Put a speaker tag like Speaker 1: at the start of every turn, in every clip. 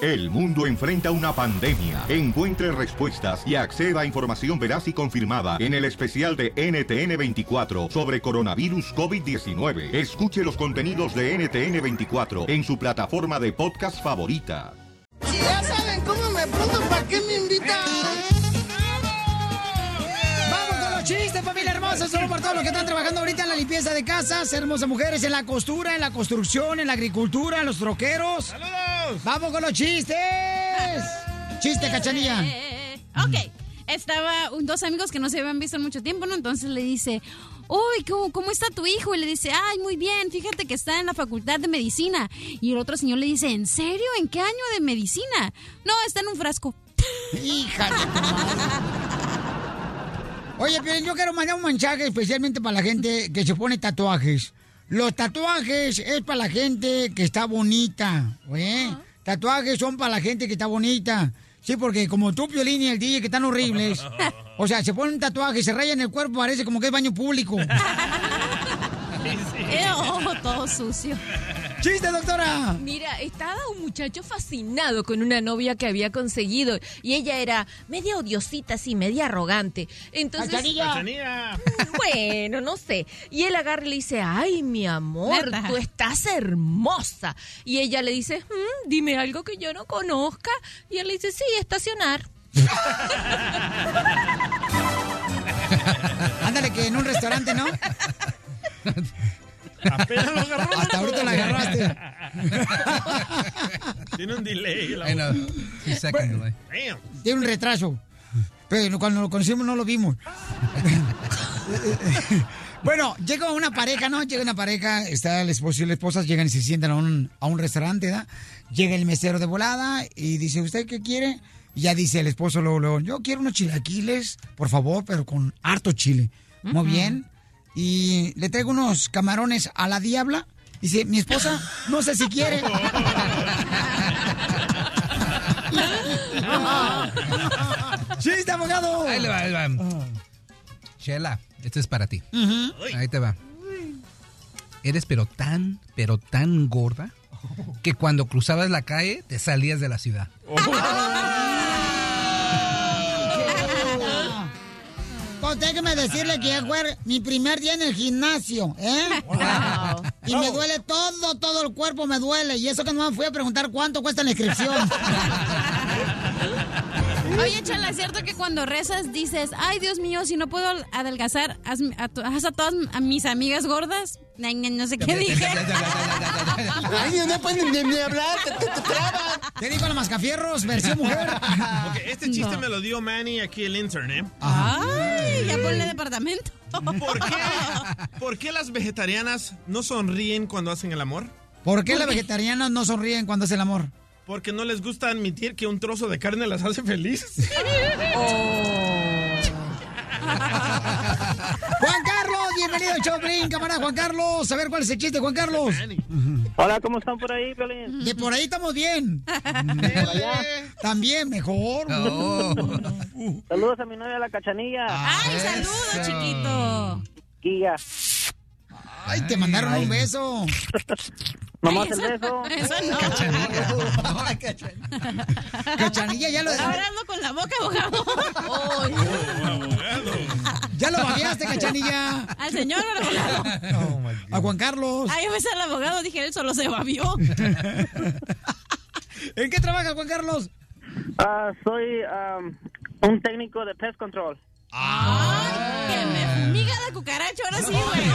Speaker 1: El mundo enfrenta una pandemia. Encuentre respuestas y acceda a información veraz y confirmada en el especial de NTN24 sobre coronavirus COVID-19. Escuche los contenidos de NTN24 en su plataforma de podcast favorita.
Speaker 2: Si ya saben cómo me pongo, ¿para qué me invitan?
Speaker 3: Vamos con los chistes, familia hermosa. Solo por todos los que están trabajando ahorita en la limpieza de casas, hermosas mujeres, en la costura, en la construcción, en la agricultura, en los troqueros. ¡Saludos! Vamos con los chistes. Chiste, cachanilla.
Speaker 4: Eh, ok. Estaba un- dos amigos que no se habían visto en mucho tiempo, ¿no? Entonces le dice, uy, ¿cómo, cómo está tu hijo? Y le dice, ay, muy bien, fíjate que está en la facultad de medicina. Y el otro señor le dice, ¿en serio? ¿En qué año de medicina? No, está en un frasco.
Speaker 3: Hija Oye, pero yo quiero mandar un mensaje especialmente para la gente que se pone tatuajes. Los tatuajes es para la gente que está bonita, ¿eh? Tatuajes son para la gente que está bonita. Sí, porque como tú, Piolín y el DJ, que están horribles. O sea, se ponen tatuajes, se rayan el cuerpo, parece como que es baño público.
Speaker 4: Eo, todo sucio.
Speaker 3: ¡Chiste, doctora!
Speaker 5: Oh, Mira, estaba un muchacho fascinado con una novia que había conseguido y ella era media odiosita, así, media arrogante. Entonces, bueno, no sé. Y él agarra y le dice, ay, mi amor,
Speaker 4: Neta.
Speaker 5: tú estás hermosa. Y ella le dice, "Mm, dime algo que yo no conozca. Y él le dice, sí, estacionar.
Speaker 3: Ándale, que en un restaurante, ¿no?
Speaker 6: Apenas lo agarró.
Speaker 3: Hasta ahorita la agarraste.
Speaker 6: Tiene un delay. La...
Speaker 7: I know. Two second delay.
Speaker 6: Damn.
Speaker 3: Tiene un retraso. Pero cuando lo conocimos no lo vimos. bueno, llega una pareja, ¿no? Llega una pareja, está el esposo y la esposa, llegan y se sientan a un, a un restaurante, ¿da? Llega el mesero de volada y dice, ¿usted qué quiere? Y ya dice el esposo luego, luego, yo quiero unos chilaquiles, por favor, pero con harto chile. Muy bien. Y le traigo unos camarones a la diabla. Dice, mi esposa, no sé si quiere. ¡Chiste, abogado! Ah.
Speaker 7: Ahí le va, ahí le va. Chela, esto es para ti.
Speaker 3: Ujú.
Speaker 7: Ahí te va. Eres pero tan, pero tan gorda que cuando cruzabas la calle te salías de la ciudad.
Speaker 3: Pues déjeme decirle que ya fue mi primer día en el gimnasio, ¿eh? Y me duele todo, todo el cuerpo me duele. Y eso que no me fui a preguntar cuánto cuesta la inscripción.
Speaker 4: Oye, Chala, ¿es cierto que cuando rezas dices, ay, Dios mío, si no puedo adelgazar, haz, a, to- haz a todas a mis amigas gordas? Na- na- No sé qué dije.
Speaker 2: Ay, no pueden ni, ni hablar, te, te- te trabas.
Speaker 3: ¿Qué dijo la mascafierros, versión mujer?
Speaker 6: Ok, este chiste
Speaker 4: No.
Speaker 6: me lo dio Manny aquí el intern, ¿eh?
Speaker 4: Ay, ya ponle departamento.
Speaker 6: ¿Por qué, ¿Por qué las vegetarianas no sonríen cuando hacen el amor?
Speaker 3: ¿Por qué las vegetarianas no sonríen cuando hacen el amor?
Speaker 6: Porque no les gusta admitir que un trozo de carne las hace felices.
Speaker 3: Juan Carlos, bienvenido al show, Blin, camarada Juan Carlos. A ver cuál es el chiste, Juan Carlos.
Speaker 8: Hola, ¿cómo están por ahí, Violín?
Speaker 3: De por ahí estamos bien. También, mejor.
Speaker 7: Oh.
Speaker 8: Saludos a mi novia, la cachanilla.
Speaker 3: Ah,
Speaker 4: Ay, saludo,
Speaker 7: Eso.
Speaker 4: chiquito.
Speaker 8: Guía.
Speaker 3: Ay, te mandaron un beso.
Speaker 8: Mamá, el beso.
Speaker 4: Eso no.
Speaker 3: Cachanilla, ya lo,
Speaker 4: Ahora hazlo con la boca, abogado.
Speaker 3: ya lo babeaste, Cachanilla.
Speaker 4: Al señor o al abogado.
Speaker 7: Oh, my God.
Speaker 3: A Juan Carlos.
Speaker 4: Ay, yo besé al abogado, dije, él solo se babió.
Speaker 3: ¿En qué trabaja Juan Carlos?
Speaker 8: Ah, soy am, un técnico de pest control.
Speaker 4: Que me fumiga la cucaracha, ahora sí, güey.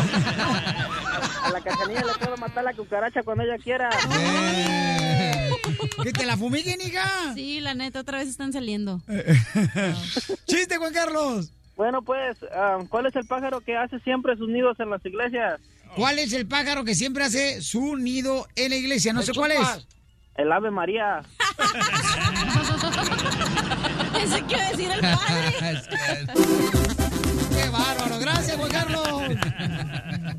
Speaker 8: A la cachanilla le puedo matar la cucaracha cuando ella quiera.
Speaker 3: Eh, Que te la fumiguen, hija. Eh.
Speaker 4: Sí, la neta, otra vez están saliendo.
Speaker 3: Chiste, Juan Carlos.
Speaker 8: Bueno, pues, am, ¿cuál es el pájaro que hace siempre sus nidos en las iglesias?
Speaker 3: ¿Cuál es el pájaro que siempre hace su nido en la iglesia? No sé cuál es.
Speaker 8: El ave María.
Speaker 4: Pensé que iba a decir el padre.
Speaker 7: That's good.
Speaker 3: Qué bárbaro. Gracias, Juan Carlos.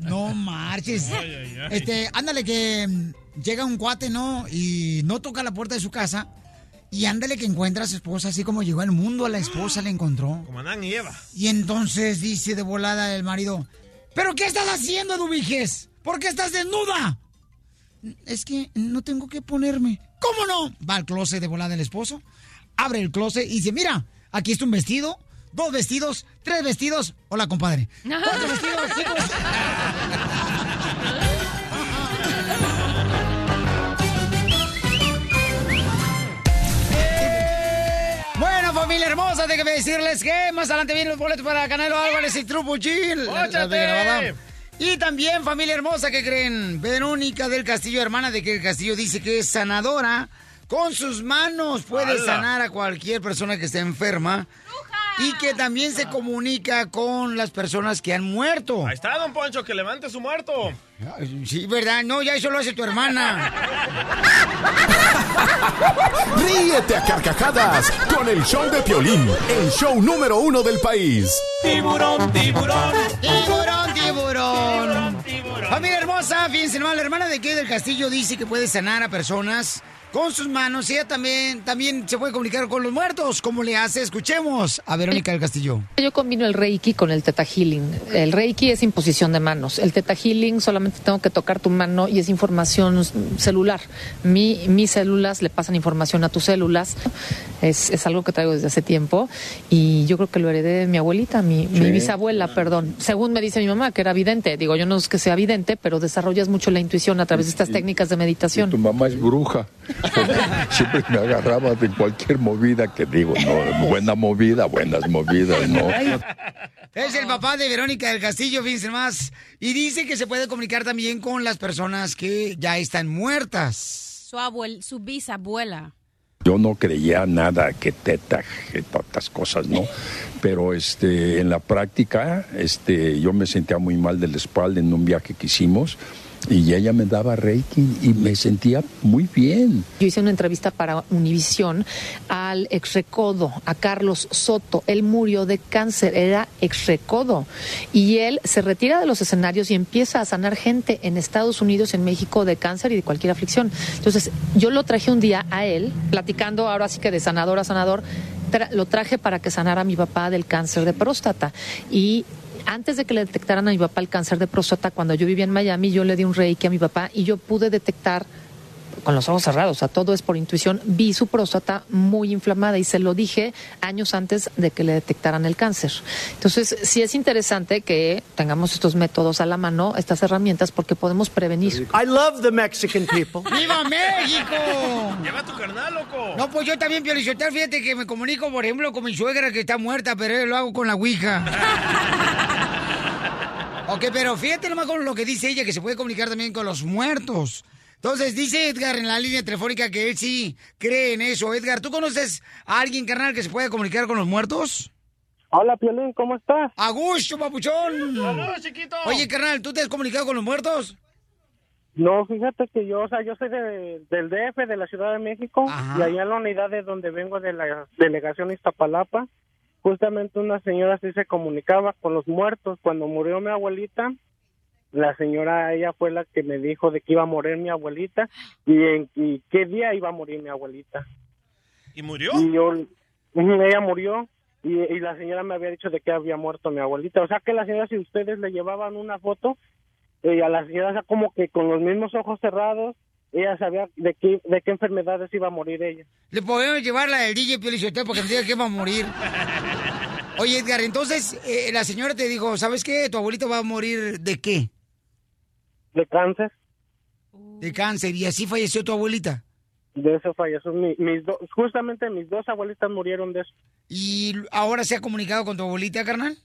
Speaker 3: No marches.
Speaker 6: ay, ay.
Speaker 3: Este, ándale que mm, llega un cuate, ¿no? Y no toca la puerta de su casa. Y ándale que encuentra a su esposa, así como llegó al mundo, a la esposa le encontró.
Speaker 6: Como Adán y Eva.
Speaker 3: Y entonces dice de volada el marido, ¿pero qué estás haciendo, Dubiges? ¿Por qué estás desnuda? Es que no tengo que ponerme. ¿Cómo no? Va al closet de volada el esposo, abre el closet y dice, mira, aquí está un vestido, dos vestidos, tres vestidos. Hola, compadre. Cuatro vestidos, cinco vestidos. Bueno, familia hermosa, déjenme decirles que más adelante vienen los boletos para Canelo Álvarez y Trupo Gil. la- la de Nevada. Y también, familia hermosa, ¿qué creen? Verónica del Castillo, hermana de que el Castillo, dice que es sanadora. Con sus manos puede
Speaker 9: ¡Hala!
Speaker 3: sanar a cualquier persona que esté enferma. Y que también se comunica con las personas que han muerto.
Speaker 6: Ah. Ahí está, don Poncho, que levante su muerto.
Speaker 3: Sí, ¿verdad? No, ya eso lo hace tu hermana.
Speaker 10: Ríete a carcajadas con el show de Piolín, el show número uno del país.
Speaker 3: Tiburón, tiburón. Tiburón, tiburón. Familia hermosa, fíjense nomás, la hermana de Kay del Castillo dice que puede sanar a personas con sus manos. Ella también, también se puede comunicar con los muertos. ¿Cómo le hace? Escuchemos a Verónica del Castillo.
Speaker 11: Yo combino el Reiki con el Teta Healing. El Reiki es imposición de manos. El Teta Healing solamente tengo que tocar tu mano y es información celular. Mi, mis células le pasan información a tus células. Es, es algo que traigo desde hace tiempo y yo creo que lo heredé de mi abuelita, mi, mi
Speaker 12: Sí.
Speaker 11: bisabuela, perdón. Según me dice mi mamá, que era vidente. Digo, yo no es que sea vidente, pero desarrollas mucho la intuición a través de estas técnicas de meditación.
Speaker 13: Tu mamá es bruja. Siempre me agarraba de cualquier movida que digo, no, buena movida, buenas movidas, no.
Speaker 3: Es el papá de Verónica del Castillo, fíjense más. Y dice que se puede comunicar también con las personas que ya están muertas.
Speaker 4: Su abuel, su bisabuela.
Speaker 13: Yo no creía nada que teta, que tantas cosas, ¿no? Pero este, en la práctica, este, yo me sentía muy mal de la espalda en un viaje que hicimos y ella me daba reiki y me sentía muy bien.
Speaker 11: Yo hice una entrevista para Univisión al exrecodo, a Carlos Soto. Él murió de cáncer, era exrecodo. Y él se retira de los escenarios y empieza a sanar gente en Estados Unidos, en México, de cáncer y de cualquier aflicción. Entonces, yo lo traje un día a él, platicando ahora sí que de sanador a sanador, tra- lo traje para que sanara a mi papá del cáncer de próstata. Y antes de que le detectaran a mi papá el cáncer de próstata, cuando yo vivía en Miami, yo le di un reiki a mi papá y yo pude detectar con los ojos cerrados, o sea, todo es por intuición, vi su próstata muy inflamada y se lo dije años antes de que le detectaran el cáncer. Entonces, sí es interesante que tengamos estos métodos a la mano, estas herramientas, porque podemos prevenir.
Speaker 14: I love the Mexican people.
Speaker 3: ¡Viva México!
Speaker 6: Lleva a tu carnal, loco.
Speaker 3: No, pues yo también, Piolichotel, fíjate que me comunico, por ejemplo, con mi suegra que está muerta, pero yo lo hago con la Ouija. ok, pero fíjate nomás con lo que dice ella, que se puede comunicar también con los muertos. Entonces, dice Edgar en la línea telefónica que él sí cree en eso. Edgar, ¿tú conoces a alguien, carnal, que se puede comunicar con los muertos?
Speaker 8: Hola, Piolín, ¿cómo estás?
Speaker 3: A gusto, papuchón.
Speaker 8: Saludos, chiquito.
Speaker 3: Oye, carnal, ¿tú te has comunicado con los muertos?
Speaker 8: No, fíjate que yo, o sea, yo soy de- del DF, de la Ciudad de México,
Speaker 3: Ajá.
Speaker 8: y allá en la unidad de donde vengo de la delegación Iztapalapa, justamente una señora sí se comunicaba con los muertos. Cuando murió mi abuelita, la señora, ella fue la que me dijo de que iba a morir mi abuelita y en y qué día iba a morir mi abuelita.
Speaker 6: ¿Y murió?
Speaker 8: Y yo, ujú, ella murió y, y la señora me había dicho de que había muerto mi abuelita. O sea que la señora, si ustedes le llevaban una foto, eh, a la señora, o sea, como que con los mismos ojos cerrados, ella sabía de qué, de qué enfermedades iba a morir ella.
Speaker 3: Le podemos llevar la del DJ Piolichotel porque me diga que va a morir. Oye, Edgar, entonces eh, la señora te dijo, ¿sabes qué? ¿Tu abuelito va a morir de qué?
Speaker 8: De cáncer.
Speaker 3: De cáncer. ¿Y así falleció tu abuelita?
Speaker 8: De eso falleció. mi- mis do- justamente mis dos abuelitas murieron de eso.
Speaker 3: ¿Y ahora se ha comunicado con tu abuelita, carnal?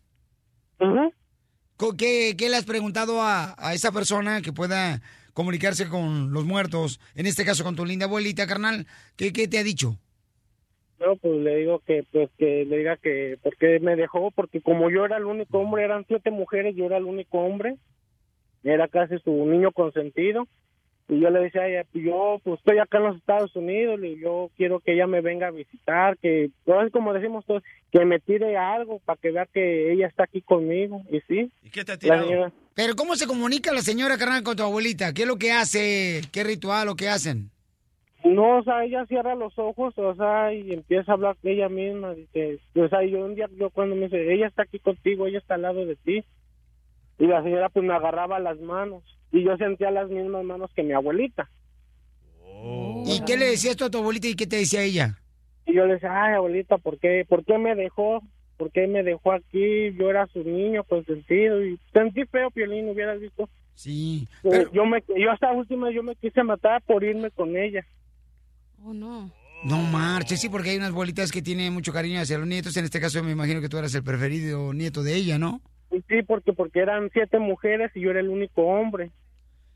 Speaker 3: Co- ¿Qué, qué le has preguntado a, a esa persona que pueda comunicarse con los muertos? En este caso, con tu linda abuelita, carnal. ¿Qué, qué te ha dicho?
Speaker 8: No, pues le digo que, pues que le diga que, porque me dejó, porque como yo era el único hombre, eran siete mujeres, yo era el único hombre, era casi su niño consentido, y yo le decía, a ella, yo pues estoy acá en los Estados Unidos, y yo quiero que ella me venga a visitar, que, pues, como decimos todos, que me tire algo para que vea que ella está aquí conmigo, y sí. ¿Y
Speaker 6: qué te
Speaker 8: ha tirado?
Speaker 3: Pero ¿cómo se comunica la señora, carnal, con tu abuelita? ¿Qué es lo que hace? ¿Qué ritual o qué hacen?
Speaker 8: No, o sea, ella cierra los ojos, o sea, y empieza a hablar de ella misma. Dice, o sea, yo un día, yo cuando me dice, ella está aquí contigo, ella está al lado de ti. Y la señora pues me agarraba las manos. Y yo sentía las mismas manos que mi abuelita.
Speaker 3: ¿Y qué le decías tú a tu abuelita y qué te decía ella?
Speaker 8: Y yo le decía, ay, abuelita, ¿por qué, ¿por qué me dejó? ¿Por qué me dejó aquí? Yo era su niño consentido y sentí feo, Piolín, hubieras visto. Eh,
Speaker 3: Sí.
Speaker 8: Yo, yo me, yo hasta última yo me quise matar por irme con ella.
Speaker 4: Oh, no.
Speaker 3: No marches, sí, porque hay unas bolitas que tienen mucho cariño hacia los nietos. En este caso, me imagino que tú eras el preferido nieto de ella, ¿no?
Speaker 8: Y sí, porque porque eran siete mujeres y yo era el único hombre.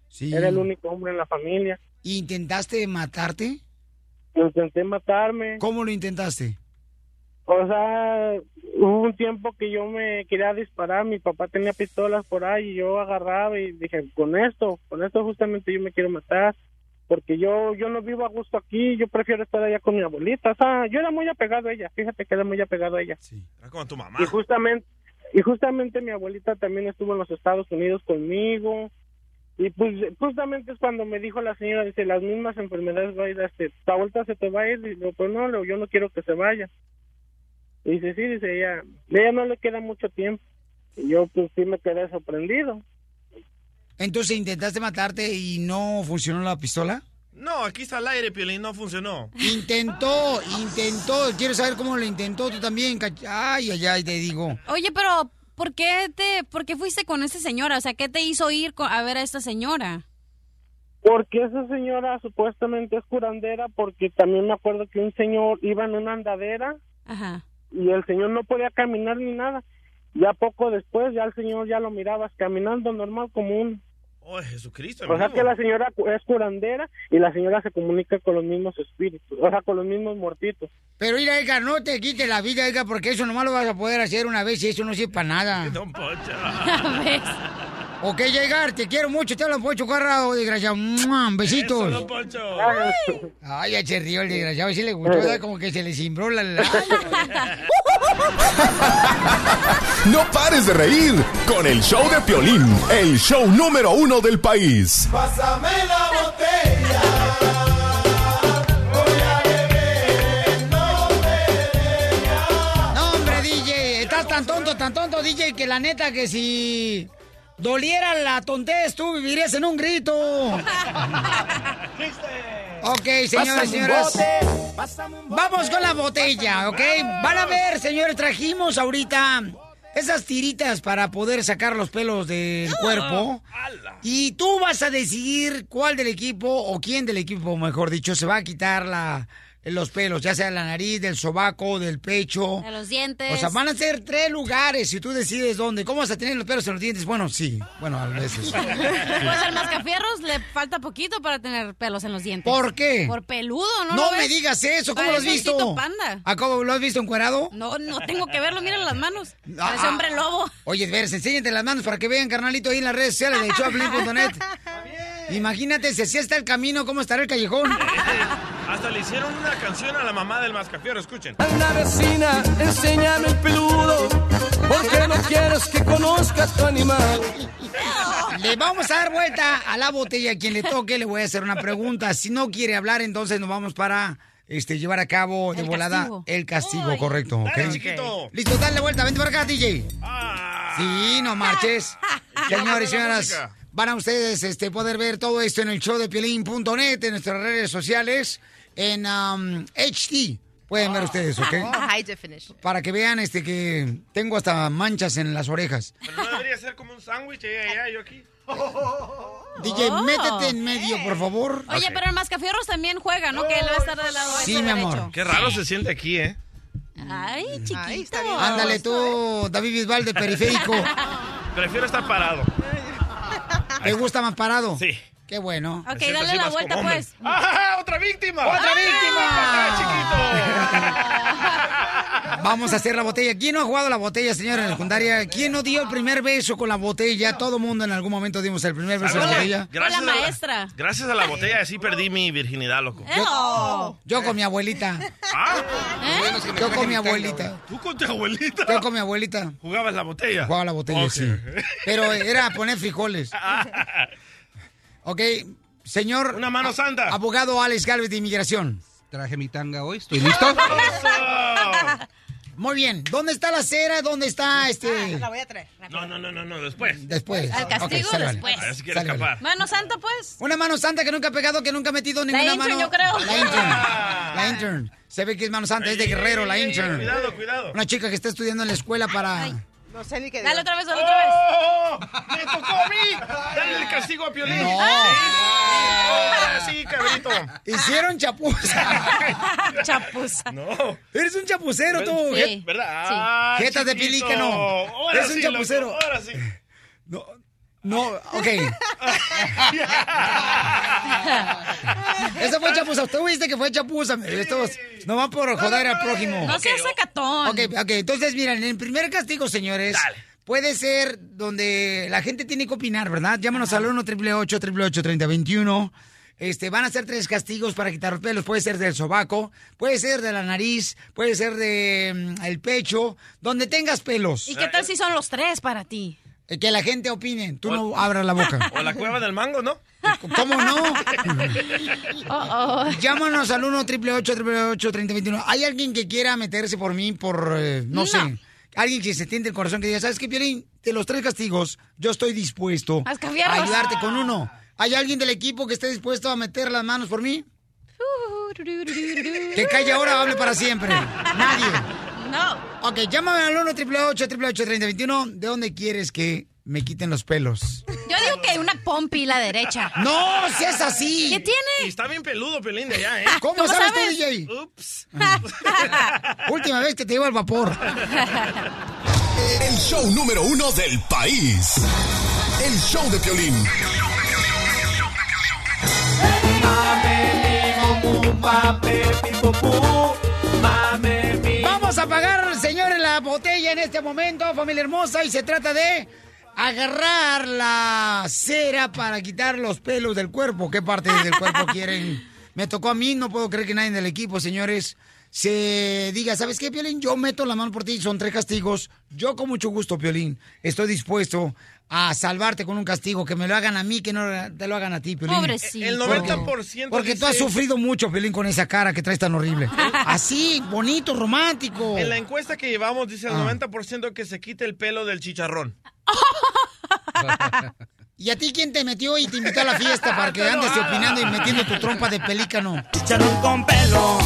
Speaker 3: Sí.
Speaker 8: Era el único hombre en la familia.
Speaker 3: ¿Intentaste matarte?
Speaker 8: Intenté matarme.
Speaker 3: ¿Cómo lo intentaste?
Speaker 8: O sea, hubo un tiempo que yo me quería disparar, mi papá tenía pistolas por ahí y yo agarraba y dije, con esto, con esto justamente yo me quiero matar, porque yo yo no vivo a gusto aquí, yo prefiero estar allá con mi abuelita, o sea, yo era muy apegado a ella, fíjate que era muy apegado a ella.
Speaker 6: Era como tu mamá.
Speaker 8: Y justamente y justamente mi abuelita también estuvo en los Estados Unidos conmigo. Y pues justamente es cuando me dijo la señora, dice, las mismas enfermedades va a ir a este, tu abuelita se te va a ir, y yo, pues no, le digo, yo no quiero que se vaya. Y dice, sí, dice, ella, ella no le queda mucho tiempo. Y yo pues sí me quedé sorprendido.
Speaker 3: Entonces, ¿intentaste matarte y no funcionó la pistola?
Speaker 6: No, aquí está el aire, Piolín, no funcionó.
Speaker 3: Intentó, intentó. Quiero saber cómo lo intentó tú también. cach- Ay, ay, ay, te digo.
Speaker 4: Oye, pero ¿por qué te, por qué fuiste con esta señora? O sea, ¿qué te hizo ir co- a ver a esta señora?
Speaker 8: Porque esa señora supuestamente es curandera porque también me acuerdo que un señor iba en una andadera
Speaker 4: Ajá.
Speaker 8: y el señor no podía caminar ni nada. Ya poco después ya el señor ya lo mirabas caminando normal como un...
Speaker 6: Oh, Jesucristo.
Speaker 8: O sea
Speaker 6: amigo.
Speaker 8: que la señora cu- es curandera y la señora se comunica con los mismos espíritus, o sea, con los mismos muertitos.
Speaker 3: Pero mira, Edgar, no te quites la vida, Edgar, porque eso nomás lo vas a poder hacer una vez y eso no sirve para nada.
Speaker 6: Don Poncho.
Speaker 3: Ok, Edgar, te quiero mucho. Te hablo, Poncho Carrado, desgraciado. ¡Mua! Besitos.
Speaker 6: Eso, don Poncho.
Speaker 3: Ay, ya se rió el desgraciado. Sí le gustó, ¿verdad? como que se le cimbró la... la-
Speaker 10: No pares de reír con el show de Piolín, el show número uno del país.
Speaker 2: Pásame la botella.
Speaker 3: No, hombre, DJ, estás tan tonto, tan tonto, DJ, que la neta que si doliera la tontez, tú vivirías en un grito. ok, señoras y señoras. Vamos con la botella, ¿ok? Van a ver, señores, trajimos ahorita esas tiritas para poder sacar los pelos del cuerpo. Y tú vas a decidir cuál del equipo o quién del equipo, mejor dicho, se va a quitar la, los pelos, ya sea de la nariz, del sobaco, del pecho.
Speaker 4: De los dientes.
Speaker 3: O sea, van a ser tres lugares si tú decides dónde. ¿Cómo vas a tener los pelos en los dientes? Bueno, sí. Bueno, a veces.
Speaker 4: Pues al mascafierros le falta poquito para tener pelos en los dientes.
Speaker 3: ¿Por qué?
Speaker 4: Por peludo, ¿no?
Speaker 3: No
Speaker 4: lo
Speaker 3: me
Speaker 4: ves?
Speaker 3: digas eso, ¿cómo lo has
Speaker 4: Parece
Speaker 3: visto?
Speaker 4: osito panda.
Speaker 3: ¿A cómo lo has visto encuerado?
Speaker 4: No, no tengo que verlo, miren las manos.
Speaker 3: Ah.
Speaker 4: Parece hombre lobo.
Speaker 3: Oye, Vers, enséñate las manos para que vean, carnalito, ahí en las redes sociales de showplay.net. Imagínate, si así está el camino, ¿cómo estará el callejón?
Speaker 6: Hasta le hicieron una canción a la mamá del mascafiero, escuchen.
Speaker 2: Anda vecina, enséñame el peludo, porque no quieres que conozca tu animal.
Speaker 3: Le vamos a dar vuelta a la botella. Quien le toque, le voy a hacer una pregunta. Si no quiere hablar, entonces nos vamos para este, llevar a cabo de
Speaker 2: El
Speaker 3: volada
Speaker 2: castigo.
Speaker 3: el castigo, correcto. ¿ok?
Speaker 2: dale, chiquito.
Speaker 3: Listo, dale vuelta. Vente para acá, DJ. Sí, no marches.
Speaker 2: Ya
Speaker 3: Señores,
Speaker 2: bajó la
Speaker 3: señoras,
Speaker 2: música.
Speaker 3: van a ustedes este, poder ver todo esto en el show de piolín.net, en nuestras redes sociales, en um, HD. Pueden ver ustedes, ¿ok?
Speaker 9: High definition.
Speaker 3: Para que vean este que tengo hasta manchas en las orejas.
Speaker 6: Pero no debería ser como un sándwich, ella allá, yo aquí.
Speaker 3: DJ,
Speaker 4: Oh.
Speaker 3: métete en medio, por favor.
Speaker 4: Oye, pero el mascafierros también juega, ¿no? Que él va a estar del lado
Speaker 3: Sí,
Speaker 4: ese
Speaker 3: mi amor.
Speaker 4: derecho.
Speaker 6: Qué raro se siente aquí, ¿eh?
Speaker 4: Ay, chiquito.
Speaker 3: Ándale tú, David Bisbal de Periférico.
Speaker 6: Prefiero estar parado.
Speaker 3: ¿Te gusta más parado?
Speaker 6: Sí.
Speaker 3: Qué bueno.
Speaker 6: Me siento así más como hombre. ¡Ah, otra víctima!
Speaker 2: ¡Otra
Speaker 3: Vamos a hacer la botella. ¿Quién no ha jugado la botella, señora, en la secundaria? ¿Quién no dio el primer beso con la botella? Todo mundo en algún momento dimos el primer beso con la botella.
Speaker 6: Gracias a la-
Speaker 4: maestra. Eh,
Speaker 6: Gracias a la botella así perdí mi virginidad, loco.
Speaker 4: oh.
Speaker 3: Yo, yo con mi abuelita. Yo con mi abuelita.
Speaker 6: Ah. ¿Tú con tu abuelita?
Speaker 3: Yo con mi abuelita.
Speaker 6: ¿Jugabas la botella?
Speaker 3: Jugaba la botella,
Speaker 6: Ok.
Speaker 3: sí. Pero era poner frijoles. Ok, señor. Una mano santa. Abogado Alex Galvez de Inmigración.
Speaker 7: Traje mi tanga hoy, estoy listo.
Speaker 3: Muy bien. ¿Dónde está la cera? ¿Dónde está este...?
Speaker 9: La voy a traer.
Speaker 6: No, no, no, no, no, después.
Speaker 3: Después.
Speaker 4: Al castigo
Speaker 3: Ok, sale, vale.
Speaker 4: después.
Speaker 6: Ahora sí quiere
Speaker 3: Sale, vale.
Speaker 6: escapar.
Speaker 4: Mano santa, pues.
Speaker 3: Una mano santa que nunca ha pegado, que nunca ha metido
Speaker 4: La
Speaker 3: ninguna
Speaker 4: intern,
Speaker 3: mano.
Speaker 4: yo creo.
Speaker 3: La intern. La intern. Se ve que es mano santa, es de guerrero, la
Speaker 9: ey, ey,
Speaker 3: intern.
Speaker 9: cuidado, cuidado.
Speaker 3: Una chica que está estudiando en la escuela para.
Speaker 9: No sé ni qué
Speaker 4: Dale
Speaker 9: digo.
Speaker 4: otra vez, dale otra vez.
Speaker 6: ¡Oh! ¡Me tocó a mí! ¡Dale el castigo a Piolín!
Speaker 3: No.
Speaker 6: Sí, ahora sí, cabrito!
Speaker 3: Hicieron chapuza.
Speaker 4: chapuza.
Speaker 6: No.
Speaker 3: Eres un chapucero, tú. ¿eh?
Speaker 6: Sí.
Speaker 3: Je-
Speaker 6: ¿Verdad? Ah,
Speaker 3: Jetas de
Speaker 6: chiquito.
Speaker 3: pelícano.
Speaker 6: Ahora
Speaker 3: Eres un
Speaker 6: sí, loco,
Speaker 3: chapucero.
Speaker 6: ahora sí.
Speaker 3: No, ok. Esa fue chapuza. Usted viste que fue chapuza. Estos no van por joder al prójimo.
Speaker 4: No seas sacatón.
Speaker 3: Ok, ok. Entonces, miren, el primer castigo, señores. Puede ser donde la gente tiene que opinar, ¿verdad? Llámanos al 1 888 3021 Este, van a ser tres castigos para quitar los pelos. Puede ser del sobaco, puede ser de la nariz, puede ser de mm, el pecho, donde tengas pelos.
Speaker 4: ¿Y qué tal si son los tres para ti?
Speaker 3: Eh, Que la gente opine. Tú no abras la boca.
Speaker 6: O la cueva del mango, ¿no?
Speaker 3: ¿Cómo no? Llámanos al 1 888 3021 ¿Hay alguien que quiera meterse por mí por, eh, no,
Speaker 4: No.
Speaker 3: sé, alguien que se tiente el corazón que diga, ¿sabes qué, Piolín? De los tres castigos, yo estoy dispuesto
Speaker 4: Haz caviarlos.
Speaker 3: a ayudarte con uno. ¿Hay alguien del equipo que esté dispuesto a meter las manos por mí? Que calle ahora o hable para siempre. Nadie.
Speaker 4: No.
Speaker 3: Ok, llámame al 1 888 3021 ¿De dónde quieres que me quiten los pelos?
Speaker 4: Yo digo que una pompi la derecha.
Speaker 3: ¡No, si es así!
Speaker 4: ¿Qué tiene?
Speaker 6: Y está bien peludo Piolín de allá, ¿eh?
Speaker 3: ¿Cómo,
Speaker 4: ¿Cómo
Speaker 3: sabes,
Speaker 4: sabes?
Speaker 3: tú, DJ?
Speaker 6: Ups.
Speaker 3: Última vez que te iba al vapor.
Speaker 10: El show número uno del país. El show de Piolín.
Speaker 3: Vamos a pagar, señores, la botella en este momento, familia hermosa, y se trata de agarrar la cera para quitar los pelos del cuerpo. ¿Qué parte del cuerpo quieren? Me tocó a mí, no puedo creer que nadie del equipo, señores, se diga, ¿sabes qué, Piolín? Yo meto la mano por ti, son tres castigos. Yo con mucho gusto, Piolín, estoy dispuesto a salvarte con un castigo, que me lo hagan a mí, que no te lo hagan a ti, Piolín.
Speaker 6: Pobrecito. El 90%
Speaker 3: Porque tú has
Speaker 6: dice-
Speaker 3: sufrido mucho, Piolín, con esa cara que traes tan horrible. Así, bonito, romántico.
Speaker 6: En la encuesta que llevamos dice
Speaker 3: Ah.
Speaker 6: el 90% que se quite el pelo del chicharrón.
Speaker 3: ¿Y a ti quién te metió y te invitó a la fiesta para que andes opinando y metiendo tu trompa de pelícano? Chicharrón con pelos,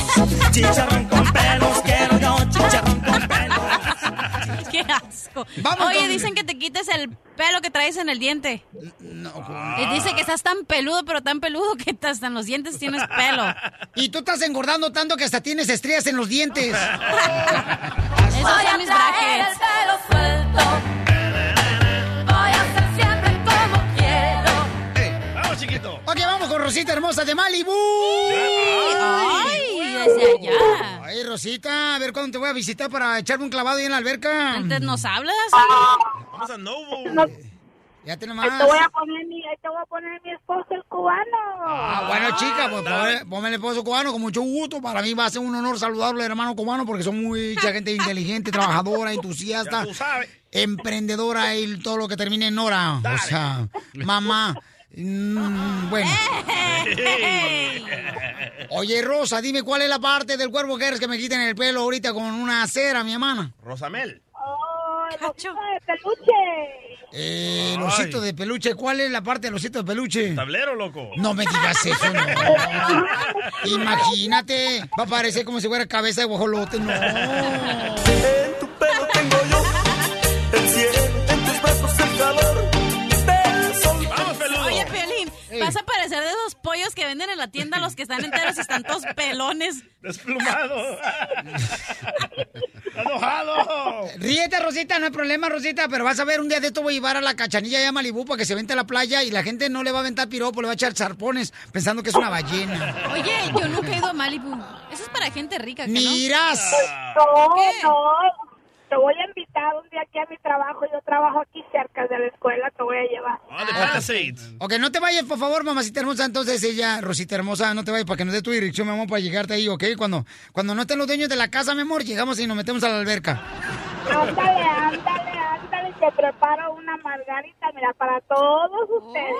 Speaker 3: chicharrón con pelos, quiero yo chicharrón con
Speaker 4: Qué asco.
Speaker 3: Vamos
Speaker 4: Oye,
Speaker 3: con-
Speaker 4: dicen que te quites el pelo que traes en el diente.
Speaker 3: No,
Speaker 6: Ah.
Speaker 4: Les Dice que estás tan peludo, pero tan peludo que hasta en los dientes tienes pelo.
Speaker 3: Y tú estás engordando tanto que hasta tienes estrellas en los dientes.
Speaker 4: Esos son mis brackets.
Speaker 6: ¡Vamos, chiquito!
Speaker 3: Ok, vamos con Rosita hermosa de Malibu. uh.
Speaker 4: ¡Ay! desde allá.
Speaker 3: Ay, Rosita, a ver cuándo te voy a visitar para echarme un clavado ahí en la alberca.
Speaker 4: Antes nos hablas.
Speaker 6: Vamos a Novo.
Speaker 3: Ya te
Speaker 12: Ahí
Speaker 3: nomás.
Speaker 12: te voy a poner mi, ahí te voy a poner mi esposo el cubano.
Speaker 3: Ah, bueno, chica, pues ponme- ponme el esposo cubano con mucho gusto. Para mí va a ser un honor saludarlo, hermano cubano, porque son mucha gente inteligente, trabajadora, entusiasta, emprendedora y todo lo que termine en hora. O sea, mamá. mm, bueno.
Speaker 2: Eh.
Speaker 3: Oye, Rosa, dime cuál es la parte del cuerpo que eres que me quiten el pelo ahorita con una cera, mi hermana.
Speaker 6: Rosamel.
Speaker 12: Oh, el osito de peluche.
Speaker 3: Eh, el osito de peluche, ¿cuál es la parte del osito de peluche?
Speaker 6: Tablero, loco.
Speaker 3: No me digas eso, no. Imagínate, va a parecer como si fuera cabeza de guajolote, no.
Speaker 2: En tu pelo tengo yo el cielo, en tus brazos el calor del sol.
Speaker 6: Vamos, peludo.
Speaker 4: Oye, Piolín, vas a parecer de esos pollos que venden en la tienda los que están enteros y están todos pelones.
Speaker 6: Desplumado. ¡Enojado!
Speaker 3: Ríete, Rosita, no hay problema, Rosita, pero vas a ver, un día de esto voy a llevar a la cachanilla allá a Malibú para que se vente a la playa y la gente no le va a aventar piropo, le va a echar zarpones pensando que es una ballena.
Speaker 4: Oye, yo nunca he ido a Malibu. Eso es para gente rica, ¿que no?
Speaker 3: ¡Miras!
Speaker 12: No, no. Te voy a invitar un día aquí a mi trabajo. Yo trabajo aquí cerca de la escuela. Te voy a llevar.
Speaker 6: Ah, de Palisades.
Speaker 3: Ok, no te vayas, por favor, mamacita hermosa. Entonces ella, Rosita hermosa, no te vayas para que nos dé tu dirección, mi amor, para llegarte ahí, ¿ok? Cuando, cuando no estén los dueños de la casa, mi amor, llegamos y nos metemos a la alberca.
Speaker 12: Ándale, ándale, ándale. te preparo una margarita, mira, para todos ustedes.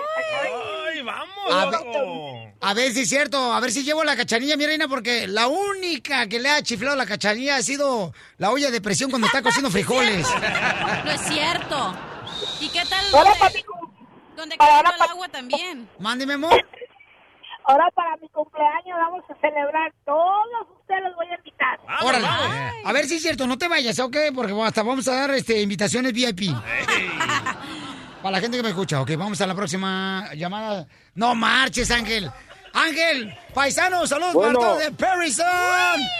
Speaker 6: ¡Ay, vamos!
Speaker 3: A ver, a ver si es cierto, a ver si llevo la cachanilla, mi reina, porque la única que le ha chiflado la cachanilla ha sido la olla de presión cuando está cociendo frijoles.
Speaker 4: No es cierto. ¿Y qué tal
Speaker 12: Hola,
Speaker 4: donde- donde cayó
Speaker 12: Hola,
Speaker 4: el agua también?
Speaker 3: Mándeme, amor.
Speaker 12: Ahora para mi cumpleaños vamos a celebrar. Todos ustedes los voy a invitar.
Speaker 3: Órale. A ver si es cierto, no te vayas, ¿ok? Porque hasta vamos a dar este, invitaciones VIP. Para la gente que me escucha, ok, vamos a la próxima llamada. No marches, Ángel. Ángel, paisano, saludos,
Speaker 2: Bueno.
Speaker 3: Marto de Parison.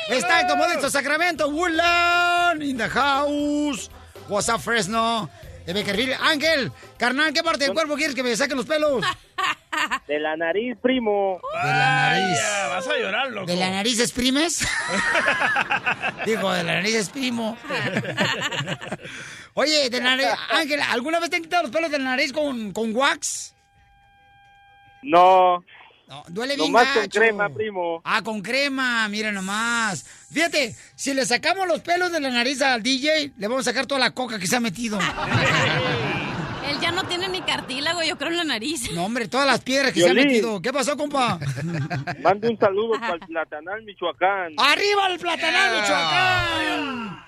Speaker 3: Está en Modesto, Sacramento, Woodland, in the house. What's up, Fresno? De Beckerville. Ángel, carnal, ¿qué parte del cuerpo quieres que me saquen los pelos?
Speaker 8: De la nariz, primo.
Speaker 3: De la nariz.
Speaker 6: Vas a llorar, loco.
Speaker 3: ¿De la nariz exprimes? Digo, de la nariz exprimo. Oye, de la nariz, Ángel, ¿alguna vez te han quitado los pelos de la nariz con, con wax?
Speaker 8: No.
Speaker 3: Duele bien
Speaker 8: Nomás con
Speaker 3: gacho.
Speaker 8: crema, primo.
Speaker 3: Ah, con crema, mira nomás. Fíjate, si le sacamos los pelos de la nariz al DJ, le vamos a sacar toda la coca que se ha metido.
Speaker 4: Él ya no tiene ni cartílago, yo creo, en la nariz.
Speaker 3: No, hombre, todas las piedras que se ha
Speaker 8: Violín.
Speaker 3: metido. ¿Qué pasó, compa?
Speaker 8: Mando un saludo para el Platanal, Michoacán.
Speaker 3: ¡Arriba el platanal, Michoacán! Ah.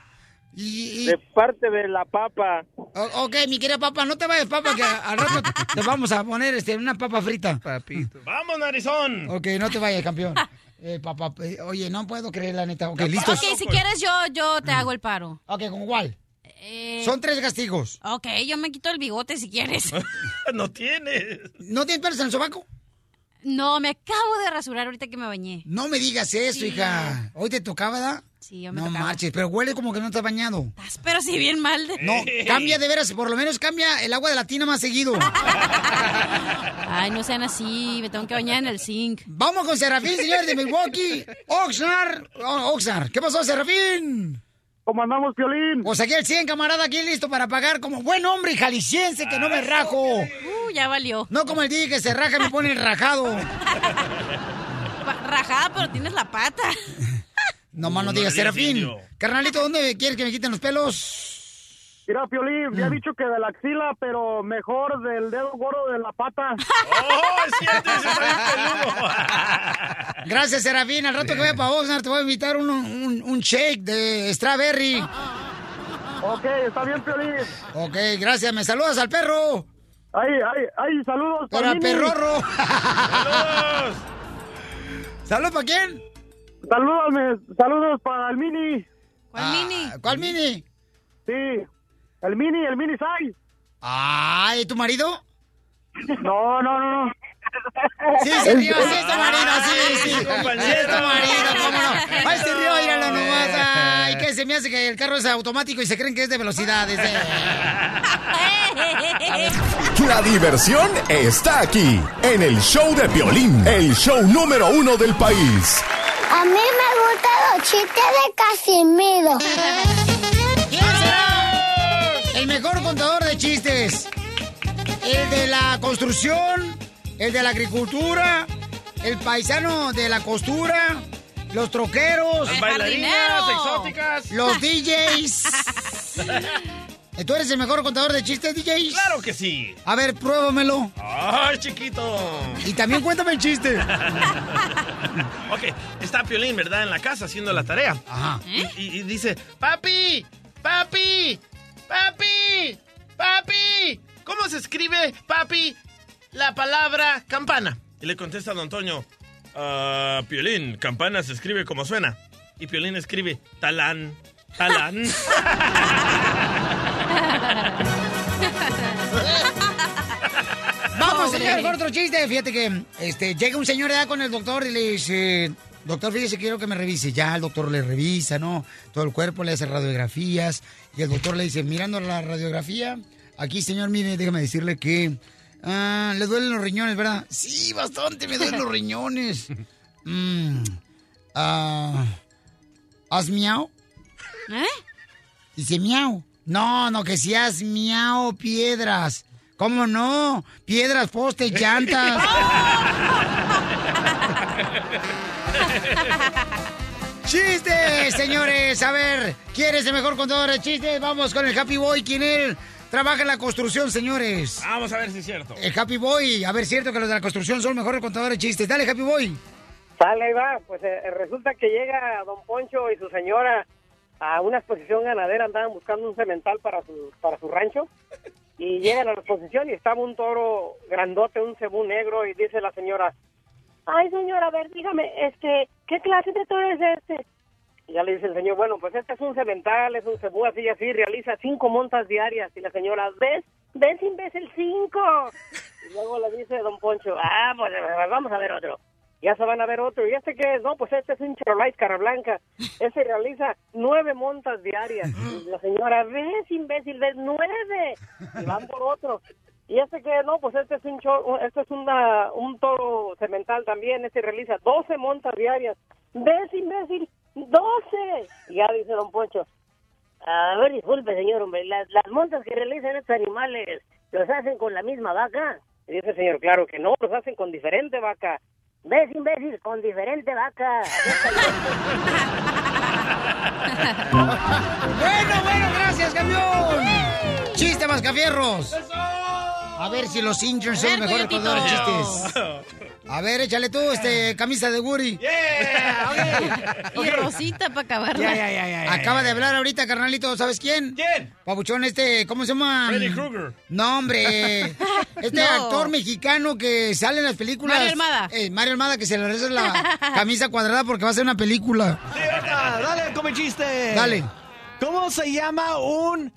Speaker 3: Y,
Speaker 8: De parte de la papa.
Speaker 3: O- ok, mi querida papa, no te vayas, papa, que al rato te- te vamos a poner este, una papa frita. Papito.
Speaker 6: ¡Vamos, narizón!
Speaker 3: Ok, no te vayas, campeón. Eh, papá, eh, oye, no puedo creer la neta. Ok, listos.
Speaker 4: Ok, si quieres yo, yo te hago el paro.
Speaker 3: Ok, ¿con cuál?
Speaker 4: Eh,
Speaker 3: Son tres castigos.
Speaker 4: Ok, yo me quito el bigote si quieres.
Speaker 6: no tienes.
Speaker 3: ¿No tienes pelos en el sobaco?
Speaker 4: No, me acabo de rasurar ahorita que me bañé.
Speaker 3: No me digas eso,
Speaker 4: Sí.
Speaker 3: hija. Hoy te tocaba, ¿verdad?
Speaker 4: Sí, yo me
Speaker 3: no
Speaker 4: tocaba.
Speaker 3: marches, pero huele como que no estás bañado.
Speaker 4: Pero sí, bien mal. de-
Speaker 3: No, cambia de veras, por lo menos cambia el agua de la tina más seguido.
Speaker 4: Ay, no sean así, me tengo que bañar en el zinc.
Speaker 3: Vamos con Serafín, señor de Milwaukee. Oxnard, O- Oxnard. ¿Qué pasó, Serafín?
Speaker 9: ¿Cómo andamos, Piolín?
Speaker 3: Pues aquí el 100, camarada, aquí listo para pagar como buen hombre y jalisciense que no me rajo.
Speaker 4: Uh, ya valió.
Speaker 3: No como el día que se raja y me pone el rajado.
Speaker 4: Pa- Rajada, pero tienes la pata.
Speaker 3: No más no
Speaker 9: No
Speaker 3: digas,
Speaker 9: le digas
Speaker 3: Serafín.
Speaker 9: indio.
Speaker 3: Carnalito, ¿dónde quieres que me quiten los pelos? Mm.
Speaker 9: Mira, Piolín, ya he dicho que de la axila, pero mejor del dedo gordo de la pata.
Speaker 3: Gracias, Serafín. Al rato que vaya para Oxnard te voy a invitar un, un, un shake de strawberry.
Speaker 9: Ok, está bien, Piolín.
Speaker 3: Ok, gracias. ¿Me saludas al perro?
Speaker 9: Ay, ay, ay, saludos.
Speaker 3: Para el
Speaker 9: Palmini.
Speaker 3: perrorro. ¡Saludos! ¿Saludos para quién?
Speaker 9: Saludos, me- saludos para el mini.
Speaker 4: ¿Cuál
Speaker 3: mini? Ah, ¿Cuál mini?
Speaker 9: Sí, el mini, el mini Sai.
Speaker 3: Ay, ¿tu marido?
Speaker 9: No, no, no, no.
Speaker 3: Sí, se rió, sí es tu marido, sí, sí.
Speaker 2: compañero.
Speaker 3: Sí es tu marido, cómo no. Ay, se rió, míralo nomás. Ay, que se me hace que el carro es automático y se creen que es de velocidades. eh.
Speaker 10: La diversión está aquí, en el show de Piolín, el show número uno del país.
Speaker 2: A mí me gustan los chistes de Casimiro.
Speaker 3: ¿Quién será el mejor contador de chistes? ¿El de la construcción? ¿El de la agricultura? ¿El paisano de la costura? ¿Los troqueros?
Speaker 2: Las El bailarinas jardinero. exóticas.
Speaker 3: ¿Los DJs? ¿Tú eres el mejor contador de chistes, DJs?
Speaker 6: Claro que sí. Ah.
Speaker 3: A ver, pruébamelo.
Speaker 6: ¡Ay, chiquito!
Speaker 3: Y también cuéntame el chiste.
Speaker 6: Ok, está Piolín, ¿verdad? En la casa haciendo la tarea.
Speaker 3: Ajá.
Speaker 6: Y, y- y dice, papi, papi, papi, papi. ¿Cómo se escribe, papi, la palabra campana? Y le contesta don Antonio, ah, Piolín, campana se escribe como suena. Y Piolín escribe, talán, talán.
Speaker 3: Vamos,
Speaker 2: Pobre.
Speaker 3: señor, con otro chiste. Fíjate que este, llega un señor ya con el doctor y le dice, doctor, fíjese, quiero que me revise. Ya el doctor le revisa, ¿no? Todo el cuerpo, le hace radiografías. Y el doctor le dice, mirando la radiografía, aquí, señor, mire, déjame decirle que ah, le duelen los riñones, ¿verdad? Sí, bastante me duelen los riñones. Mm, ah, ¿Has miau?
Speaker 4: ¿Eh?
Speaker 3: Dice miau. No, no, que si has miau piedras. ¿Cómo no? Piedras, postes, llantas. ¡Chistes, señores! A ver, ¿quién es el mejor contador de chistes? Vamos con el Happy Boy, ¿quién es? Trabaja en la construcción, señores.
Speaker 6: Vamos a ver si es cierto.
Speaker 3: El Happy Boy, a ver, cierto que los de la construcción son mejores contadores de chistes. Dale, Happy Boy.
Speaker 15: Sale, ahí va. Pues eh, resulta que llega don Poncho y su señora a una exposición ganadera, andaban buscando un cemental para su, para su rancho. Y llegan a la exposición y estaba un toro grandote, un cebú negro, y dice la señora, Ay, señora, a ver, dígame, este, ¿qué clase de toro es este? Y ya le dice el señor, bueno, pues este es un cemental, es un cebú, así y así, realiza cinco montas diarias. Y la señora, ¿ves? ¿Ves, imbécil, cinco? Y luego le dice don Poncho, ah, pues eh, vamos a ver otro. Ya se van a ver otro. ¿Y este qué es? No, pues este es un Chevrolet cara blanca. Ese realiza nueve montas diarias. Y la señora, ¿ves, imbécil, ves, nueve? Y van por otro. Y este que no, pues este es un cho- un- este es una, un toro cemental también, este realiza 12 montas diarias. ¿Ves, imbécil? ¡12! Y ya dice don Poncho, a ver, disculpe, señor, hombre, las, las montas que realizan estos animales, ¿los hacen con la misma vaca? Y dice el señor, claro que no, los hacen con diferente vaca. ¿Ves, imbécil? Con diferente vaca.
Speaker 3: Bueno, bueno, gracias, campeón. Chiste, mascafierros. A ver si los Indians son
Speaker 2: A ver,
Speaker 3: mejores
Speaker 2: coyotito.
Speaker 3: contadores de chistes. A ver, échale tú, este, camisa de Guri.
Speaker 4: Y Rosita para acabar.
Speaker 3: Ya, ya, ya, ya, ya, Acaba de hablar ahorita, carnalito, ¿sabes quién? ¿Quién? Pabuchón, este, ¿cómo se llama?
Speaker 6: Freddy Krueger.
Speaker 3: No, hombre. Este
Speaker 6: No.
Speaker 3: actor mexicano que sale en las películas.
Speaker 6: Mario Almada.
Speaker 3: Eh, Mario Almada, que se le regresa la camisa cuadrada porque va a hacer una película.
Speaker 14: Ah, dale, come chiste.
Speaker 3: Dale.
Speaker 14: ¿Cómo se llama un.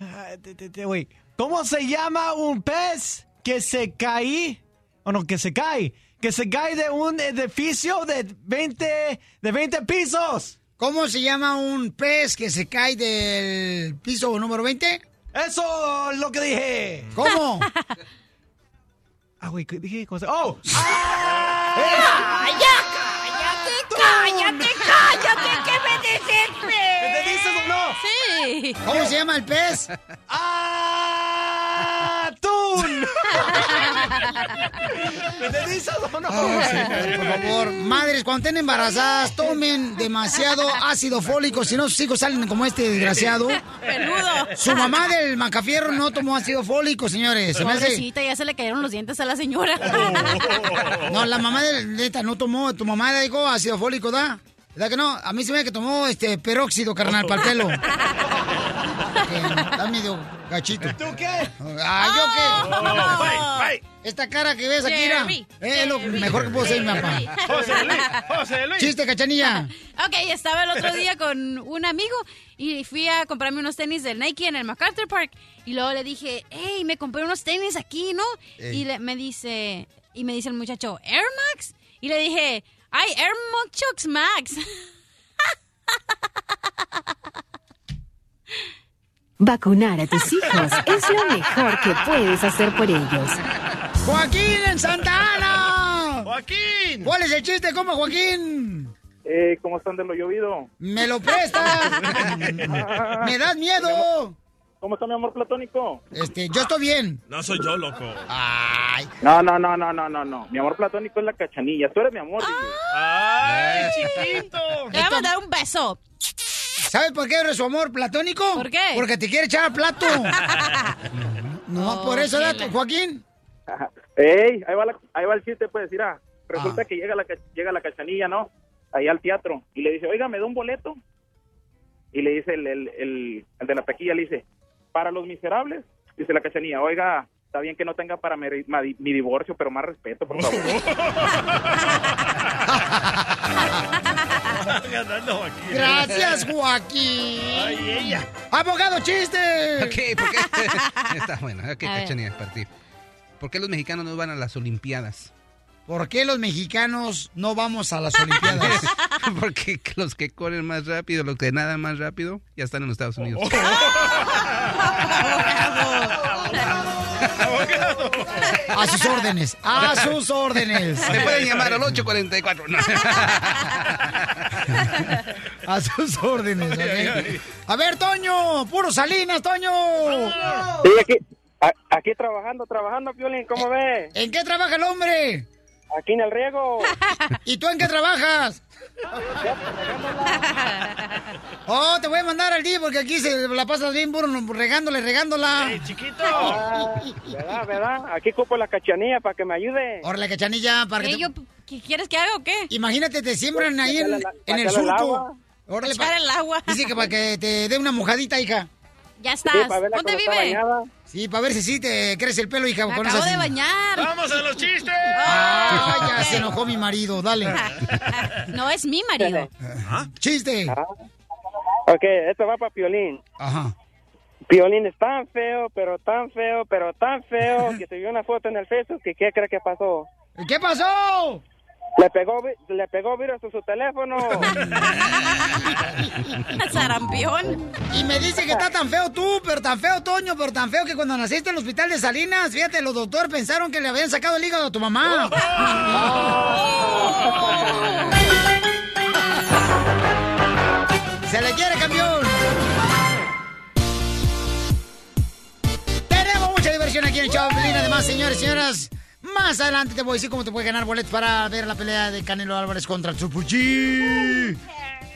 Speaker 14: Ah, te- te- te- güey. ¿Cómo se llama un pez que se cae? O no, que se cae. Que se cae de un edificio de 20, de 20 pisos.
Speaker 3: ¿Cómo se llama un pez que se cae del piso número 20?
Speaker 14: Eso es lo que dije.
Speaker 3: ¿Cómo?
Speaker 14: Ah, güey, ¿qué dije cosa. ¡Oh!
Speaker 2: ¡Cállate, cállate, cállate! ¿Qué me dices, ¿Me
Speaker 14: dices o no?
Speaker 4: Sí.
Speaker 3: ¿Cómo se llama el pez?
Speaker 14: ¡Atún! ¿Me dices o no?
Speaker 3: Ay, señor, por favor, madres, cuando estén embarazadas, tomen demasiado ácido fólico, si no sus hijos salen como este desgraciado.
Speaker 4: Peludo.
Speaker 3: Su mamá del macafierro no tomó ácido fólico, señores. Se me hace-
Speaker 4: Pobrecita, ya se le cayeron los dientes a la señora.
Speaker 3: No, la mamá de neta no tomó, tu mamá dijo ácido fólico, ¿da? ¿Verdad que no? A mí se me hace que tomó este peróxido, carnal, para el pelo. Que Está medio gachito. ¿Tú
Speaker 14: qué?
Speaker 3: Ah, yo qué.
Speaker 2: Oh, bye,
Speaker 3: Esta cara que ves aquí, mira,
Speaker 4: Jerry,
Speaker 3: es lo
Speaker 4: Jerry,
Speaker 3: mejor que puedo hacer, mi papá.
Speaker 4: Jerry. José Luis,
Speaker 6: José Luis.
Speaker 3: Chiste, cachanilla.
Speaker 4: Ok, estaba el otro día con un amigo y fui a comprarme unos tenis del Nike en el MacArthur Park. Y luego le dije, hey, me compré unos tenis aquí, ¿no?
Speaker 16: Ey.
Speaker 4: Y le- me dice, y me dice el muchacho, ¿Air Max? Y le dije, ay, Air Max Chucks Max.
Speaker 17: Vacunar a tus hijos es lo mejor que puedes hacer por ellos.
Speaker 3: ¡Joaquín en Santa Ana! ¡Joaquín! ¿Cuál es el chiste, compa, Joaquín?
Speaker 8: Eh, ¿Cómo están de lo llovido?
Speaker 3: ¡Me lo prestas! ¡Me das miedo!
Speaker 8: ¿Cómo está mi amor platónico?
Speaker 3: Este, yo estoy bien.
Speaker 6: No soy yo, loco.
Speaker 3: Ay.
Speaker 8: No, no, no, no, no, no, no. Mi amor platónico es la cachanilla. Tú eres mi amor.
Speaker 6: ¡Ay,
Speaker 3: Eh.
Speaker 6: chiquito!
Speaker 4: Le voy a mandar un beso.
Speaker 3: ¿Sabes por qué eres su amor platónico? ¿Por qué? Porque te quiere echar a plato. No,
Speaker 8: Oh,
Speaker 3: por eso,
Speaker 8: qué
Speaker 3: da,
Speaker 8: la-
Speaker 3: Joaquín.
Speaker 8: Ey, ahí va, la- ahí va el chiste, pues, mira.
Speaker 3: Ah.
Speaker 8: Resulta que llega la, ca- llega la cachanilla, ¿no? Ahí al teatro. Y le dice, oiga, ¿me da un boleto? Y le dice el, el, el- el de la taquilla, le dice, para los miserables. Dice la cachanilla, oiga, está bien que no tenga para mi, mi- mi divorcio, pero más respeto, por favor.
Speaker 6: Ganando aquí.
Speaker 3: Gracias, Joaquín.
Speaker 6: Ay, ella.
Speaker 3: ¡Abogado, chiste!
Speaker 7: Ok, ¿por qué? Está bueno, ok,
Speaker 3: A ver.
Speaker 7: cachanilla, para ti. ¿Por qué los mexicanos no van a las Olimpiadas?
Speaker 3: ¿Por qué los mexicanos no vamos a las Olimpiadas?
Speaker 7: Porque los que corren más rápido, los que nadan más rápido, ya están en los Estados Unidos.
Speaker 3: Oh, A sus órdenes, a sus órdenes.
Speaker 7: Me pueden llamar al 844. No.
Speaker 3: A sus órdenes, ok. A ver, Toño, puro Salinas, Toño.
Speaker 8: Sí, aquí, a- aquí trabajando, trabajando, Piolín,
Speaker 3: Eh,
Speaker 8: ¿cómo ves?
Speaker 3: ¿En qué trabaja el hombre?
Speaker 8: Aquí en el riego.
Speaker 3: ¿Y tú en qué trabajas? Oh, te voy a mandar al día porque aquí se la pasas bien burro regándola y regándola.
Speaker 6: chiquito!
Speaker 18: Ah, ¿Verdad, verdad? Aquí copo la cachanilla para que me ayude.
Speaker 3: Órale, cachanilla, para que.
Speaker 18: ¿Qué,
Speaker 4: ¿Quieres que haga o qué?
Speaker 3: Imagínate, te siembran ahí en,
Speaker 18: Échale la-
Speaker 3: en el
Speaker 18: échale el
Speaker 3: surco.
Speaker 18: agua.
Speaker 3: Órale,
Speaker 4: Echar el agua.
Speaker 3: Dice que para que te dé una mojadita, hija.
Speaker 4: Ya estás. Sí, para verla Ponte cuando está vive. bañada.
Speaker 3: Sí, para ver si sí te crece el pelo, hija.
Speaker 4: Me
Speaker 3: con
Speaker 4: acabo
Speaker 3: esas-
Speaker 4: de bañar.
Speaker 6: ¡Vamos a los chistes!
Speaker 3: Ah, ya se enojó mi marido, dale.
Speaker 4: No es mi marido.
Speaker 6: ¿Ah?
Speaker 3: ¡Chiste!
Speaker 18: Ok, esto va para Piolín.
Speaker 3: Ajá.
Speaker 18: Piolín es tan feo, pero tan feo, pero tan feo, que subió una foto en el Facebook y ¿qué cree que pasó?
Speaker 3: ¿Qué pasó?
Speaker 18: Le pegó, vi- le pegó virus a su teléfono.
Speaker 4: Sarampión.
Speaker 3: Y me dice que está tan feo tú, pero tan feo Toño, pero tan feo que cuando naciste en el hospital de Salinas, fíjate, los doctores pensaron que le habían sacado el hígado a tu mamá.
Speaker 6: Oh.
Speaker 3: ¡Se le quiere, campeón! Tenemos mucha diversión aquí en el show, Piolín. Además, señores y señoras, más adelante te voy a decir cómo te puedes ganar boletos para ver la pelea de Canelo Álvarez contra Chupuchi.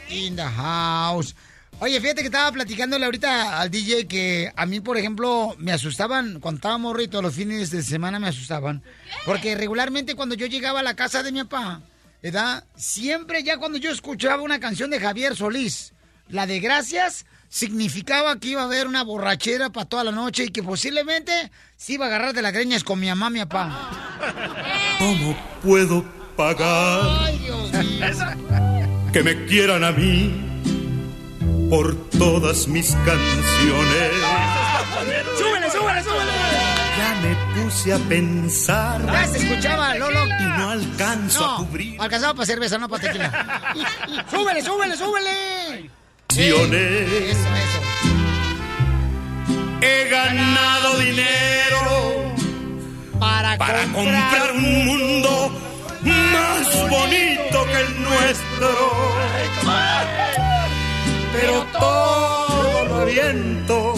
Speaker 3: In the house. Oye, fíjate que estaba platicándole ahorita al DJ que a mí, por ejemplo, me asustaban cuando estaba morrito, los fines de semana me asustaban. Porque regularmente cuando yo llegaba a la casa de mi papá, ¿verdad? Siempre ya cuando yo escuchaba una canción de Javier Solís, la de Gracias, significaba que iba a haber una borrachera para toda la noche y que posiblemente se iba a agarrar de las greñas con mi mamá, mi papá.
Speaker 19: ¿Cómo puedo pagar que me quieran a mí por todas mis canciones?
Speaker 2: ¡Súbele, súbele,
Speaker 19: Ya me puse a pensar.
Speaker 3: Ya se escuchaba, Lolo.
Speaker 19: Y no alcanzo a
Speaker 3: No,
Speaker 19: cubrir
Speaker 3: alcanzaba para cerveza, no para tequila. ¡Súbele, súbele, súbele!
Speaker 19: canciones.
Speaker 3: Eso, eso.
Speaker 19: He ganado dinero
Speaker 3: para,
Speaker 19: comprar un mundo más bonito que el nuestro. Pero todo lo aviento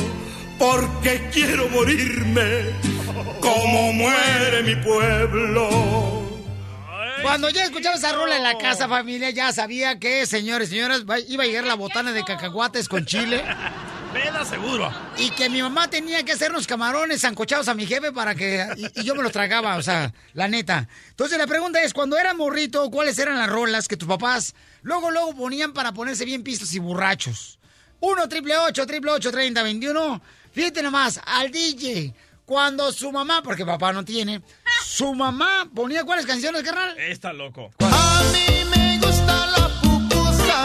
Speaker 19: porque quiero morirme como muere mi pueblo.
Speaker 3: Cuando ya escuchaba esa rola en la casa, familia, ya sabía que, señores y señoras, va- iba a llegar la botana de cacahuates con chile.
Speaker 6: Vela seguro.
Speaker 3: Y que mi mamá tenía que hacernos camarones zancochados a mi jefe para que. Y, y yo me los tragaba, o sea, la neta. Entonces la pregunta es: cuando era morrito, ¿cuáles eran las rolas que tus papás luego, luego ponían para ponerse bien pistos y borrachos? 1 triple 8 triple 8 30 21. Fíjate nomás, al DJ, cuando su mamá, porque papá no tiene, su mamá ponía cuáles canciones, carnal?
Speaker 6: Está loco.
Speaker 2: A mí me gusta la pupusa.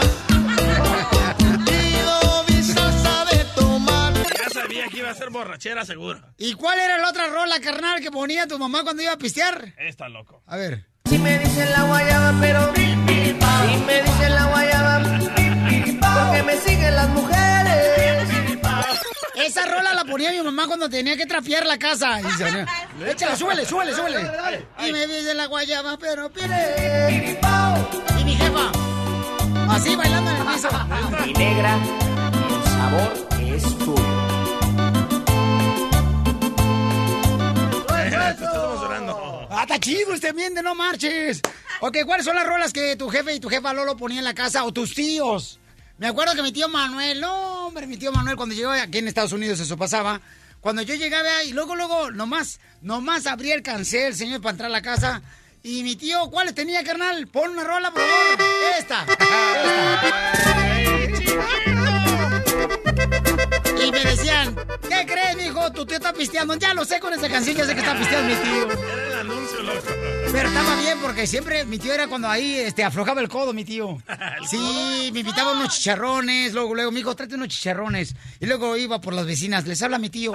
Speaker 2: Pido bisalsa de tomate.
Speaker 6: Ya sabía que iba a ser borrachera segura.
Speaker 3: ¿Y cuál era la otra rola, carnal, que ponía tu mamá cuando iba a pistear?
Speaker 6: Está loco.
Speaker 3: A ver.
Speaker 2: Si me dicen la guayaba, pero si me dicen la guayaba, porque me siguen las mujeres.
Speaker 3: Esa rola la ponía mi mamá cuando tenía que trapear la casa. Y se ponía, Échale, súbele, súbele, súbele. Y me dice la guayaba, pero pire. Y mi jefa. Así bailando en el piso.
Speaker 2: Y negra, el sabor es tuyo.
Speaker 6: Estamos orando.
Speaker 3: Ah, está chido usted miente, no marches. Ok, ¿cuáles son las rolas que tu jefe y tu jefa Lolo ponían en la casa o tus tíos? Me acuerdo que mi tío Manuel, no, hombre, mi tío Manuel cuando llegó aquí en Estados Unidos eso pasaba. Cuando yo llegaba y luego, luego, nomás, nomás abría el cancel, señor, para entrar a la casa. Y mi tío, ¿cuáles tenía, carnal? Pon una rola, por favor. Esta. Esta. Y me decían, ¿qué crees, mijo? Tu tío está pisteando. Ya lo sé con esa canción, ya sé que está pisteando mi tío.
Speaker 6: Era el anuncio, loco.
Speaker 3: Pero estaba bien porque siempre mi tío era cuando ahí este, aflojaba el codo, mi tío. Sí, me invitaba unos chicharrones, luego, luego, mijo, trate unos chicharrones. Y luego iba por las vecinas, les habla mi tío.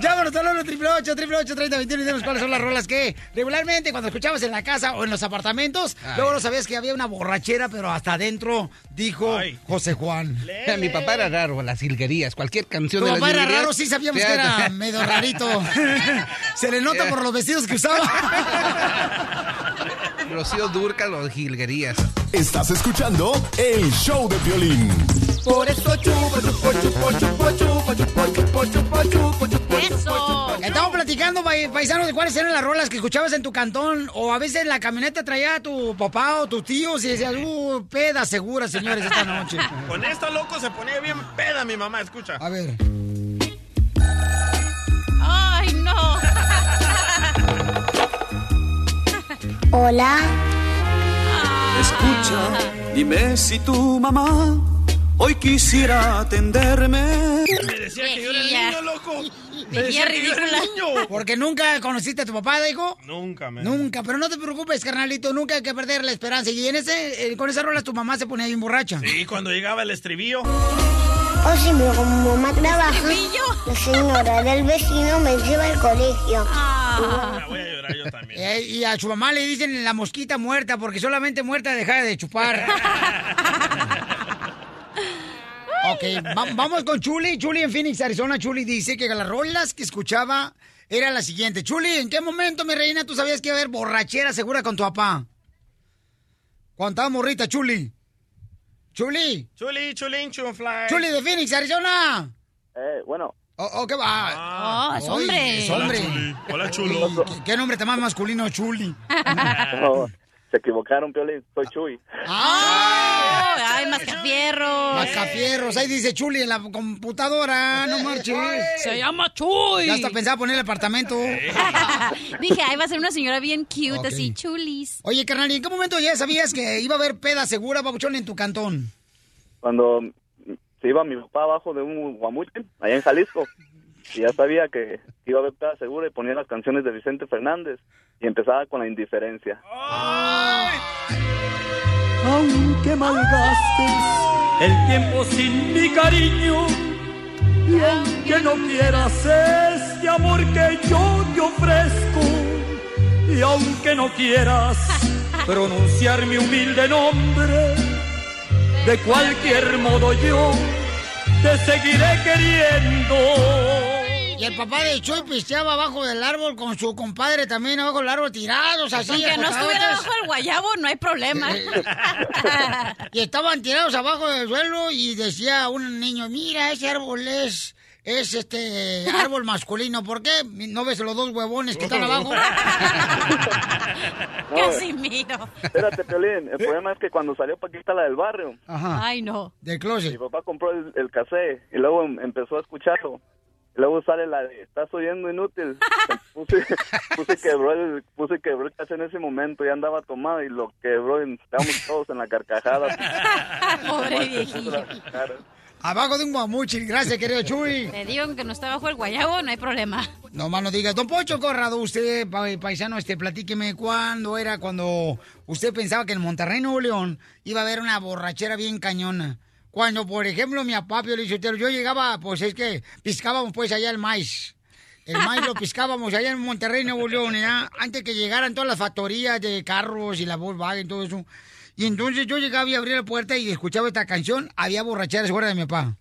Speaker 3: Llámanos al 1 triple 8 triple 8 30 21 y dinos cuáles son las rolas que regularmente cuando escuchabas en la casa o en los apartamentos,
Speaker 7: Ay.
Speaker 3: luego no sabías que había una borrachera, pero hasta adentro dijo José Juan.
Speaker 7: O sea, mi papá era raro, las jilguerías, cualquier canción
Speaker 3: Tu
Speaker 7: de las
Speaker 3: papá era
Speaker 7: jilguerías.
Speaker 3: raro, sí sabíamos
Speaker 7: Ya-
Speaker 3: que era medio rarito. Se le nota por los vestidos que usaba.
Speaker 7: Eh, Rocío Durca, los jilguerías.
Speaker 10: Estás escuchando el show de violín.
Speaker 2: Por eso chupo, chupo, chupo, chupo, chupo, chupo, chupo, chupo, chupo, chupo.
Speaker 3: Eso. Estamos platicando, pai- paisanos, de cuáles eran las rolas que escuchabas en tu cantón. O a veces en la camioneta traía a tu papá o tus tíos y decías, uh, peda segura, señores, esta noche.
Speaker 6: Con esto, loco, se ponía bien peda mi mamá, escucha. A
Speaker 3: ver.
Speaker 4: ¡Ay, no!
Speaker 2: Hola. Escucha, dime si tu mamá hoy quisiera atenderme.
Speaker 6: Me decía que yo era el niño, loco. Me
Speaker 3: Vejilla
Speaker 6: decía que yo era el niño.
Speaker 3: Porque nunca conociste a tu papá, dijo.
Speaker 6: Nunca, me.
Speaker 3: Nunca, pero no te preocupes, carnalito, nunca hay que perder la esperanza. Y en ese, eh, con esas rolas tu mamá se ponía bien borracha.
Speaker 6: Y cuando llegaba el estribillo.
Speaker 20: O si mi mamá trabaja, la señora del vecino me lleva al colegio.
Speaker 3: Ah.
Speaker 6: Ah,
Speaker 3: Eh, y a su mamá le dicen la mosquita muerta, porque solamente muerta deja de chupar. ok, va- vamos con Chuli. Chuli en Phoenix, Arizona. Chuli dice que las rolas que escuchaba era la siguiente. Chuli, ¿en qué momento, mi reina, tú sabías que iba a haber borrachera segura con tu papá? Cuando estaba morrita, Chuli. Chuli.
Speaker 6: Chuli, chulín, chunfly.
Speaker 3: Chuli de Phoenix, Arizona.
Speaker 21: Eh, bueno.
Speaker 3: Oh, oh, qué va.
Speaker 6: Ah.
Speaker 21: Oh,
Speaker 3: es hombre. Es hombre.
Speaker 6: Hola,
Speaker 21: chulo.
Speaker 3: ¿Qué, qué nombre está más masculino, Chuli?
Speaker 21: No, se equivocaron, Piolín. Soy Chuy.
Speaker 3: ¡Ay, mascafierros! Mascafierros, ahí dice Chuli en la computadora, no marches.
Speaker 4: Se llama Chuy.
Speaker 3: Ya hasta pensaba poner el apartamento.
Speaker 4: Dije, ahí va a ser una señora bien cute, así, chulis.
Speaker 3: Oye, carnal, ¿y en qué momento ya sabías que iba a haber peda segura, babuchón, en tu cantón?
Speaker 21: Cuando se iba mi papá abajo de un guamuche, allá en Jalisco, y ya sabía que iba a haber peda segura y ponía las canciones de Vicente Fernández y empezaba con la indiferencia.
Speaker 2: Aunque malgastes el tiempo sin mi cariño y aunque no quieras este amor que yo te ofrezco y aunque no quieras pronunciar mi humilde nombre, de cualquier modo yo te seguiré queriendo.
Speaker 3: Y el papá de Chuy pisteaba abajo del árbol con su compadre también abajo del árbol tirados así.
Speaker 4: Aunque no estuviera bajo el guayabo, no hay problema.
Speaker 3: Y estaban tirados abajo del suelo y decía un niño, mira, ese árbol es, es este árbol masculino. ¿Por qué no ves los dos huevones que
Speaker 4: Oh.
Speaker 3: están abajo?
Speaker 21: No,
Speaker 4: Casimiro.
Speaker 21: Espérate, Piolín. El problema es que cuando salió Paquita la del barrio,
Speaker 3: Ah.
Speaker 4: Ay, no.
Speaker 3: Del closet.
Speaker 21: Mi papá compró el, el cassette y luego em- empezó a escucharlo. Y luego sale la de Estás oyendo inútil. Puse, puse, quebró el, puse quebró el cassette en ese momento. Ya andaba tomado y lo quebró. y Estábamos todos en la carcajada.
Speaker 4: Pobre viejillo.
Speaker 3: Abajo de un guamuchil, gracias, querido Chuy.
Speaker 4: Te digo que no está bajo el guayabo, no hay problema.
Speaker 3: No más no digas, don Pocho Corrado, usted, pa- paisano, este, platíqueme cuándo era cuando usted pensaba que en Monterrey, Nuevo León, iba a haber una borrachera bien cañona. Cuando, por ejemplo, mi apapio le yo llegaba, pues es que piscábamos pues allá el maíz. El maíz lo piscábamos allá en Monterrey, Nuevo León, ¿ya? antes que llegaran todas las factorías de carros y la Volkswagen y todo eso. Y entonces yo llegaba y abría la puerta y escuchaba esta canción, había borracheras fuera de mi papá.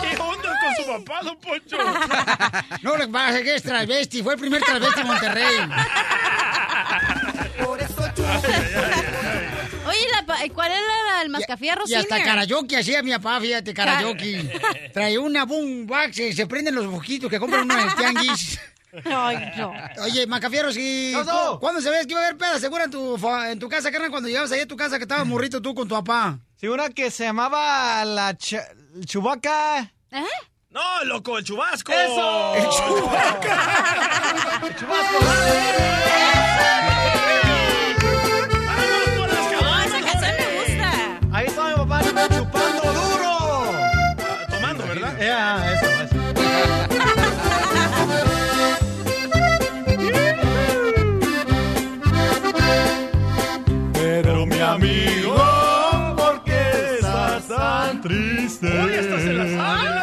Speaker 6: ¿Qué onda con su papá, don Poncho?
Speaker 3: No, lo que pasa es que es travesti, fue el primer travesti en Monterrey.
Speaker 4: Oye, la pa- ¿cuál era el mascafierro
Speaker 3: Y hasta
Speaker 4: Sinner?
Speaker 3: karaoke hacía mi papá, fíjate, karaoke. Trae una boom wax, eh, se prenden los boquitos que compran uno en el tianguis.
Speaker 4: Ay, no.
Speaker 3: Oye, Macafierro, si...
Speaker 4: No, no.
Speaker 3: ¿Cuándo sabías que iba a haber peda segura en tu, fa- en tu casa, carnal? Cuando llegabas ahí a tu casa que estabas morrito tú con tu papá.
Speaker 14: Mm. Sí, una que se llamaba la Ch- Chubaca.
Speaker 4: ¿Eh?
Speaker 6: No, loco, el chubasco.
Speaker 3: Eh,
Speaker 14: ¡Eso!
Speaker 6: El chubasco. el chubasco.
Speaker 14: Ahí estaba mi papá chupando duro.
Speaker 6: Tomando, ¿verdad?
Speaker 3: eh, ah,
Speaker 14: Ya, eso, eso.
Speaker 19: Pero mi amigo,
Speaker 2: ¿por qué estás tan
Speaker 19: triste?
Speaker 2: Uy, hasta se la sabe.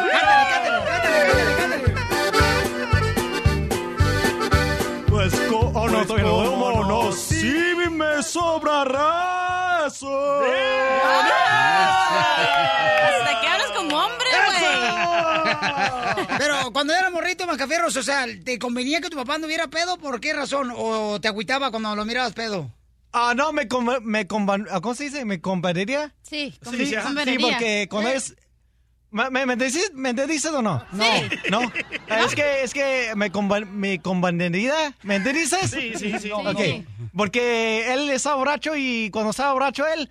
Speaker 2: Pues
Speaker 19: Pues co- oh, no, todavía no, no, no, sí me sobrará ¡Eso!
Speaker 4: Hasta que hablas como hombre, güey.
Speaker 3: Pero cuando era morrito, Macafierros, o sea, ¿te convenía que tu papá anduviera pedo? ¿Por qué razón? ¿O te agüitaba cuando lo mirabas pedo?
Speaker 14: Ah, no, me, com me comban- ah, ¿cómo se dice? ¿Me compararía?
Speaker 4: Sí, con,
Speaker 14: Sí,
Speaker 4: con
Speaker 14: sí,
Speaker 4: venería.
Speaker 14: porque
Speaker 6: ¿Eh?
Speaker 14: cuando es... ¿Me, me, me decís- me entendiste o no? No, no. Ah, Es que, es que me, comba- me convendría. ¿Me entendiste?
Speaker 6: Sí, sí, sí.
Speaker 14: Ok.
Speaker 6: Sí.
Speaker 14: Porque él estaba borracho y cuando estaba borracho él,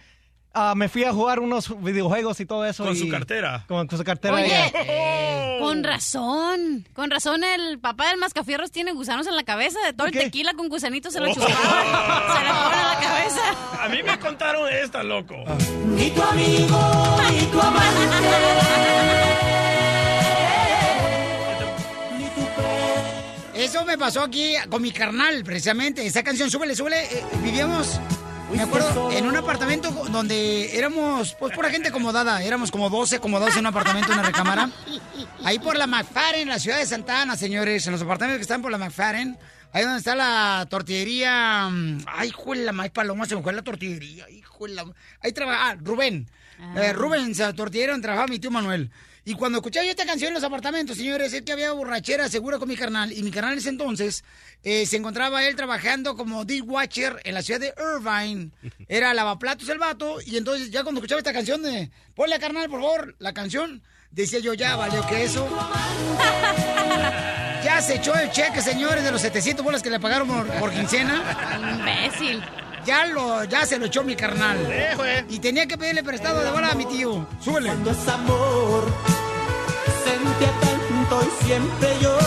Speaker 14: ah, me fui a jugar unos videojuegos y todo eso.
Speaker 6: Con
Speaker 14: y-
Speaker 6: su cartera.
Speaker 14: Con, con su cartera.
Speaker 4: Oye,
Speaker 14: ya.
Speaker 4: con razón. Con razón, el papá del mascafierros tiene gusanos en la cabeza. De todo el tequila con gusanitos se
Speaker 14: Oh.
Speaker 4: lo chupaba. Se lo pone en la cabeza.
Speaker 6: Oh. A mí me contaron esta, loco.
Speaker 22: Ah.
Speaker 19: Ni tu amigo, ni tu amante.
Speaker 3: Eso me pasó aquí con mi carnal, precisamente. Esa canción, súbele, súbele. eh, vivíamos, me acuerdo, en un apartamento donde éramos, pues, pura gente acomodada. Éramos como 12, acomodados en un apartamento, en una recámara. Ahí por la McFarren, la ciudad de Santana, señores. En los apartamentos que están por la McFarren. Ahí donde está la tortillería. mm, Ay, juela, la maíz paloma, se me fue la tortillería. Hijo de la... Ahí trabaja, ah, Rubén. Eh, Rubén, esa tortillera donde trabajaba mi tío Manuel. Y cuando escuchaba yo esta canción en los apartamentos, señores, es que había borrachera segura con mi carnal. Y mi carnal en ese entonces eh, se encontraba él trabajando como dishwasher en la ciudad de Irvine. Era lavaplatos el vato. Y entonces ya cuando escuchaba esta canción de, ponle carnal, por favor, la canción, decía yo, ya valió que eso. Ya se echó el cheque, señores, de los 700 bolas que le pagaron por, por quincena.
Speaker 4: Imbécil.
Speaker 3: Ya, lo, ya se lo echó mi carnal.
Speaker 19: Eh, güey.
Speaker 3: Y tenía que pedirle prestado de bola a mi tío. Súbele.
Speaker 19: Cuando es amor, sentía tanto y siempre yo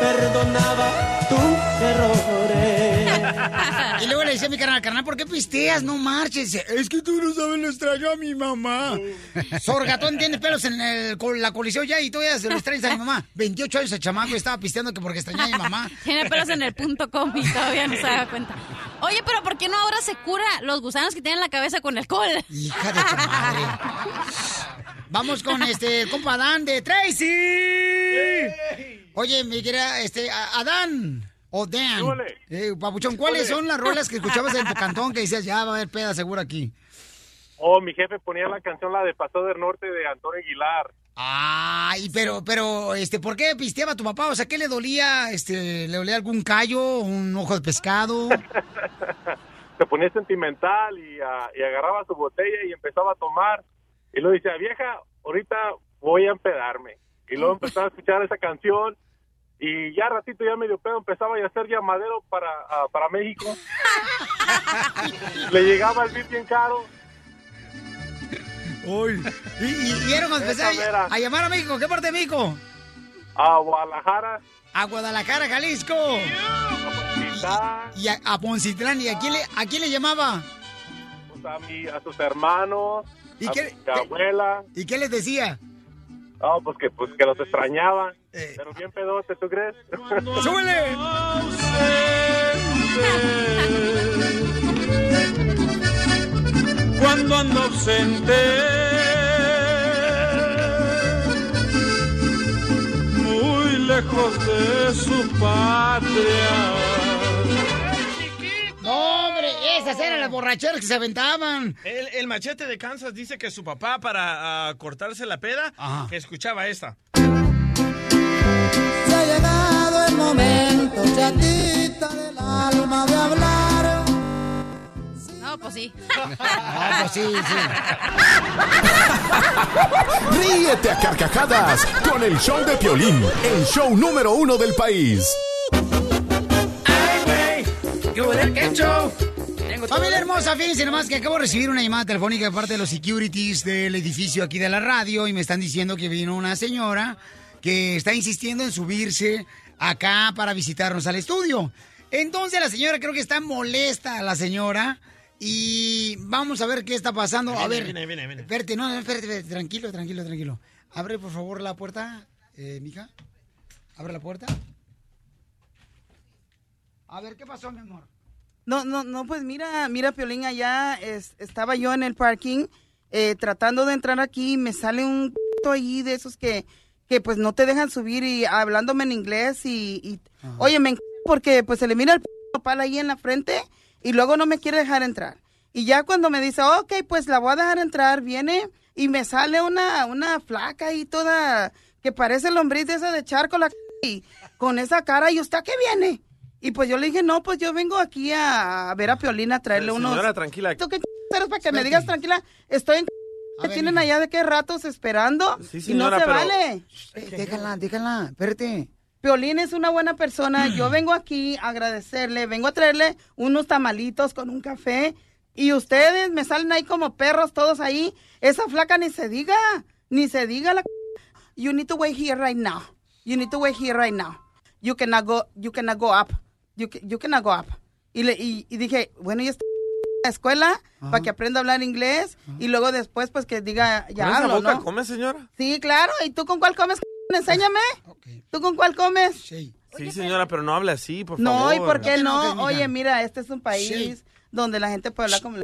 Speaker 19: perdonaba tus errores.
Speaker 3: Y luego le decía a mi carnal, carnal, ¿por qué pisteas? No marches. Dice, Es que tú no sabes lo extraño a mi mamá. Sorgatón tiene pelos en el- con la colisión ya y todavía se los traes a mi mamá. 28 años el chamaco y estaba pisteando que porque extrañaba a mi mamá.
Speaker 4: Tiene pelos en el punto com y todavía no se da cuenta. Oye, pero ¿por qué no ahora se cura los gusanos que tienen en la cabeza con alcohol?
Speaker 3: Hija de tu madre. Vamos con este el compa Adán de Tracy. Oye, mi querida, este, a- Adán. O Dan.
Speaker 19: Híjole.
Speaker 3: Eh, papuchón, ¿cuáles
Speaker 19: Híjole.
Speaker 3: son las rolas que escuchabas en tu cantón que decías, ya va a haber peda seguro aquí?
Speaker 21: Oh, mi jefe ponía la canción la de Pasó del Norte de Antonio Aguilar.
Speaker 3: Ay, pero, pero, este, ¿por qué pisteaba tu papá? O sea, ¿qué le dolía? Este, ¿le dolía algún callo? ¿Un ojo de pescado?
Speaker 21: se ponía sentimental y, ah, y agarraba su botella y empezaba a tomar. Y luego decía, vieja, ahorita voy a empedarme. Y luego empezaba a escuchar esa canción y ya ratito, ya medio pedo, empezaba ya a hacer llamadero para, ah, para México. Le llegaba el beat bien caro.
Speaker 3: Uy. Y, y, y era cuando
Speaker 21: Esa
Speaker 3: empezaba
Speaker 21: mera.
Speaker 3: a, a llamar a México. ¿Qué parte de México?
Speaker 21: A Guadalajara.
Speaker 3: A Guadalajara, Jalisco. Y, y a, a Poncitlán. ¿Y a quién, le, a quién le llamaba?
Speaker 21: pues, a, mi- a sus hermanos,
Speaker 3: ¿Y
Speaker 21: a
Speaker 3: qué-
Speaker 21: mi abuela.
Speaker 3: ¿Y qué les decía?
Speaker 21: Ah, pues que, pues que los extrañaba.
Speaker 3: Eh.
Speaker 21: Pero bien pedote, ¿tú crees?
Speaker 3: ¡Súbele!
Speaker 19: Cuando ando ausente, muy lejos de su patria.
Speaker 3: No, hombre, esas eran las borracheras que se aventaban.
Speaker 6: El, el machete de Kansas dice que su papá, para ah, cortarse la peda, escuchaba esta.
Speaker 19: Se ha llegado el momento, chatita del alma, de hablar.
Speaker 4: No, pues sí.
Speaker 3: Ah, pues sí, sí.
Speaker 10: Ríete a carcajadas con el show de Piolín, el show número uno del país.
Speaker 3: Familia hermosa, fíjense nomás que acabo de recibir una llamada telefónica de parte de los securities del edificio aquí de la radio y me están diciendo que vino una señora que está insistiendo en subirse acá para visitarnos al estudio. Entonces la señora creo que está molesta, la señora, y vamos a ver qué está pasando. A ver,
Speaker 6: Viene, viene, viene, viene.
Speaker 3: espérate, no, no, espérate, espérate, tranquilo, tranquilo, tranquilo. Abre por favor la puerta, eh, mija. Abre la puerta. A ver, ¿qué pasó, mi amor?
Speaker 22: No, no, no, pues mira, mira, Piolín, allá es- estaba yo en el parking eh, tratando de entrar aquí y me sale un allí de esos que, que pues no te dejan subir y hablándome en inglés y, y- oye, me enc- porque pues se le mira el palo ahí en la frente y luego no me quiere dejar entrar. Y ya cuando me dice, ok, pues la voy a dejar entrar, viene y me sale una, una flaca ahí toda que parece lombriz de esa de charco, la c- y con esa cara, ¿y usted qué viene? Y pues yo le dije, no, pues yo vengo aquí a, a ver a Piolina, a traerle unos...
Speaker 6: Señora, tranquila.
Speaker 22: ¿Tú qué c- eres para que me digas tranquila? Estoy en... c- que tienen allá de qué ratos esperando y no
Speaker 6: señora,
Speaker 22: se
Speaker 6: pero-
Speaker 22: vale. Eh, Déjala, déjala, espérate. Piolín es una buena persona. Yo vengo aquí a agradecerle. Vengo a traerle unos tamalitos con un café. Y ustedes me salen ahí como perros todos ahí. Esa flaca ni se diga. Ni se diga la... c- You need to wait here right now. You need to wait here right now. You cannot go, you cannot go up. You, ca- you cannot go up. Y, le, y, y dije, bueno, y esta c- la escuela
Speaker 6: Ajá.
Speaker 22: para que aprenda a hablar inglés y luego después pues que diga ya
Speaker 6: ¿Con esa
Speaker 22: hablo,
Speaker 6: boca
Speaker 22: ¿no?
Speaker 6: come, señora?
Speaker 22: Sí, claro. ¿Y tú con cuál comes? c-? Enséñame. ¿Tú con cuál comes?
Speaker 6: Sí, señora, pero no hable así, por
Speaker 22: no,
Speaker 6: favor.
Speaker 22: ¿y por qué no? Oye, mira, este es un país donde la gente puede hablar como le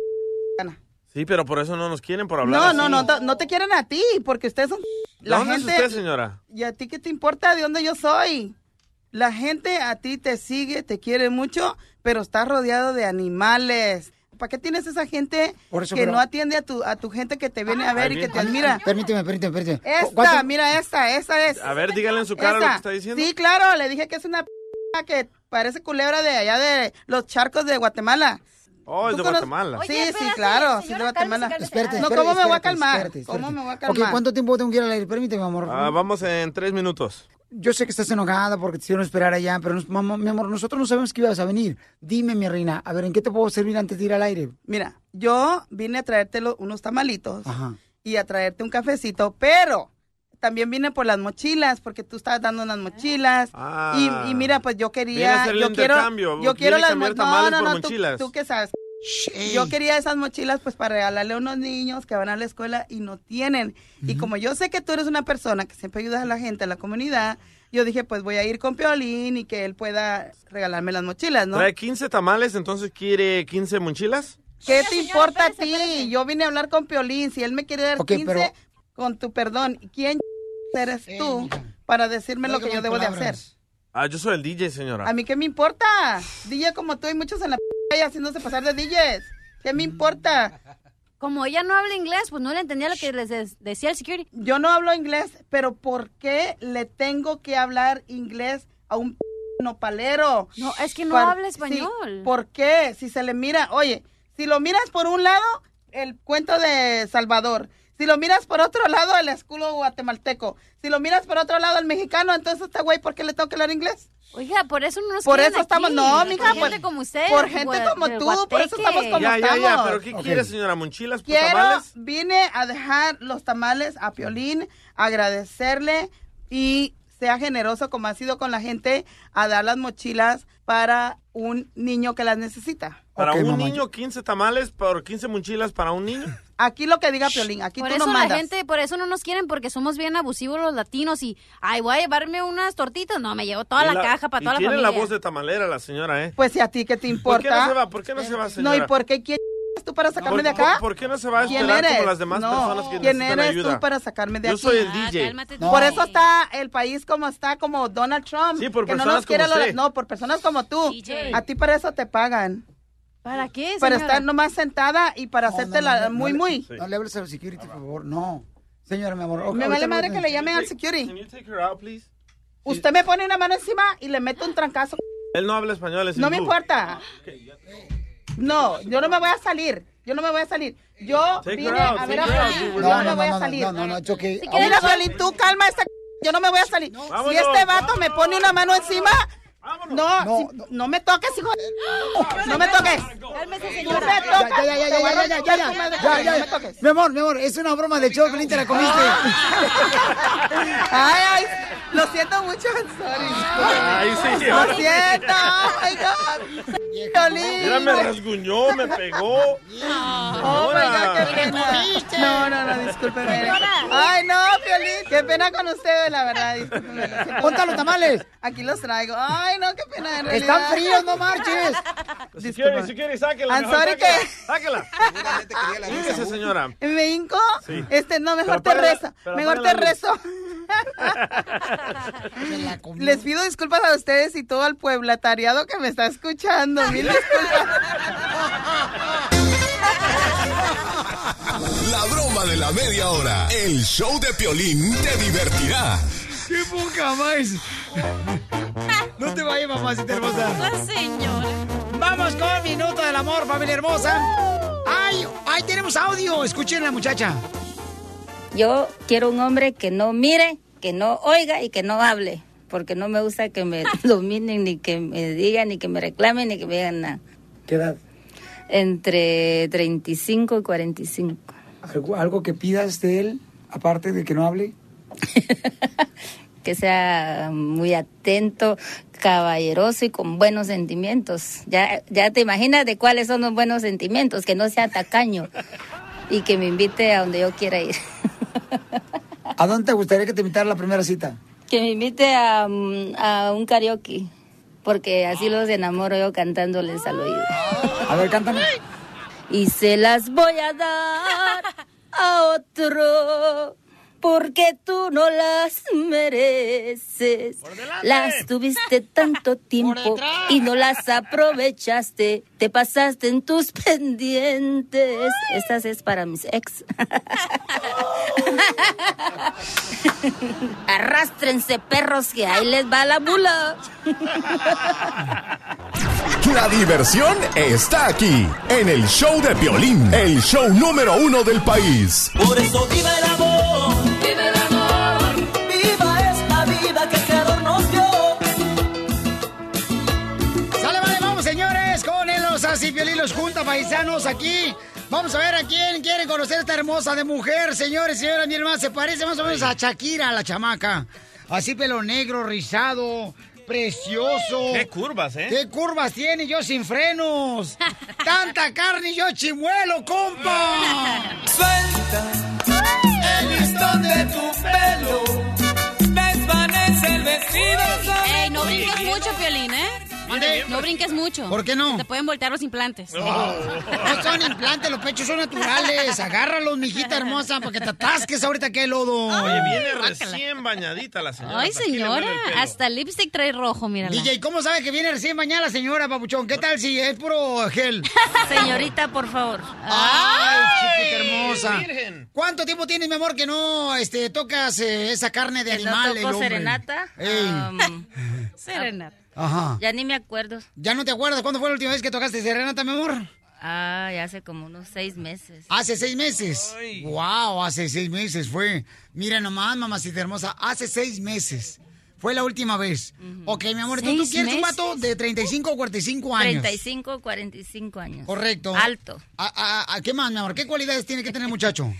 Speaker 22: gana.
Speaker 6: Sí, pero por eso no nos quieren, por hablar
Speaker 22: No,
Speaker 6: así.
Speaker 22: no, no, no, te quieren a ti, porque ustedes son...
Speaker 6: ¿De
Speaker 22: La
Speaker 6: ¿Dónde
Speaker 22: gente,
Speaker 6: es usted, señora?
Speaker 22: ¿Y a ti qué te importa de dónde yo soy? La gente a ti te sigue, te quiere mucho, pero estás rodeado de animales. ¿Para qué tienes esa gente
Speaker 3: Por eso,
Speaker 22: que
Speaker 3: pero- Ah,
Speaker 22: no atiende a tu, a tu gente que te viene a ver y que te admira?
Speaker 3: Permíteme, permíteme, permíteme. ¿Cu-
Speaker 22: Esta,
Speaker 3: cuánto-
Speaker 22: mira, esta, esa es.
Speaker 6: A ver, dígale en su cara lo
Speaker 22: Esta.
Speaker 6: que está diciendo.
Speaker 22: Sí, claro, le dije que es una p que parece culebra de allá de los charcos de Guatemala.
Speaker 6: Oh, es
Speaker 22: ¿Tú
Speaker 6: de
Speaker 22: cono-
Speaker 6: Guatemala.
Speaker 22: Sí, sí, claro, sí, de Guatemala.
Speaker 3: Espérate,
Speaker 22: no,
Speaker 3: espérate,
Speaker 22: ¿cómo me voy a
Speaker 3: espérate,
Speaker 22: calmar?
Speaker 3: espérate, espérate.
Speaker 22: ¿Cómo me voy a
Speaker 3: Ok,
Speaker 22: calmar?
Speaker 3: ¿cuánto tiempo tengo que ir al aire? Permíteme, amor.
Speaker 6: Ah, vamos en tres minutos.
Speaker 3: Yo sé que estás enojada porque te hicieron esperar allá, pero nos- mamá, mi amor, nosotros no sabemos que ibas a venir. Dime, mi reina, a ver, ¿en qué te puedo servir antes de ir al aire?
Speaker 22: Mira, yo vine a traerte lo- unos tamalitos
Speaker 3: Ajá.
Speaker 22: y a traerte un cafecito, pero también vine por las mochilas, porque tú estabas dando unas mochilas.
Speaker 6: Ah.
Speaker 22: Y, y mira, pues yo
Speaker 6: Viene a
Speaker 22: quería.
Speaker 6: hacer el
Speaker 22: yo quiero,
Speaker 6: intercambio,
Speaker 22: yo quiero
Speaker 6: viene a
Speaker 22: las
Speaker 6: cambiar
Speaker 22: mochilas.
Speaker 6: tamales
Speaker 22: No, no,
Speaker 6: por
Speaker 22: no, tú,
Speaker 6: mochilas.
Speaker 22: tú qué sabes. Yo quería esas mochilas pues para regalarle a unos niños que van a la escuela y no tienen. Y
Speaker 3: Ujú.
Speaker 22: como yo sé que tú eres una persona que siempre ayudas a la gente, a la comunidad, yo dije pues voy a ir con Piolín y que él pueda regalarme las mochilas, ¿no?
Speaker 6: Trae 15 tamales, entonces quiere 15 mochilas.
Speaker 22: ¿Qué te importa a ti? Yo vine a hablar con Piolín. Si él me quiere dar
Speaker 6: Ok,
Speaker 22: 15,
Speaker 6: pero-
Speaker 22: con tu perdón, ¿quién eres tú para decirme lo que yo debo de hacer?
Speaker 6: Ah, yo soy el DJ, señora.
Speaker 22: ¿A mí qué me importa? DJ como tú, hay muchos en la calle haciéndose pasar de DJs. ¿Qué me importa?
Speaker 4: Como ella no habla inglés, pues no le entendía lo que les des- decía el security.
Speaker 22: Yo no hablo inglés, pero ¿por qué le tengo que hablar inglés a un p- nopalero?
Speaker 4: No, es que no
Speaker 22: Par-
Speaker 4: habla
Speaker 22: sí,
Speaker 4: español.
Speaker 22: ¿Por qué? Si se le mira, oye, si lo miras por un lado, el cuento de Salvador. Si lo miras por otro lado, el escudo guatemalteco. Si lo miras por otro lado, el mexicano. Entonces, este güey, ¿por qué le tengo que hablar inglés?
Speaker 4: Oiga, por eso no nos
Speaker 22: Por
Speaker 4: quieren
Speaker 22: eso estamos-
Speaker 4: aquí.
Speaker 22: no, mija,
Speaker 4: Por
Speaker 22: por-
Speaker 4: gente como usted.
Speaker 22: por gente
Speaker 4: gua-
Speaker 22: como
Speaker 4: del
Speaker 22: tú, por eso
Speaker 4: guateque.
Speaker 22: estamos como
Speaker 6: ya, ya, ya,
Speaker 22: estamos?
Speaker 6: pero ¿qué
Speaker 22: Ok.
Speaker 6: quiere, señora? ¿Mochilas por
Speaker 22: Quiero,
Speaker 6: tamales?
Speaker 22: vine a dejar los tamales a Piolín, agradecerle y sea generoso como ha sido con la gente a dar las mochilas para un niño que las necesita.
Speaker 6: Para
Speaker 22: Ok,
Speaker 6: un
Speaker 22: mamá,
Speaker 6: niño, 15 tamales, por 15 mochilas para un niño.
Speaker 22: Aquí lo que diga Piolín, aquí
Speaker 4: Por
Speaker 22: tú
Speaker 4: eso
Speaker 22: no
Speaker 4: la
Speaker 22: mandas.
Speaker 4: gente, por eso no nos quieren, porque somos bien abusivos los latinos y, ay, voy a llevarme unas tortitas. No, me llevo toda
Speaker 6: Y
Speaker 4: la, caja para
Speaker 6: y
Speaker 4: toda la
Speaker 6: tiene
Speaker 4: familia.
Speaker 6: la voz de tamalera la señora, ¿eh?
Speaker 22: Pues si a ti que te
Speaker 6: ¿Por
Speaker 22: importa.
Speaker 6: qué no se va? ¿Por qué no se va,
Speaker 22: No,
Speaker 6: señora?
Speaker 22: ¿y por qué quién eres tú para sacarme
Speaker 6: ¿Por,
Speaker 22: de acá?
Speaker 6: por- por qué no se va a
Speaker 22: ¿Quién
Speaker 6: esperar
Speaker 22: eres?
Speaker 6: como las demás
Speaker 22: No.
Speaker 6: personas que
Speaker 22: ¿Quién
Speaker 6: necesitan
Speaker 22: eres
Speaker 6: ayuda?
Speaker 22: tú para sacarme de
Speaker 6: Yo
Speaker 22: aquí?
Speaker 6: soy el
Speaker 4: Ah,
Speaker 6: DJ.
Speaker 22: No. Por eso está el país como está, como Donald Trump.
Speaker 6: Sí, por
Speaker 22: que no
Speaker 6: personas
Speaker 22: nos quiere
Speaker 6: como
Speaker 22: lo-
Speaker 6: usted.
Speaker 22: No, por personas como tú.
Speaker 4: DJ.
Speaker 22: A ti para eso te pagan.
Speaker 4: ¿Para qué,
Speaker 22: Para
Speaker 3: señora?
Speaker 22: estar nomás sentada y para hacerte la muy,
Speaker 3: no le-
Speaker 22: muy.
Speaker 3: No le hables al security, por favor, no. Señora, mi amor. ok,
Speaker 22: Me
Speaker 3: ahorita
Speaker 22: vale
Speaker 3: lo-
Speaker 22: madre que le llamen al security.
Speaker 6: please?
Speaker 22: Usted me pone una mano encima y le meto un trancazo.
Speaker 6: Él no habla español, es
Speaker 22: No me
Speaker 6: hindú.
Speaker 22: importa. No, yo no me voy a salir. Yo no me voy a salir. Yo
Speaker 6: Take her
Speaker 22: vine
Speaker 6: out,
Speaker 22: a ver
Speaker 6: take
Speaker 22: a
Speaker 6: her out,
Speaker 22: Piolín.
Speaker 6: you
Speaker 22: Yo no
Speaker 6: were lying.
Speaker 22: me voy
Speaker 3: No,
Speaker 22: a
Speaker 3: no,
Speaker 22: salir.
Speaker 3: No, no, it's okay.
Speaker 22: Si quieres, Piolín, tú calma esta. c- Yo no me voy a salir.
Speaker 3: Vámonos,
Speaker 22: si este vato me pone una mano encima. No, si- no, me toques, hijo. de- No me toques.
Speaker 4: Cálmese,
Speaker 22: No me
Speaker 3: Ya,
Speaker 22: toques.
Speaker 3: ya, ya, ya,
Speaker 22: Te voy a
Speaker 3: ya, ya, ya,
Speaker 22: romper tu madre,
Speaker 3: ya,
Speaker 22: no
Speaker 3: ya,
Speaker 22: me
Speaker 3: ya.
Speaker 22: toques.
Speaker 3: Mi amor, mi Ah. amor, es una broma de show, Pelín, te la comiste.
Speaker 22: Ay, ay, lo siento mucho, I'm sorry.
Speaker 6: Ay, sí,
Speaker 22: Lo
Speaker 6: ahora-
Speaker 22: siento, oh my God. Piolín.
Speaker 6: Mira, me rasguñó, me pegó.
Speaker 22: Oh my God,
Speaker 6: Señora.
Speaker 22: qué pena. No, no, no, discúlpeme. Ay, no, Piolín, qué pena con ustedes, la verdad, discúlpeme. lo siento.
Speaker 3: Ponte los tamales.
Speaker 22: Aquí los traigo. Ay, no, qué pena, en realidad.
Speaker 3: Están fríos, no marches.
Speaker 6: Si quiere, si quiere, sáquela.
Speaker 22: I'm
Speaker 6: mejor,
Speaker 22: sorry
Speaker 6: sáquela.
Speaker 22: que-
Speaker 6: Sáquela. Hínguese, señora.
Speaker 22: ¿Me hinco?
Speaker 6: Sí.
Speaker 22: Este, no, mejor
Speaker 6: Pero
Speaker 22: te
Speaker 6: apaga la-
Speaker 22: rezo.
Speaker 6: pero
Speaker 22: Mejor
Speaker 6: apaga
Speaker 22: te
Speaker 6: la luz.
Speaker 22: rezo. Les pido disculpas a ustedes y todo al pueblatariado que me está escuchando. Mil disculpas.
Speaker 10: La broma de la media hora. El show de Piolín te divertirá.
Speaker 3: ¡Qué poca más! No te vayas, mamacita hermosa.
Speaker 4: La señora.
Speaker 3: Vamos con Minuto del Amor, familia hermosa. ¡Ay! ¡Ay, tenemos audio! Escuchen la muchacha.
Speaker 16: Yo quiero un hombre que no mire, que no oiga y que no hable, porque no me gusta que me dominen, ni que me digan, ni que me reclamen, ni que me digan nada.
Speaker 23: ¿Qué edad?
Speaker 16: Entre 35 y 45.
Speaker 23: ¿Algo, algo que pidas de él, aparte de que no hable?
Speaker 16: Que sea muy atento, caballeroso y con buenos sentimientos. Ya, ya te imaginas de cuáles son los buenos sentimientos, que no sea tacaño y que me invite a donde yo quiera ir.
Speaker 23: ¿A dónde te gustaría que te invitara a la primera cita?
Speaker 16: Que me invite a, mm, a un karaoke, porque así los enamoro yo cantándoles al oído.
Speaker 23: A ver, cántame.
Speaker 16: Y se las voy a dar a otro, porque tú no las mereces. Las tuviste tanto tiempo y no las aprovechaste. Te pasaste en tus pendientes. Estas es para mis ex. Arrástrense, perros, que ahí les va la mula.
Speaker 10: La diversión está aquí, en el show de Piolín, el show número uno del país.
Speaker 2: Por eso viva el amor, viva el amor, viva esta vida que el Creador nos dio.
Speaker 3: ¡Sale, vale, vamos, señores! Con el Osas y Piolín los junta paisanos aquí. Vamos a ver a quién quiere conocer esta hermosa de mujer, señores, señora, mi hermana. Se parece más o menos a Shakira, la chamaca. Así pelo negro, rizado, precioso.
Speaker 6: Qué curvas, ¿eh?
Speaker 3: ¿Qué curvas tiene yo sin frenos? ¡Tanta carne y yo chimuelo, compa!
Speaker 2: El listón de tu pelo, desvanece el vestido.
Speaker 4: Ey, no brinques mucho, Piolín, ¿eh? No brinques mucho.
Speaker 3: ¿Por qué no?
Speaker 4: Te pueden voltear los implantes.
Speaker 3: No son implantes, los pechos son naturales. Agárralos, mijita hermosa, para que te atasques ahorita que hay lodo.
Speaker 6: Oye, viene recién bañadita la señora.
Speaker 4: Ay,
Speaker 6: ¿Para qué le
Speaker 4: señora,
Speaker 6: huele el pelo?
Speaker 4: hasta lipstick trae rojo, mírala.
Speaker 3: DJ, ¿cómo sabe que viene recién mañana la señora, papuchón? ¿Qué tal si es puro gel?
Speaker 4: Señorita, por favor.
Speaker 3: ¡Ay,
Speaker 4: Ay,
Speaker 3: chiquita hermosa!
Speaker 4: virgen.
Speaker 3: ¿Cuánto tiempo tienes, mi amor, que no este, tocas eh, esa carne de
Speaker 16: Que no
Speaker 3: animal?
Speaker 16: toco
Speaker 3: el hombre?
Speaker 16: serenata.
Speaker 3: Ey.
Speaker 4: Ah,
Speaker 16: Um, Serenata.
Speaker 3: Ajá.
Speaker 16: Ya ni me acuerdo.
Speaker 3: ¿Ya no te acuerdas cuándo fue la última vez que tocaste serenata, mi amor?
Speaker 16: Ah, ya hace como unos seis meses.
Speaker 3: Hace seis meses. Wow, hace seis meses fue. Mira nomás, mamacita hermosa, hace seis meses. Fue la última vez. Ok, mi amor, ¿tú, tú
Speaker 16: ¿Seis
Speaker 3: quieres un
Speaker 16: meses?
Speaker 3: vato de 35 o 45 años?
Speaker 16: 35, 45 años.
Speaker 3: Correcto.
Speaker 16: Alto.
Speaker 3: ¿A, a- a- qué más, mi amor? ¿Qué cualidades tiene que tener muchacho?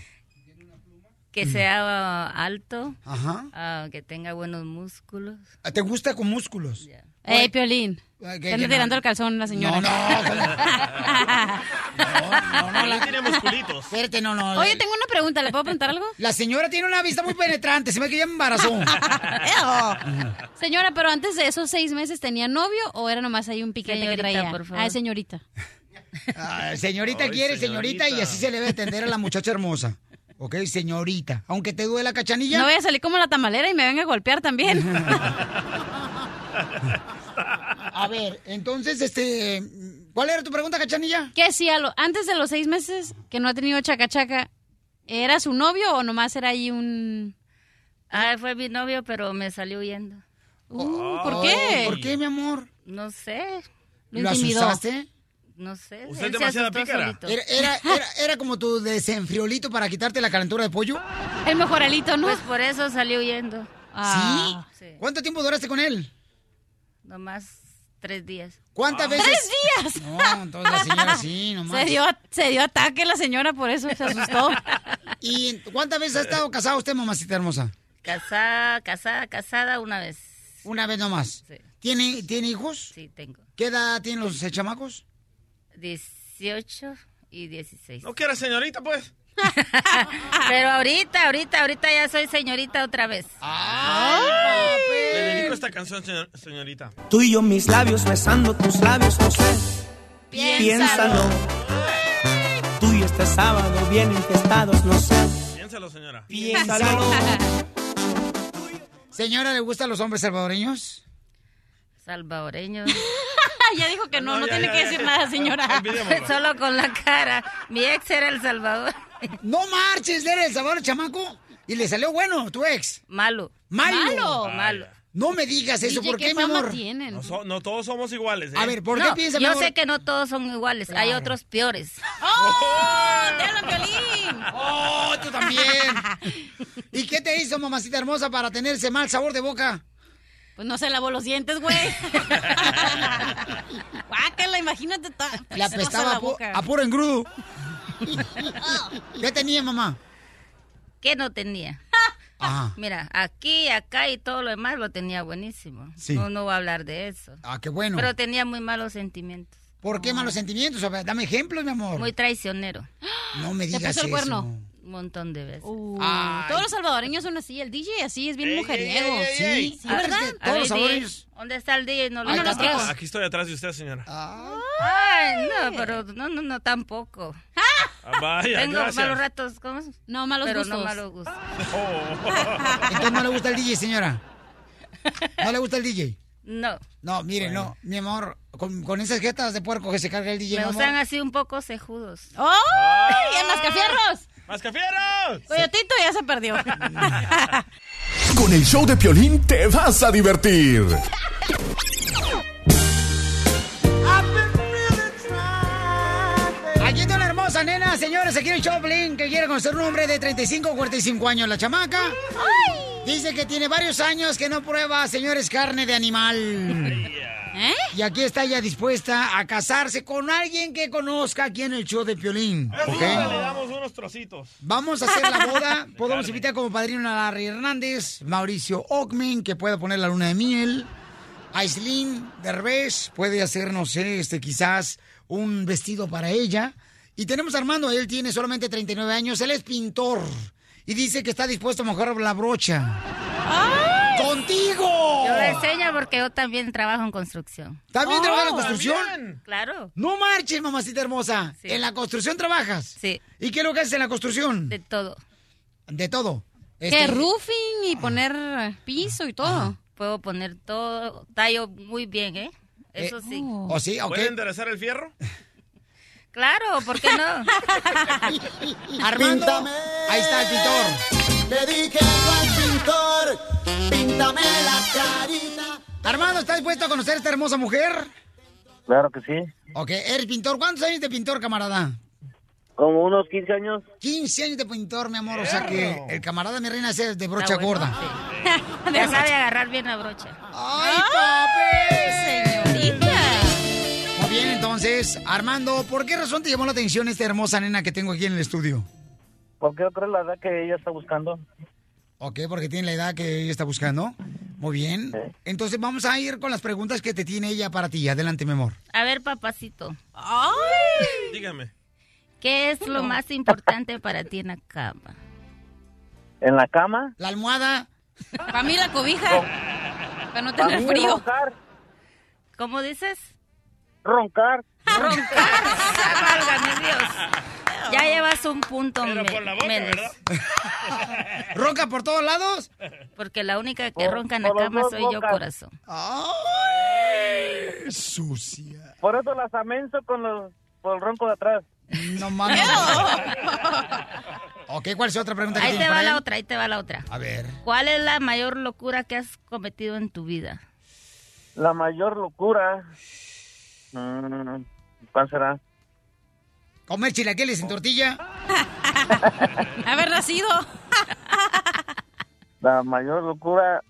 Speaker 16: Que sea ah, alto.
Speaker 3: Mm. Ajá.
Speaker 16: ah, que tenga buenos músculos.
Speaker 3: ¿Te gusta con músculos?
Speaker 4: Ey, Piolín.
Speaker 16: Ay,
Speaker 3: que-
Speaker 4: Te
Speaker 16: que
Speaker 4: anda
Speaker 16: no.
Speaker 4: tirando el calzón la señora.
Speaker 6: tiene musculitos.
Speaker 3: Espérate, no, no.
Speaker 4: Oye, tengo una pregunta, ¿le puedo preguntar algo?
Speaker 3: La señora tiene una vista muy penetrante, se me que ya me embarazó.
Speaker 4: Señora, pero antes de esos seis meses, ¿tenía novio o era nomás ahí un piquete
Speaker 16: Señorita,
Speaker 4: que traía?
Speaker 16: por favor.
Speaker 4: Ay, señorita.
Speaker 3: Ah, señorita quiere, señorita. y así se le debe atender a la muchacha hermosa. Ok, señorita. Aunque te duela cachanilla.
Speaker 4: No voy a salir como la tamalera y me venga a golpear también.
Speaker 3: A ver, entonces, este. ¿Cuál era tu pregunta, cachanilla?
Speaker 4: Que si a lo- antes de los seis meses que no ha tenido chacachaca, ¿era su novio o nomás era ahí un.
Speaker 16: Ah, fue mi novio, pero me salió huyendo.
Speaker 4: Uh,
Speaker 3: Oh.
Speaker 4: ¿Por qué?
Speaker 3: ¿Por qué, mi amor?
Speaker 16: No sé.
Speaker 3: ¿Lo ¿Lo intimidó? asustaste?
Speaker 16: No sé.
Speaker 3: Usted
Speaker 16: él se
Speaker 3: demasiada
Speaker 16: asustó
Speaker 3: pícara.
Speaker 16: solito.
Speaker 3: Era, era, era, era como tu desenfriolito para quitarte la calentura de pollo.
Speaker 4: El mejoralito, ¿no?
Speaker 16: Pues por eso salí huyendo. Ah,
Speaker 3: ¿Sí? ¿Cuánto tiempo duraste con él?
Speaker 16: Nomás tres días.
Speaker 3: ¿Cuántas veces?
Speaker 4: ¡Tres días!
Speaker 3: No, entonces la señora sí, nomás.
Speaker 4: Se dio, se dio ataque la señora, por eso se asustó.
Speaker 3: ¿Y cuántas veces ha estado casado usted, mamacita hermosa?
Speaker 16: Casada, casada, casada una vez.
Speaker 3: Una vez nomás. ¿Tiene, ¿Tiene hijos?
Speaker 16: Sí, tengo.
Speaker 3: ¿Qué edad tienen los eh, chamacos?
Speaker 16: 18 y 16.
Speaker 6: ¿No que era señorita, pues?
Speaker 16: Pero ahorita, ahorita, ahorita ya soy señorita otra vez.
Speaker 3: Ah.
Speaker 6: Le dedico esta canción, señor- señorita.
Speaker 2: Tú y yo mis labios besando tus labios, no sé. Piénsalo. Tú y este sábado bien enfiestados, no sé.
Speaker 6: Piénsalo, señora.
Speaker 2: Piénsalo.
Speaker 3: Señora, ¿le gustan los hombres salvadoreños?
Speaker 16: Salvadoreño.
Speaker 4: ya dijo que no, no, tiene que decir nada, señora.
Speaker 16: Solo con la cara. Mi ex era el Salvador.
Speaker 3: No marches, le eres sabor, chamaco. Y le salió bueno, tu ex.
Speaker 16: Malo.
Speaker 3: Malo.
Speaker 16: Malo.
Speaker 3: Malo. No me digas eso,
Speaker 16: DJ,
Speaker 3: ¿por
Speaker 16: ¿qué
Speaker 3: qué, mi
Speaker 16: fama
Speaker 3: amor?
Speaker 16: tienen?
Speaker 6: No, so- no todos somos iguales, ¿eh?
Speaker 3: A ver, ¿por
Speaker 16: No,
Speaker 3: qué piensas, mi
Speaker 16: Yo
Speaker 3: amor?
Speaker 16: sé que no todos son iguales, hay otros peores.
Speaker 3: ¡Oh!
Speaker 16: ¡Te hablan, Piolín!
Speaker 3: ¡Oh, tú también! ¿Y qué te hizo, mamacita hermosa, para tener ese mal sabor de boca?
Speaker 4: Pues no se lavó los dientes, güey. Guácala, imagínate. ta-
Speaker 3: Le
Speaker 4: se pasa
Speaker 3: apestaba a,
Speaker 4: la
Speaker 3: pu-
Speaker 4: boca.
Speaker 3: a puro engrudo. ¿Qué tenía, mamá?
Speaker 16: ¿Qué no tenía?
Speaker 3: Ajá.
Speaker 16: Mira, aquí, acá y todo lo demás lo tenía buenísimo.
Speaker 3: Sí.
Speaker 16: No, no voy a hablar de eso.
Speaker 3: Ah, qué bueno.
Speaker 16: Pero tenía muy malos sentimientos.
Speaker 3: ¿Por qué malos sentimientos? A ver, dame ejemplos, mi amor.
Speaker 16: Muy traicionero.
Speaker 3: No me
Speaker 16: ¿Te
Speaker 3: digas
Speaker 16: puso el
Speaker 3: eso.
Speaker 16: cuerno? Un montón de veces.
Speaker 3: Ay.
Speaker 4: Uh, Todos los salvadoreños son así. El DJ así es bien mujeriego.
Speaker 16: ey, ey, ey,
Speaker 4: sí,
Speaker 16: ey.
Speaker 4: ¿verdad?
Speaker 16: A ver, di, ¿Dónde está el DJ? No lo
Speaker 6: Aquí,
Speaker 16: encuentro.
Speaker 6: atrás. Aquí estoy atrás de usted, señora.
Speaker 3: Ah.
Speaker 16: Ay, no, pero no, no, no, tampoco.
Speaker 6: Ah, vaya,
Speaker 16: Tengo
Speaker 6: gracias.
Speaker 16: malos ratos, ¿cómo?
Speaker 4: No, malos
Speaker 16: pero
Speaker 4: gustos.
Speaker 16: no malos gustos.
Speaker 3: Entonces no le gusta el DJ, señora. ¿No le gusta el DJ?
Speaker 16: No,
Speaker 3: No, mire, no, mi amor, con, con esas jetas de puerco que se carga el DJ,
Speaker 16: me
Speaker 3: mi amor.
Speaker 16: gustan así un poco cejudos.
Speaker 4: ¡Oh! ¡Y en Mascafierros!
Speaker 6: ¡Mascafierros!
Speaker 4: Coyotito ya se perdió.
Speaker 10: Con el show de Piolín te vas a divertir.
Speaker 3: Aquí está la hermosa nena, señores, aquí en el Choplin, que quiere conocer un hombre de 35 o 45 años, la chamaca. Dice que tiene varios años que no prueba, señores, carne de animal. Y aquí está ella dispuesta a casarse con alguien que conozca aquí en el show de Piolín.
Speaker 6: Eso
Speaker 3: ¿ok?
Speaker 6: le damos unos trocitos.
Speaker 3: Vamos a hacer la boda. Podemos invitar como padrino a Larry Hernández, Mauricio Ockman, que pueda poner la luna de miel. Aislin Derbez puede hacer, no sé, este, quizás un vestido para ella. Y tenemos a Armando, él tiene solamente 39 años, él es pintor. Y dice que está dispuesto a mojar la brocha. ¡Contigo!
Speaker 16: Yo lo enseño porque yo también trabajo en construcción.
Speaker 3: ¿También trabaja en la construcción?
Speaker 16: Claro.
Speaker 3: No marches, mamacita hermosa. ¿En la construcción trabajas? Sí. ¿Y qué es lo que haces en la construcción? De
Speaker 16: todo.
Speaker 3: ¿De todo?
Speaker 4: Que
Speaker 16: Este-
Speaker 4: roofing y poner piso y todo.
Speaker 16: Puedo poner todo, tallo muy bien, ¿eh? Eso sí.
Speaker 4: Oh.
Speaker 3: ¿O sí? ¿O
Speaker 6: ¿Puede
Speaker 3: qué?
Speaker 6: enderezar el fierro?
Speaker 16: Claro, ¿por qué no?
Speaker 3: Armando, ahí está el pintor.
Speaker 1: Le dije al pintor, píntame la carita.
Speaker 3: Armando, ¿estás dispuesto a conocer a esta hermosa mujer?
Speaker 1: Claro que sí.
Speaker 3: Ok, eres pintor. ¿Cuántos años de pintor, camarada?
Speaker 1: Como unos 15 años.
Speaker 3: 15 años de pintor, mi amor. O sea que el camarada, mi reina, es de brocha
Speaker 16: bueno,
Speaker 3: gorda.
Speaker 16: Ya sabe agarrar bien la brocha.
Speaker 3: ¡Ay, Muy bien, entonces, Armando, ¿por qué razón te llamó la atención esta hermosa nena que tengo aquí en el estudio?
Speaker 1: Porque otra es la edad que ella está buscando.
Speaker 3: Ok, porque tiene la edad que ella está buscando. Muy bien. Entonces, vamos a ir con las preguntas que te tiene ella para ti. Adelante, mi amor.
Speaker 16: A ver, papacito.
Speaker 6: Dígame.
Speaker 16: ¿Qué es lo más importante para ti en la cama?
Speaker 1: ¿En la cama?
Speaker 3: La almohada.
Speaker 4: Para mí la cobija. Para no
Speaker 16: Pa'
Speaker 4: tener
Speaker 16: mí
Speaker 4: frío.
Speaker 1: Roncar.
Speaker 16: ¿Cómo dices?
Speaker 1: Roncar.
Speaker 16: Roncar. Válgame Dios. Ya llevas un punto me- menos.
Speaker 3: ¿Ronca por todos lados?
Speaker 16: Porque la única que
Speaker 1: Por-
Speaker 16: ronca en la
Speaker 1: por los
Speaker 16: cama
Speaker 1: dos
Speaker 16: soy yo,
Speaker 1: bocas.
Speaker 16: corazón.
Speaker 3: Sucia.
Speaker 1: Por eso las amenzo con los, por el ronco de atrás.
Speaker 3: No mames. Ok, ¿cuál es otra pregunta que
Speaker 16: Ahí
Speaker 3: tiene
Speaker 16: te va
Speaker 3: para
Speaker 16: la
Speaker 3: él?
Speaker 16: otra, ahí te va la otra.
Speaker 3: A ver.
Speaker 16: ¿Cuál es la mayor locura que has cometido en tu vida?
Speaker 1: La mayor locura. Mm, ¿Cuál será?
Speaker 3: ¿Comer chilaquiles en tortilla?
Speaker 4: Haber nacido.
Speaker 1: La mayor locura.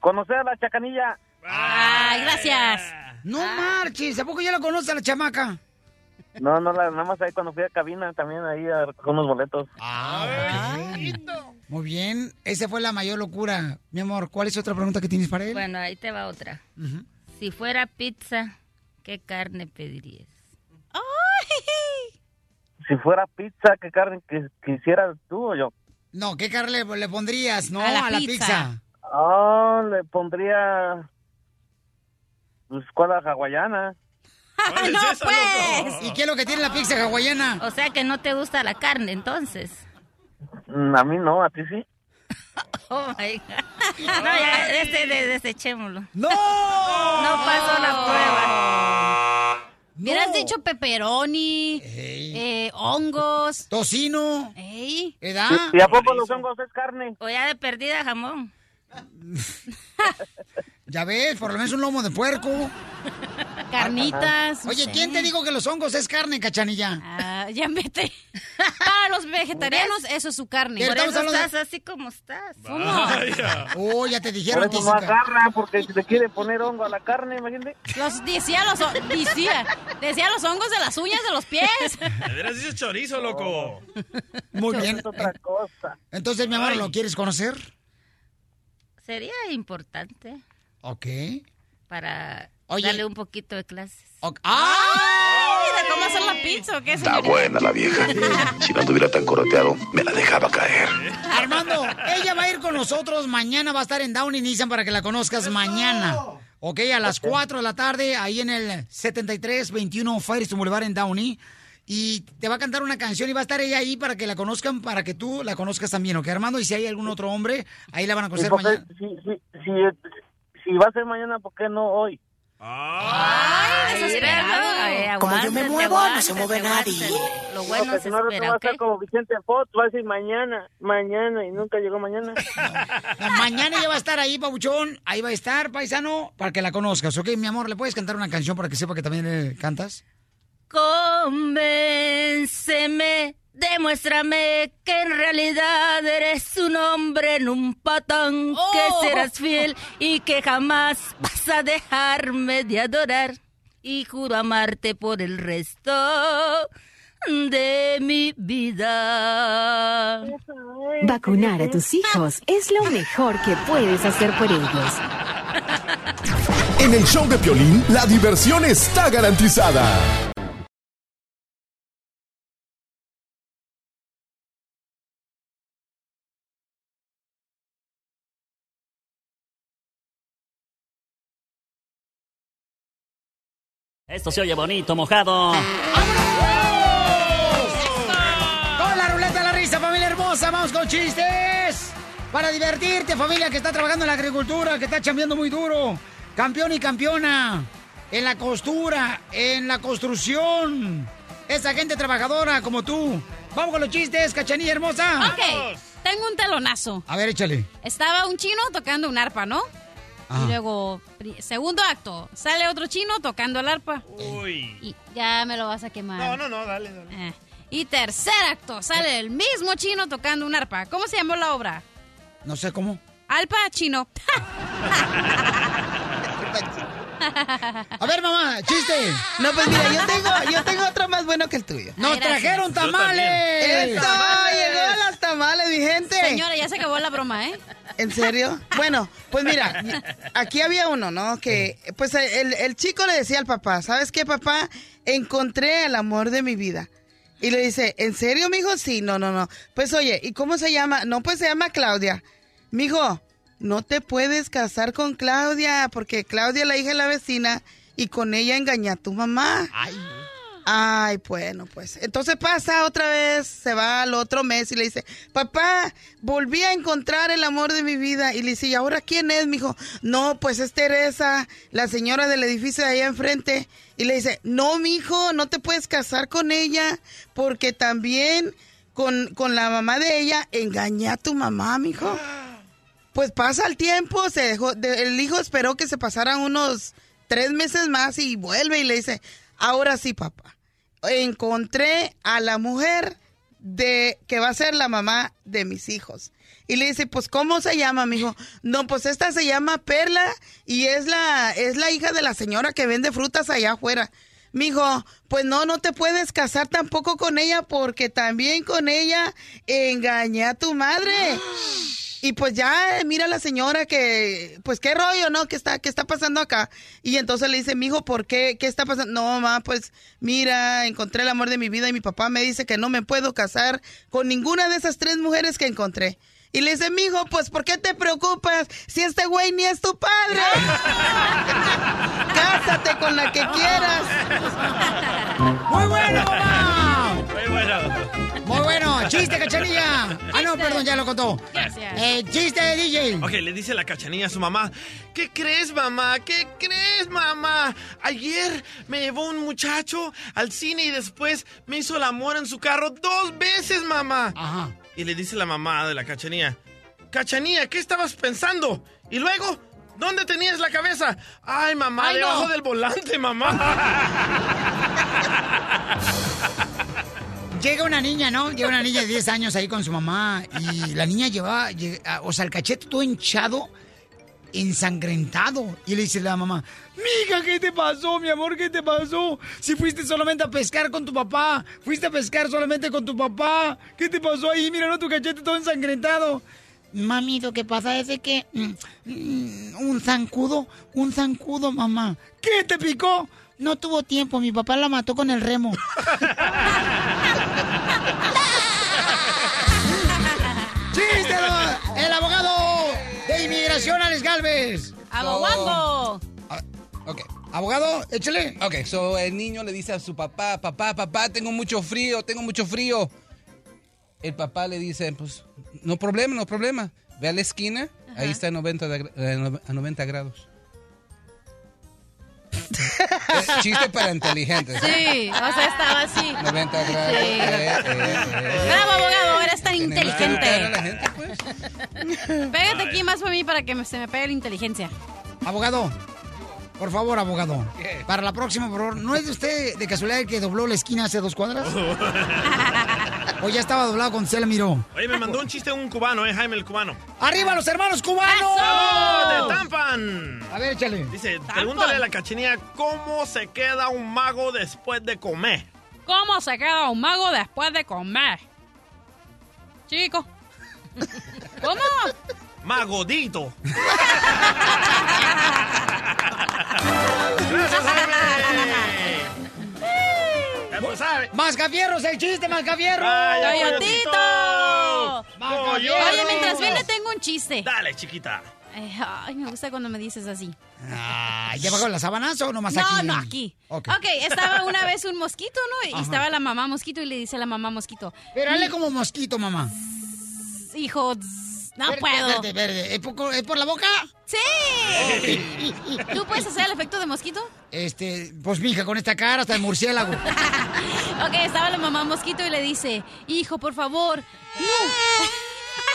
Speaker 1: Conocer a la chacanilla.
Speaker 4: Ay, gracias. Ah.
Speaker 3: No marches, ¿a poco ya la conoce a la chamaca?
Speaker 1: No, no, la, nada más ahí cuando fui a cabina también ahí a recoger unos boletos.
Speaker 3: Ah. Muy bien, esa fue la mayor locura. Mi amor, ¿cuál es otra pregunta que tienes para él?
Speaker 16: Bueno, ahí te va otra.
Speaker 3: Ujú.
Speaker 16: Si fuera pizza, ¿qué carne pedirías?
Speaker 1: Si fuera pizza, ¿qué carne que, quisieras tú o yo?
Speaker 3: No, ¿qué carne le, le pondrías? No,
Speaker 1: A
Speaker 3: a
Speaker 1: la
Speaker 3: la,
Speaker 1: pizza.
Speaker 3: pizza.
Speaker 1: Ah, le pondría. Pues, ¿cuál la hawaiana?
Speaker 16: ¡No, pues!
Speaker 3: ¿Y qué es lo que tiene la pizza hawaiana?
Speaker 16: O sea que no te gusta la carne, entonces.
Speaker 1: Mm, A mí no, a ti sí.
Speaker 16: Oh my God. No, ya, este, de- desechémoslo.
Speaker 3: ¡No!
Speaker 16: No pasó la prueba.
Speaker 4: Hubieras dicho pepperoni, eh, hongos.
Speaker 3: Tocino.
Speaker 4: Ey.
Speaker 2: ¿Y, y a poco los hongos es carne?
Speaker 16: O ya de perdida jamón.
Speaker 3: Ya ves, por lo menos un lomo de puerco.
Speaker 4: Carnitas, no
Speaker 3: Oye,
Speaker 4: sé.
Speaker 3: ¿quién te dijo que los hongos es carne, cachanilla?
Speaker 4: Ah, ya mete. Para los vegetarianos, eso es su
Speaker 3: Ah,
Speaker 4: carne.
Speaker 16: Por eso estás así como estás.
Speaker 4: Vaya.
Speaker 3: Oh, ya te dijeron
Speaker 2: Por
Speaker 3: que
Speaker 2: eso no
Speaker 3: sí,
Speaker 2: agarra, porque si le quiere poner hongo a la carne, imagínate.
Speaker 4: Los decía los hon- decía, decía los hongos de las uñas de los pies.
Speaker 6: De veras dices chorizo, loco.
Speaker 3: Muy
Speaker 16: Yo
Speaker 3: bien.
Speaker 16: es otra
Speaker 2: cosa.
Speaker 3: Entonces, mi amor, ¿lo quieres conocer?
Speaker 16: Sería importante
Speaker 3: Ok.
Speaker 16: para
Speaker 3: Oye.
Speaker 16: darle un poquito de clases.
Speaker 4: ¡Ay! ¿De cómo hacer la pizza o qué,
Speaker 24: Está
Speaker 4: señorita?
Speaker 24: buena la vieja. Si no anduviera tan coroteado, me la dejaba caer.
Speaker 3: Armando, ella va a ir con nosotros. Mañana va a estar en Downey Nissan para que la conozcas mañana. Ok, a las 4 de la tarde, ahí en el 7321 Firestone Boulevard en Downey. Y te va a cantar una canción y va a estar ella ahí para que la conozcan, para que tú la conozcas también, ¿ok, Armando? Y si hay algún otro hombre, ahí la van a
Speaker 2: Y
Speaker 3: conocer
Speaker 2: por qué-
Speaker 3: mañana.
Speaker 2: si, si, si, si va a ser mañana, ¿por qué no hoy?
Speaker 4: Ah,
Speaker 16: Ay, míralo. Ay,
Speaker 2: Como yo me
Speaker 16: aguántate,
Speaker 2: muevo, no se
Speaker 16: aguántate,
Speaker 2: mueve nadie.
Speaker 16: aguántate. Lo bueno
Speaker 2: Porque
Speaker 16: se
Speaker 2: si no, no te
Speaker 16: espera,
Speaker 2: va a
Speaker 16: ¿ok?
Speaker 2: estar como Vicente Fox, va a decir mañana, mañana, y nunca llegó mañana.
Speaker 3: No, mañana ya va a estar ahí, Pabuchón. Ahí va a estar, paisano, para que la conozcas, ¿ok? Mi amor, ¿le puedes cantar una canción para que sepa que también eh, cantas?
Speaker 16: Convénceme, demuéstrame que en realidad eres un hombre en un patán,
Speaker 4: Oh.
Speaker 16: que serás fiel y que jamás vas a dejarme de adorar. Y juro amarte por el resto de mi vida.
Speaker 17: Vacunar a tus hijos es lo mejor que puedes hacer por ellos.
Speaker 10: En el show de Piolín, la diversión está garantizada.
Speaker 25: Esto se oye bonito, mojado.
Speaker 3: Con la ruleta de la risa, familia hermosa, vamos con chistes. Para divertirte, familia que está trabajando en la agricultura, que está chambeando muy duro. Campeón y campeona. En la costura, en la construcción. Esa gente trabajadora como tú. Vamos con los chistes, cachanilla hermosa.
Speaker 4: Ok, tengo un telonazo.
Speaker 3: A ver, échale.
Speaker 4: Estaba un chino tocando un arpa, ¿no?
Speaker 3: Ajá.
Speaker 4: Y luego, pri- segundo acto, sale otro chino tocando el arpa.
Speaker 6: Uy.
Speaker 4: Y ya me lo vas a quemar.
Speaker 6: No, no, no, dale, dale.
Speaker 4: Eh. Y tercer acto, sale el mismo chino tocando un arpa. ¿Cómo se llamó la obra?
Speaker 3: No sé cómo.
Speaker 4: Alpa chino.
Speaker 3: A ver, mamá, chiste.
Speaker 22: No, pues mira, yo tengo, yo tengo otro más bueno que el tuyo.
Speaker 4: ¡Nos gracias. trajeron tamales!
Speaker 22: ¡Eso!
Speaker 4: ¡Tamales!
Speaker 22: ¡Llegó las tamales, mi gente!
Speaker 4: Señora, ya se acabó la broma, ¿eh?
Speaker 22: ¿En serio? Bueno, pues mira, aquí había uno, ¿no? Que, pues el, el chico le decía al papá, ¿sabes qué, papá? Encontré el amor de mi vida. Y le dice, ¿en serio, mijo? Sí, no, no, no. Pues oye, ¿y cómo se llama? No, pues se llama Claudia. Mijo, no te puedes casar con Claudia, porque Claudia es la hija de la vecina y con ella engaña a tu mamá. Ay, bueno, pues. Entonces pasa otra vez, se va al otro mes y le dice, papá, volví a encontrar el amor de mi vida. Y le dice, ¿y ahora quién es? Me dijo, no, pues es Teresa, la señora del edificio de allá enfrente. Y le dice, no, mijo, no te puedes casar con ella, porque también con, con la mamá de ella engañé a tu mamá, mijo. Pues pasa el tiempo, se dejó, de- el hijo esperó que se pasaran unos tres meses más y vuelve y le dice, ahora sí, papá, encontré a la mujer de que va a ser la mamá de mis hijos. Y le dice, pues, ¿cómo se llama, mijo? No, pues esta se llama Perla y es la, es la hija de la señora que vende frutas allá afuera. Mijo, pues no, no te puedes casar tampoco con ella porque también con ella engañé a tu madre. Y pues ya eh, mira la señora que, pues qué rollo, ¿no? ¿Qué está, qué está pasando acá? Y entonces le dice, mijo, ¿por qué? ¿Qué está pasando? No, mamá, pues mira, encontré el amor de mi vida y mi papá me dice que no me puedo casar con ninguna de esas tres mujeres que encontré. Y le dice, mijo, pues ¿por qué te preocupas si este güey ni es tu padre? Cásate con la que quieras.
Speaker 3: ¡Muy bueno, mamá!
Speaker 6: Muy bueno.
Speaker 3: Muy bueno, chiste, cachanilla. Ah, no, bueno, perdón, ya lo contó.
Speaker 6: Gracias.
Speaker 3: Eh, chiste de DJ.
Speaker 6: Ok, le dice la cachanilla a su mamá. ¿Qué crees, mamá? ¿Qué crees, mamá? Ayer me llevó un muchacho al cine y después me hizo el amor en su carro dos veces, mamá. Ajá. Y le dice la mamá de la cachanilla. Cachanilla, ¿qué estabas pensando? Y luego, ¿dónde tenías la cabeza? Ay, mamá,
Speaker 19: Ay, no.
Speaker 6: debajo del volante, mamá.
Speaker 3: Llega una niña, ¿no? Llega una niña de 10 años ahí con su mamá y la niña llevaba, lle- ah, o sea, el cachete todo hinchado, ensangrentado. Y le dice la mamá, mija, ¿qué te pasó, mi amor? ¿Qué te pasó? Si fuiste solamente a pescar con tu papá, fuiste a pescar solamente con tu papá. ¿Qué te pasó ahí? Mira, ¿no? Tu cachete todo ensangrentado. Mami, lo que pasa es de que mm, mm, un zancudo, un zancudo, mamá. ¿Qué te picó? No tuvo tiempo, mi papá la mató con el remo. ¡Chiste! lo- El abogado de inmigración, Alex Galvez.
Speaker 7: Aboguango.
Speaker 3: Ah, Ok. Abogado, échale.
Speaker 7: Ok, so el niño le dice a su papá, papá, papá, tengo mucho frío, tengo mucho frío. El papá le dice, pues, no problema, no problema. Ve a la esquina, ahí está a 90, de gra- eh, no- a 90 grados. Eh, chiste para inteligentes.
Speaker 4: Sí, o sea, estaba así.
Speaker 7: 90 grados.
Speaker 4: Sí.
Speaker 7: eh, eh, eh.
Speaker 4: Bravo, abogado, eres tan
Speaker 7: Tenemos que educar a la
Speaker 4: inteligente.
Speaker 7: gente.
Speaker 4: Pégate aquí más para mí para que me- se me pegue la inteligencia.
Speaker 3: Abogado, por favor, abogado. Para la próxima, por favor, ¿no es de usted de casualidad el que dobló la esquina hace dos cuadras? ¿O ya estaba doblado cuando se la miró?
Speaker 6: Oye, me mandó un chiste un cubano, ¿eh? Jaime el cubano.
Speaker 3: ¡Arriba los hermanos cubanos!
Speaker 6: ¡Bravo! ¡Te tampan!
Speaker 3: A ver, échale.
Speaker 6: Dice, pregúntale a la cachanilla cómo se queda un mago después de comer.
Speaker 4: ¿Cómo se queda un mago después de comer? Chico. ¿Cómo?
Speaker 6: Magodito. Gracias, Jaime. Ya pues sabe.
Speaker 3: ¡Mascafierros, el chiste, Mascafierros!
Speaker 6: Vaya,
Speaker 4: ¡Coyotito!
Speaker 6: Coyote.
Speaker 4: Oye, mientras viene tengo un chiste.
Speaker 6: Dale, chiquita.
Speaker 4: Eh, ay, me gusta cuando me dices así.
Speaker 3: Ah, ¿Ya bajo las sábanas o nomás
Speaker 4: no,
Speaker 3: aquí?
Speaker 4: no, aquí.
Speaker 3: Ok.
Speaker 4: ok, estaba una vez un mosquito, ¿no? Y
Speaker 3: Ajá.
Speaker 4: estaba la mamá mosquito y le dice a la mamá mosquito.
Speaker 3: Pero hazle
Speaker 4: "Mm,
Speaker 3: como mosquito, mamá.
Speaker 4: Hijo, tss, no
Speaker 3: Verde,
Speaker 4: puedo.
Speaker 3: verde, verde. ¿Es, poco- es por la boca?
Speaker 4: ¡Sí! ¿Tú puedes hacer el efecto de mosquito?
Speaker 3: Este, pues mija, con esta cara hasta el murciélago.
Speaker 4: Ok, estaba la mamá mosquito y le dice, hijo, por favor, no.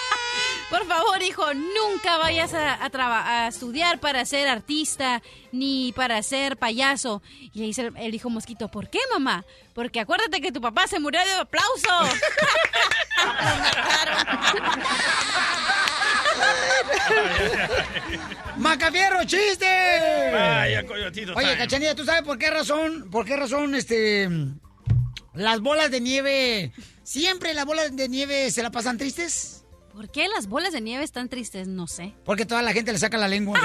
Speaker 4: Por favor, hijo, nunca vayas a, a traba- a estudiar para ser artista ni para ser payaso. Y le dice el, el hijo mosquito, ¿por qué, mamá? Porque acuérdate que tu papá se murió de aplauso.
Speaker 3: ¡Macafierro, chiste!
Speaker 6: Vaya, coyotito.
Speaker 3: Oye,
Speaker 6: time.
Speaker 3: Cachanilla, ¿tú sabes por qué razón, por qué razón, este, las bolas de nieve, siempre las bolas de nieve se la pasan tristes?
Speaker 4: ¿Por qué las bolas de nieve están tristes? No sé.
Speaker 3: Porque toda la gente le saca la lengua.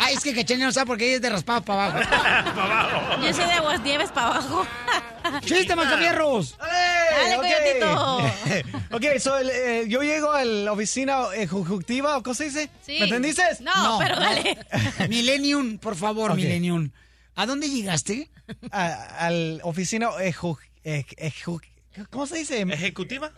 Speaker 3: Ay, es que Cachanilla no sabe por qué ella es de raspado para abajo.
Speaker 4: Yo soy de aguas nieves para abajo.
Speaker 3: ¡Chiste, Mascafierros!
Speaker 4: Dale, coyotito.
Speaker 14: ok, so el, eh, yo llego a la oficina ejecutiva, ¿cómo se dice?
Speaker 4: Sí.
Speaker 14: ¿Me entendiste?
Speaker 4: No, pero dale.
Speaker 3: Millennium, por favor,
Speaker 14: Ok.
Speaker 3: Millennium. ¿A dónde llegaste?
Speaker 14: A, al oficina eh, eju- ej- eju- ¿Cómo se dice? Eh,
Speaker 6: ¿Ejecutiva?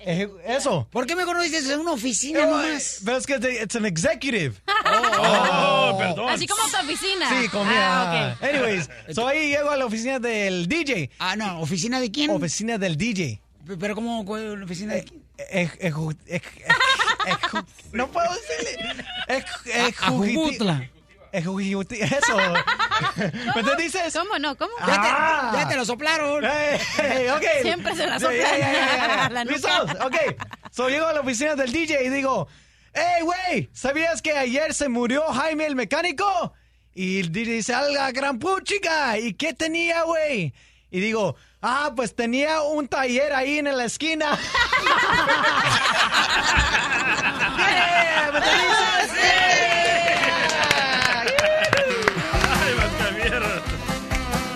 Speaker 14: eso. Eh,
Speaker 3: ¿Por qué mejor no dices en una oficina nomás?
Speaker 14: Pero es que te- it's an executive.
Speaker 6: Oh, perdón.
Speaker 4: Así como tu oficina.
Speaker 14: Sí, comida.
Speaker 4: Ah, ok.
Speaker 14: Anyways, so ahí llego a la oficina del DJ.
Speaker 3: Ah, no, ¿oficina de quién?
Speaker 14: Oficina del DJ.
Speaker 3: ¿Pero cómo cuál oficina de quién?
Speaker 14: Ej- eju- ej- ej- No puedo decirle. Ej-
Speaker 3: A- Ajujutla.
Speaker 14: ejujuti- Eso. ¿Me te dices?
Speaker 4: ¿Cómo no? ¿Cómo?
Speaker 3: Ya te- ya te lo soplaron.
Speaker 14: Hey, hey, Eh, ok.
Speaker 4: Siempre se la
Speaker 14: Ya,
Speaker 4: soplan.
Speaker 14: ya, ya, ya.
Speaker 4: La nuca.
Speaker 14: ¿Listos? Ok. So llego a la oficina del DJ y digo, hey, güey, ¿sabías que ayer se murió Jaime el mecánico? Y el DJ dice, alga gran puchica, ¿y qué tenía, güey? Y digo, ah, pues tenía un taller ahí en la esquina.
Speaker 3: Eh,
Speaker 14: Yeah,
Speaker 3: pues,
Speaker 14: ¿me entendiste?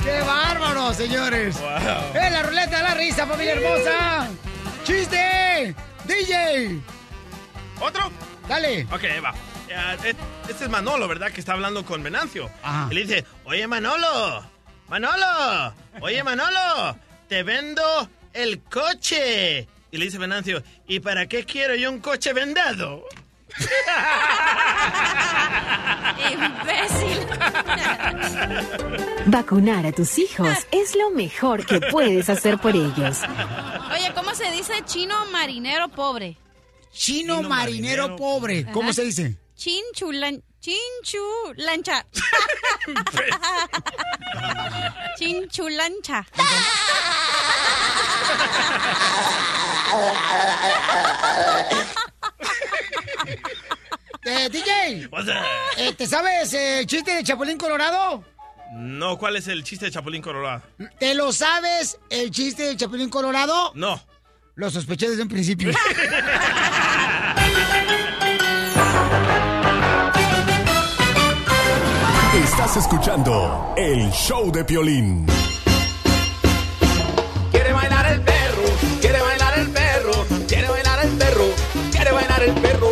Speaker 3: ¡Qué bárbaro, señores!
Speaker 19: Wow.
Speaker 3: ¡Es la ruleta de la risa, familia hermosa! ¡Chiste! ¡DJ!
Speaker 6: ¿Otro?
Speaker 3: Dale.
Speaker 6: Ok, ahí va. Ah, et- Este es Manolo, ¿verdad? Que está hablando con Venancio. Y le dice, oye Manolo, Manolo, oye Manolo, te vendo el coche. Y le dice Venancio, ¿y para qué quiero yo un coche vendado?
Speaker 4: Imbécil.
Speaker 17: Vacunar a tus hijos es lo mejor que puedes hacer por ellos.
Speaker 4: Oye, ¿cómo se dice chino marinero pobre?
Speaker 3: Chino, marinero, pobre. ¿Cómo
Speaker 4: Ajá.
Speaker 3: se dice?
Speaker 4: Chinchu, lan- chinchu lancha. chinchu lancha.
Speaker 3: Eh, DJ,
Speaker 6: O sea,
Speaker 3: eh, ¿te sabes eh, el chiste de Chapulín Colorado?
Speaker 6: no, ¿cuál es el chiste de Chapulín Colorado?
Speaker 3: ¿Te lo sabes el chiste de Chapulín Colorado?
Speaker 6: No.
Speaker 3: Lo sospeché desde un principio.
Speaker 10: Estás escuchando el show de Piolín.
Speaker 19: Quiere bailar el perro, quiere bailar el perro, quiere bailar el perro, quiere bailar el perro.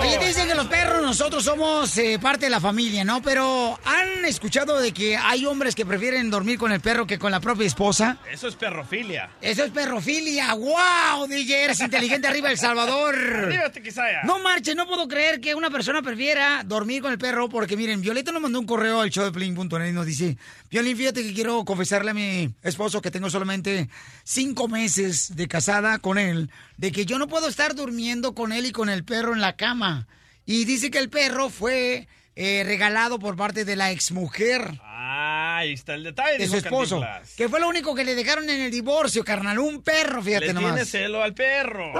Speaker 3: Oye, dicen que los perros nosotros somos eh, parte de la familia, ¿no? Pero ¿han escuchado de que hay hombres que prefieren dormir con el perro que con la propia esposa?
Speaker 6: Eso es perrofilia.
Speaker 3: Eso es perrofilia. ¡Wow! DJ, eres inteligente arriba El Salvador.
Speaker 6: Arriba, Tequisaya.
Speaker 3: No marche, no puedo creer que una persona prefiera dormir con el perro porque miren, Violeta nos mandó un correo al show de y nos dice, Violín, fíjate que quiero confesarle a mi esposo que tengo solamente cinco meses de casada con él, de que yo no puedo estar durmiendo con él y con el perro en la cama. Y dice que el perro fue eh, regalado por parte de la exmujer
Speaker 6: Ah, ahí está el
Speaker 3: de
Speaker 6: detalle. dijo
Speaker 3: su esposo,
Speaker 6: Cantinflas.
Speaker 3: que fue lo único que le dejaron en el divorcio, carnal, un perro, fíjate
Speaker 6: Le
Speaker 3: nomás.
Speaker 6: tiene celo al perro.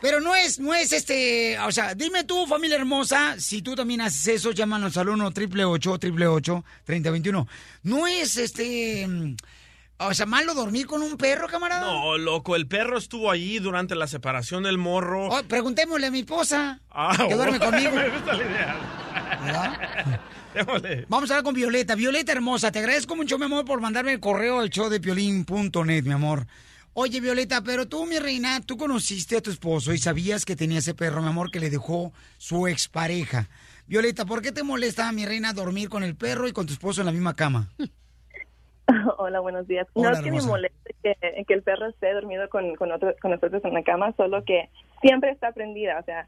Speaker 3: Pero no es, no es este, o sea, dime tú, familia hermosa, si tú también haces eso, llámanos al 1 888 888 3021 No es este, mm, o sea, malo dormir con un perro, camarada.
Speaker 6: No, loco, el perro estuvo allí durante la separación del morro.
Speaker 3: Oh, preguntémosle a mi esposa,
Speaker 6: Ah,
Speaker 3: que duerme
Speaker 6: bueno.
Speaker 3: conmigo.
Speaker 6: Me gusta la idea. Démosle.
Speaker 3: Vamos a hablar con Violeta. Violeta hermosa, te agradezco mucho, mi amor, por mandarme el correo al show de piolín.net, mi amor. Oye, Violeta, pero tú, mi reina, tú conociste a tu esposo y sabías que tenía ese perro, mi amor, que le dejó su expareja. Violeta, ¿por qué te molesta, mi reina, dormir con el perro y con tu esposo en la misma cama?
Speaker 5: Hola, buenos días.
Speaker 3: Hola,
Speaker 5: no es que me
Speaker 3: hermosa.
Speaker 5: moleste que, que el perro esté dormido con, con, otro- con nosotros en la cama, solo que siempre está prendida, o sea,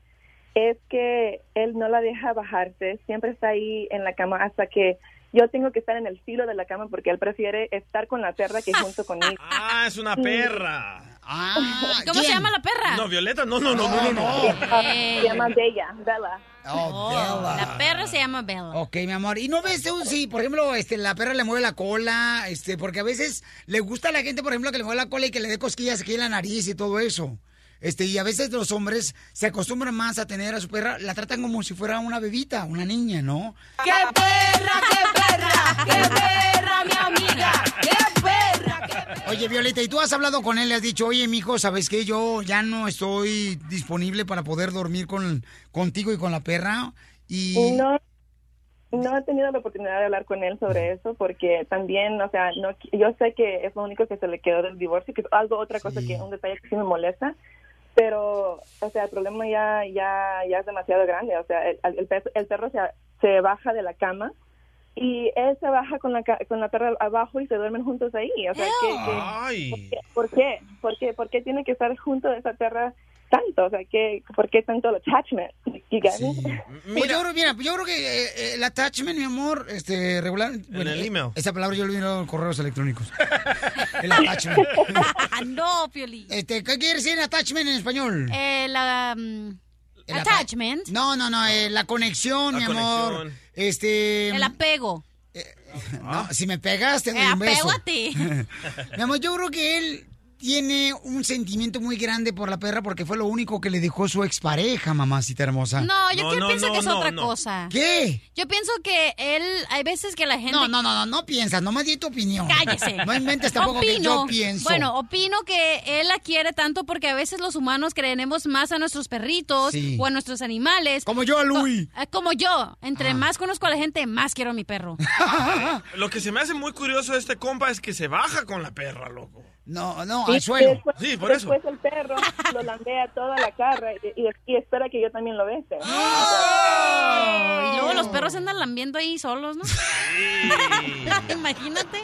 Speaker 5: es que él no la deja bajarse, siempre está ahí en la cama hasta que yo tengo que estar en el filo de la cama porque él prefiere estar con la perra que junto conmigo.
Speaker 6: Ah, es una perra.
Speaker 5: Ah,
Speaker 4: ¿Cómo se llama la perra?
Speaker 6: No, Violeta, no, no, no, no, no. no.
Speaker 5: Se llama Bella, Bella.
Speaker 3: Oh,
Speaker 4: La perra se llama Bella.
Speaker 3: Ok, mi amor. Y no ves un sí, por ejemplo, este, la perra le mueve la cola, este, porque a veces le gusta a la gente, por ejemplo, que le mueve la cola y que le dé cosquillas aquí en la nariz y todo eso. Este, y a veces los hombres se acostumbran más a tener a su perra, la tratan como si fuera una bebita, una niña, ¿no?
Speaker 19: ¡Qué perra, qué perra, qué perra, mi amiga! ¡Qué perra!
Speaker 3: Oye, Violeta, ¿y tú has hablado con él? Le has dicho, oye, mijo, ¿sabes qué? Yo ya no estoy disponible para poder dormir con, contigo y con la perra. Y...
Speaker 5: No, no he tenido la oportunidad de hablar con él sobre eso porque también, o sea, no, qui- yo sé que es lo único que se le quedó del divorcio, que es algo, otra cosa que un detalle que sí me molesta, pero, o sea, el problema ya, ya, ya es demasiado grande, o sea, el, el pe- el perro se, se baja de la cama y él se baja con la, ca- con la perra abajo y se duermen juntos ahí, o sea, que, que-
Speaker 6: Ay.
Speaker 5: ¿por qué? ¿Por qué? ¿Por qué tiene que estar junto de esa perra tanto? O sea, que, ¿por qué tanto el attachment? You get me?
Speaker 3: Pues yo, creo, mira, yo creo que eh, eh, el attachment, mi amor, este, regular. bueno,
Speaker 5: el
Speaker 3: eh,
Speaker 5: email.
Speaker 3: Esa palabra yo lo miro en correos electrónicos. el attachment.
Speaker 4: no, Pioli.
Speaker 3: Este, ¿Qué quiere decir attachment en español?
Speaker 4: Eh, la, mm,
Speaker 3: El apa-
Speaker 4: attachment.
Speaker 3: No, no, no, eh, la conexión,
Speaker 4: La
Speaker 3: mi amor.
Speaker 4: conexión.
Speaker 3: Este. eh,
Speaker 4: El apego.
Speaker 3: no, si me pegaste,
Speaker 4: Eh,
Speaker 3: doy un beso.
Speaker 4: apego a ti.
Speaker 3: Mi amor, yo creo que él tiene un sentimiento muy grande por la perra porque fue lo único que le dejó su expareja, mamacita hermosa.
Speaker 4: No, yo que pienso que es otra cosa.
Speaker 3: ¿Qué?
Speaker 4: Yo pienso que él, hay veces que la gente...
Speaker 3: No, no, no, no, no piensas, nomás di tu opinión.
Speaker 4: Cállese.
Speaker 3: No inventes tampoco que yo pienso.
Speaker 4: Bueno, opino que él la quiere tanto porque a veces los humanos creemos más a nuestros perritos
Speaker 3: Sí.
Speaker 4: o a nuestros animales.
Speaker 3: Como yo Ah. a Louis.
Speaker 4: Co- eh, Como yo. Entre más conozco a la gente, más quiero a mi perro.
Speaker 6: Lo que se me hace muy curioso de este compa es que se baja con la perra, loco.
Speaker 3: No, no,
Speaker 6: al suelo.
Speaker 5: Después,
Speaker 6: Sí, por eso.
Speaker 5: después el perro lo lambea toda la cara y, y- y espera que yo también lo bese.
Speaker 4: Y luego los perros andan lambiendo ahí solos, ¿no? Imagínate.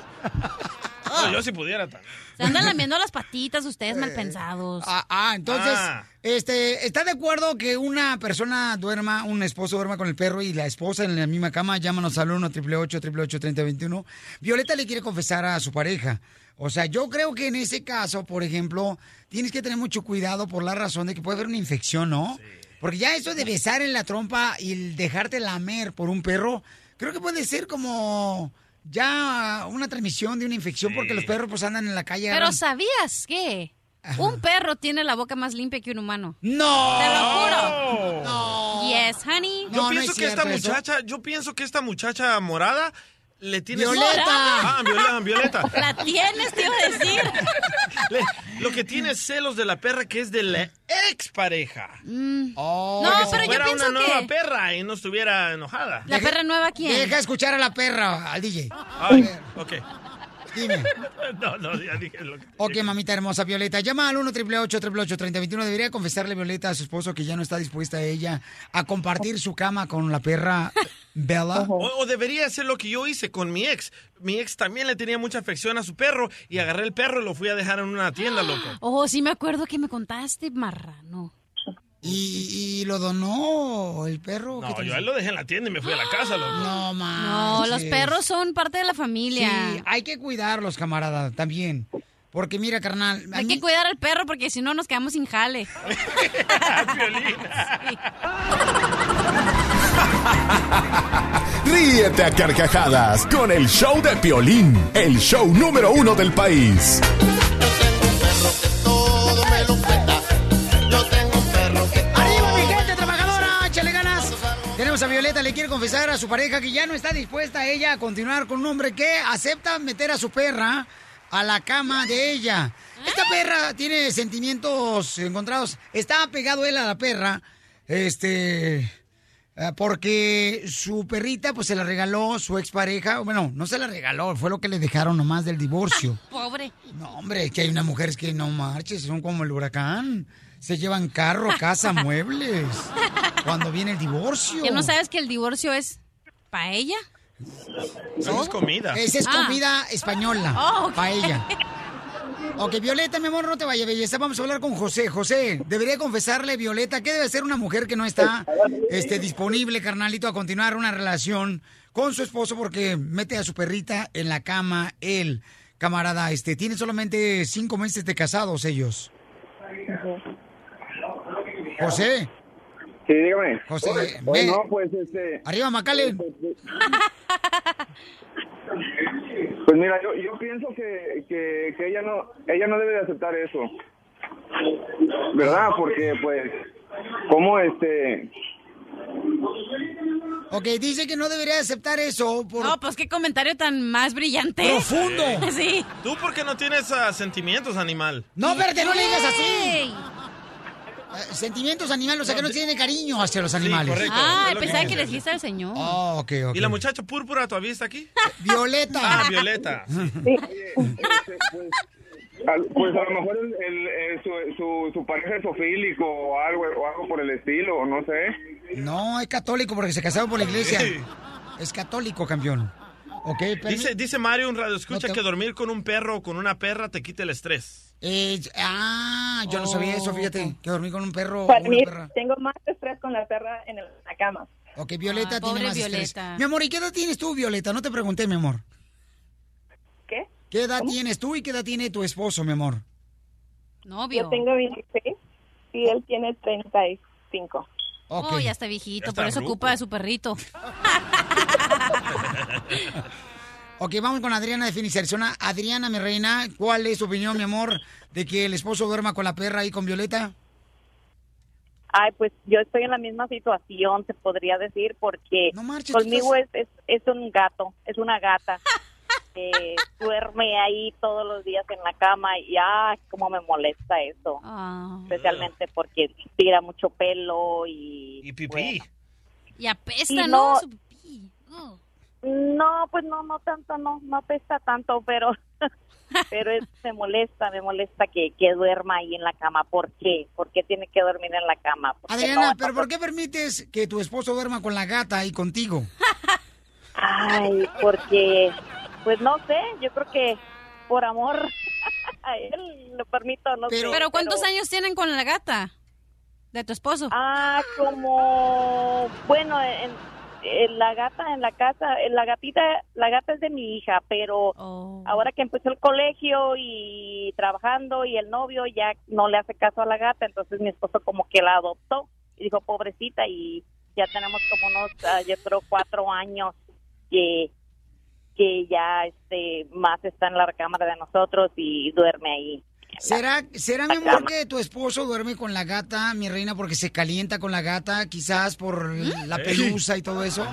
Speaker 3: Ah,
Speaker 6: No, yo si pudiera también.
Speaker 4: Se andan lamiendo las patitas ustedes malpensados.
Speaker 3: Ah, ah, entonces,
Speaker 4: Ah.
Speaker 3: este, ¿está de acuerdo que una persona duerma, un esposo duerma con el perro y la esposa en la misma cama? Llámanos al 1 888 3021 Violeta le quiere confesar a su pareja. O sea, yo creo que en ese caso, por ejemplo, tienes que tener mucho cuidado por la razón de que puede haber una infección, ¿no? Porque ya eso de besar en la trompa y el dejarte lamer por un perro, creo que puede ser como ya una transmisión de una infección porque los perros pues andan en la calle.
Speaker 4: Pero
Speaker 3: agarran-
Speaker 4: ¿sabías qué? Un perro tiene la boca más limpia que un humano.
Speaker 3: ¡No!
Speaker 4: ¡Te lo juro! Yes, honey.
Speaker 6: Yo pienso que esta muchacha, yo pienso que esta muchacha morada le tiene
Speaker 4: Violeta.
Speaker 6: Ah, Violeta, Violeta.
Speaker 4: La tienes, te iba a decir.
Speaker 6: Le- lo que tiene es celos de la perra que es de la expareja.
Speaker 4: Oh. No,
Speaker 6: Porque
Speaker 4: pero
Speaker 6: si
Speaker 4: yo
Speaker 6: fuera
Speaker 4: pienso
Speaker 6: una nueva
Speaker 4: que-
Speaker 6: perra y no estuviera enojada.
Speaker 4: ¿La perra nueva quién?
Speaker 3: Deja escuchar a la perra, al DJ.
Speaker 6: Ay, ok.
Speaker 3: Dime.
Speaker 6: No, no, ya dije lo que...
Speaker 3: Ok, mamita hermosa Violeta, llama al 1 888 3021 Debería confesarle Violeta a su esposo que ya no está dispuesta ella a compartir su cama con la perra Bella.
Speaker 6: O, o debería hacer lo que yo hice con mi ex. Mi ex también le tenía mucha afección a su perro y agarré el perro y lo fui a dejar en una tienda, loco.
Speaker 4: Oh, sí me acuerdo que me contaste, marrano.
Speaker 3: ¿Y, y lo donó el perro?
Speaker 6: No, yo a él lo dejé en la tienda y me fui a la casa, loco.
Speaker 3: No,
Speaker 4: No, los perros son parte de la familia.
Speaker 3: Sí, hay que cuidarlos, camarada, también. Porque mira, carnal. a
Speaker 4: Hay
Speaker 3: mí-
Speaker 4: que cuidar al perro porque si no nos quedamos sin jale.
Speaker 10: Ríete a carcajadas con el show de Piolín, el show número uno del país.
Speaker 3: ¡Arriba, mi gente trabajadora! ¡Échale ganas! Tenemos a Violeta, le quiere confesar a su pareja que ya no está dispuesta ella a continuar con un hombre que acepta meter a su perra a la cama de ella. Esta perra tiene sentimientos encontrados. Está apegado él a la perra, este, ah, porque su perrita pues se la regaló su expareja. Bueno, no se la regaló, fue lo que le dejaron nomás del divorcio.
Speaker 4: Pobre.
Speaker 3: No, hombre, que hay unas mujeres que no marches, son como el huracán. Se llevan carro, casa, muebles. Cuando viene el divorcio.
Speaker 4: ¿Que no sabes que el divorcio es para ella?
Speaker 6: Eso es comida.
Speaker 3: Esa es
Speaker 4: Ah.
Speaker 3: comida española.
Speaker 4: Oh, ok.
Speaker 3: Para ella. Ok, Violeta, mi amor, no te vayas, belleza. Vamos a hablar con José. José, debería confesarle, Violeta, ¿qué debe hacer una mujer que no está este, disponible, carnalito, a continuar una relación con su esposo porque mete a su perrita en la cama él? Camarada, este, tiene solamente cinco meses de casados ellos. José.
Speaker 21: Sí, dígame.
Speaker 3: José,
Speaker 21: Oye,
Speaker 3: ve.
Speaker 21: no, pues este.
Speaker 3: Arriba, Macalen.
Speaker 21: Pues mira, yo, yo pienso que, que, que ella no ella no debe de aceptar eso. ¿Verdad? Porque pues cómo este
Speaker 3: Ok, dice que no debería aceptar eso. Por...
Speaker 4: No, pues qué comentario tan más brillante.
Speaker 3: Profundo.
Speaker 4: Sí.
Speaker 6: Tú porque no tienes ah, sentimientos, animal.
Speaker 3: No, verde, no le digas así. Eh, Sentimientos animales, o sea que no tiene cariño hacia los animales.
Speaker 6: correcto.
Speaker 4: Ah,
Speaker 6: Es lo que
Speaker 4: pensaba
Speaker 6: quise
Speaker 4: que le
Speaker 6: decir.
Speaker 4: dijiste al señor.
Speaker 3: Ah, ok, ok.
Speaker 6: ¿Y la muchacha púrpura todavía está aquí?
Speaker 3: Violeta.
Speaker 6: Ah, Violeta.
Speaker 21: al- pues a lo mejor el, el- eh, su, su, su pareja es ofílico o algo o algo por el estilo, no sé.
Speaker 3: No, es católico porque se casaron por la iglesia. Es católico, campeón. Ok, pero.
Speaker 6: Dice, dice Mario, un radio escucha
Speaker 3: No te-
Speaker 6: que dormir con un perro o con una perra te quita el estrés.
Speaker 3: Eh, ah, yo no sabía
Speaker 4: Oh,
Speaker 3: eso, fíjate,
Speaker 6: Oh,
Speaker 3: que dormí con un perro o
Speaker 5: Para
Speaker 3: una
Speaker 5: mí,
Speaker 3: perra.
Speaker 5: tengo más estrés con la perra en el- la cama.
Speaker 3: Ok, Violeta
Speaker 5: Ah,
Speaker 3: tiene
Speaker 5: pobre
Speaker 3: más estrés.
Speaker 5: Violeta.
Speaker 3: Mi amor, ¿y qué edad tienes tú, Violeta? No te pregunté, mi amor.
Speaker 5: ¿Qué?
Speaker 3: ¿Qué edad tienes tú y qué edad tiene tu esposo, mi amor?
Speaker 4: Novio.
Speaker 5: Yo tengo 26 y él tiene 35.
Speaker 4: Oh, ya está viejito,
Speaker 5: Ya está
Speaker 4: por eso
Speaker 5: ruco.
Speaker 4: ocupa a su perrito.
Speaker 3: Ok, vamos con Adriana de Finicerciona. Adriana, mi reina, ¿cuál es tu opinión, mi amor, de que el esposo duerma con la perra y con Violeta?
Speaker 8: Ay, pues yo estoy en la misma situación, se podría decir, porque
Speaker 3: tú
Speaker 8: conmigo
Speaker 3: estás-
Speaker 8: es, es, es un gato, es una gata. que duerme ahí todos los días en la cama y ay, cómo me molesta eso. Pues Especialmente porque tira mucho pelo y...
Speaker 6: Y pipí.
Speaker 4: Y apesta,
Speaker 8: Y
Speaker 4: ¿no?
Speaker 8: no-
Speaker 4: Su pipí. Oh.
Speaker 8: No, pues no, no tanto, no, no pesa tanto, pero pero es- me molesta, me molesta que, que duerma ahí en la cama. ¿Por qué? ¿Por qué tiene que dormir en la cama? ¿Por qué
Speaker 3: Adriana,
Speaker 8: no?
Speaker 3: ¿pero por qué permites que tu esposo duerma con la gata y contigo?
Speaker 8: Ay, porque, pues no sé, yo creo que por amor a él, lo permito, no
Speaker 4: Pero,
Speaker 8: sé,
Speaker 4: ¿cuántos años tienen con la gata? De tu esposo.
Speaker 8: Ah, como bueno, en, en la gata en la casa, en la gatita, la gata es de mi hija, pero
Speaker 4: Oh.
Speaker 8: ahora que empezó el colegio y trabajando y el novio ya no le hace caso a la gata, entonces mi esposo como que la adoptó y dijo pobrecita y ya tenemos como unos, ah, yo creo cuatro años que que ya este más está en la recámara de nosotros y duerme ahí.
Speaker 3: ¿Será, será mi amor que tu esposo duerme con la gata, mi reina, porque se calienta con la gata, quizás por la
Speaker 4: ¿Eh?
Speaker 3: pelusa y todo eso?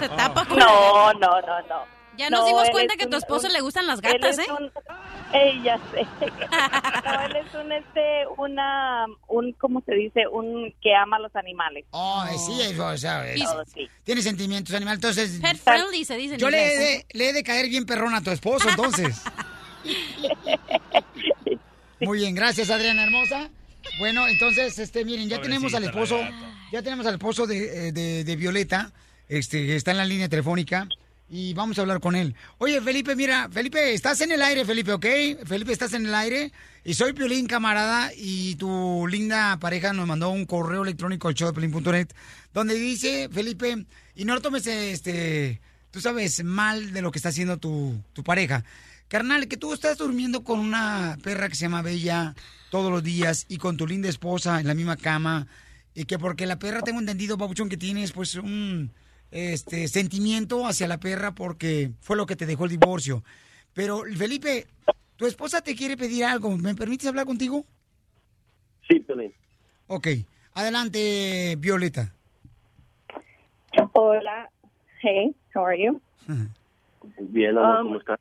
Speaker 4: Se tapa con
Speaker 8: No, no, no, no.
Speaker 4: Ya nos dimos
Speaker 8: él
Speaker 4: cuenta
Speaker 8: es
Speaker 4: que a tu
Speaker 8: un-
Speaker 4: esposo
Speaker 8: un-
Speaker 4: le gustan las
Speaker 8: él
Speaker 4: gatas,
Speaker 8: es
Speaker 4: ¿eh?
Speaker 8: un- Ey, ya sé. No, él es un, este, una, un, ¿cómo se dice? Un que ama a los animales.
Speaker 3: Oh, sí, eso, o sea, es-
Speaker 8: Todo, sí.
Speaker 3: tiene sentimientos animal, entonces...
Speaker 4: Pet friendly se dice en
Speaker 3: Yo le he,
Speaker 4: inglés. ¿eh?
Speaker 3: de, le he de caer bien perrón a tu esposo, entonces. Muy bien, gracias, Adriana hermosa. Bueno, entonces, este, miren, ya tenemos al esposo, ya tenemos al esposo de, eh, de- de Violeta, este, que está en la línea telefónica, y vamos a hablar con él. Oye, Felipe, mira, Felipe, estás en el aire, Felipe, ¿ok? Felipe, estás en el aire, y soy Piolín, camarada, y tu linda pareja nos mandó un correo electrónico al show de Piolín.net, donde dice, Felipe, y no lo tomes, este, tú sabes, mal de lo que está haciendo tu, tu pareja. Carnal, que tú estás durmiendo con una perra que se llama Bella todos los días y con tu linda esposa en la misma cama. Y que porque la perra, tengo entendido, Babuchón, que tienes pues un este, sentimiento hacia la perra porque fue lo que te dejó el divorcio. Pero, Felipe, tu esposa te quiere pedir algo. ¿Me permites hablar contigo?
Speaker 9: Sí, Piolín.
Speaker 3: Ok. Adelante, Violeta.
Speaker 8: Hola. Hey, how are you?
Speaker 9: Bien,
Speaker 3: Ah,
Speaker 9: amor,
Speaker 8: Um,
Speaker 9: ¿cómo estás?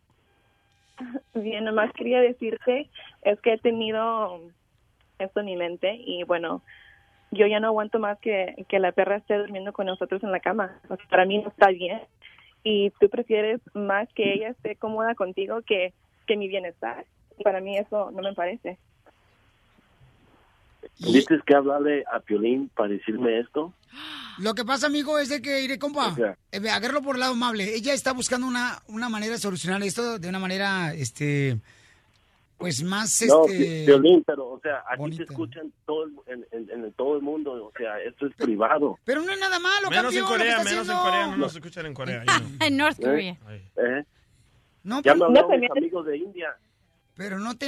Speaker 8: Bien, nomás quería decirte, es que he tenido esto en mi mente y bueno, yo ya no aguanto más que, que la perra esté durmiendo con nosotros en la cama. O sea, para mí no está bien. Y tú prefieres más que ella esté cómoda contigo que, que mi bienestar. Y para mí eso no me parece.
Speaker 9: ¿Tuviste que hablarle a Piolín para decirme esto?
Speaker 3: Lo que pasa, amigo, es de que iré, compa.
Speaker 9: Ajá.
Speaker 3: eh, agarro por el lado amable. Ella está buscando una, una manera de solucionar esto de una manera, este, pues más,
Speaker 9: No,
Speaker 3: este.
Speaker 9: Pi- Piolín, pero, o sea, aquí te escuchan todo el, en, en- en todo el mundo, o sea, esto es privado.
Speaker 3: Pero no es nada malo,
Speaker 6: Menos en
Speaker 3: campeón, lo
Speaker 6: Corea,
Speaker 3: que está
Speaker 6: menos en
Speaker 3: haciendo.
Speaker 6: Corea, no nos escuchan en Corea. ahí no.
Speaker 4: En North
Speaker 9: ¿Eh?
Speaker 4: Korea.
Speaker 9: ¿Eh?
Speaker 3: No,
Speaker 9: ya
Speaker 3: pero-
Speaker 9: me
Speaker 3: No,
Speaker 9: hablaron
Speaker 3: pero-
Speaker 9: mis amigos de India.
Speaker 3: Pero no te,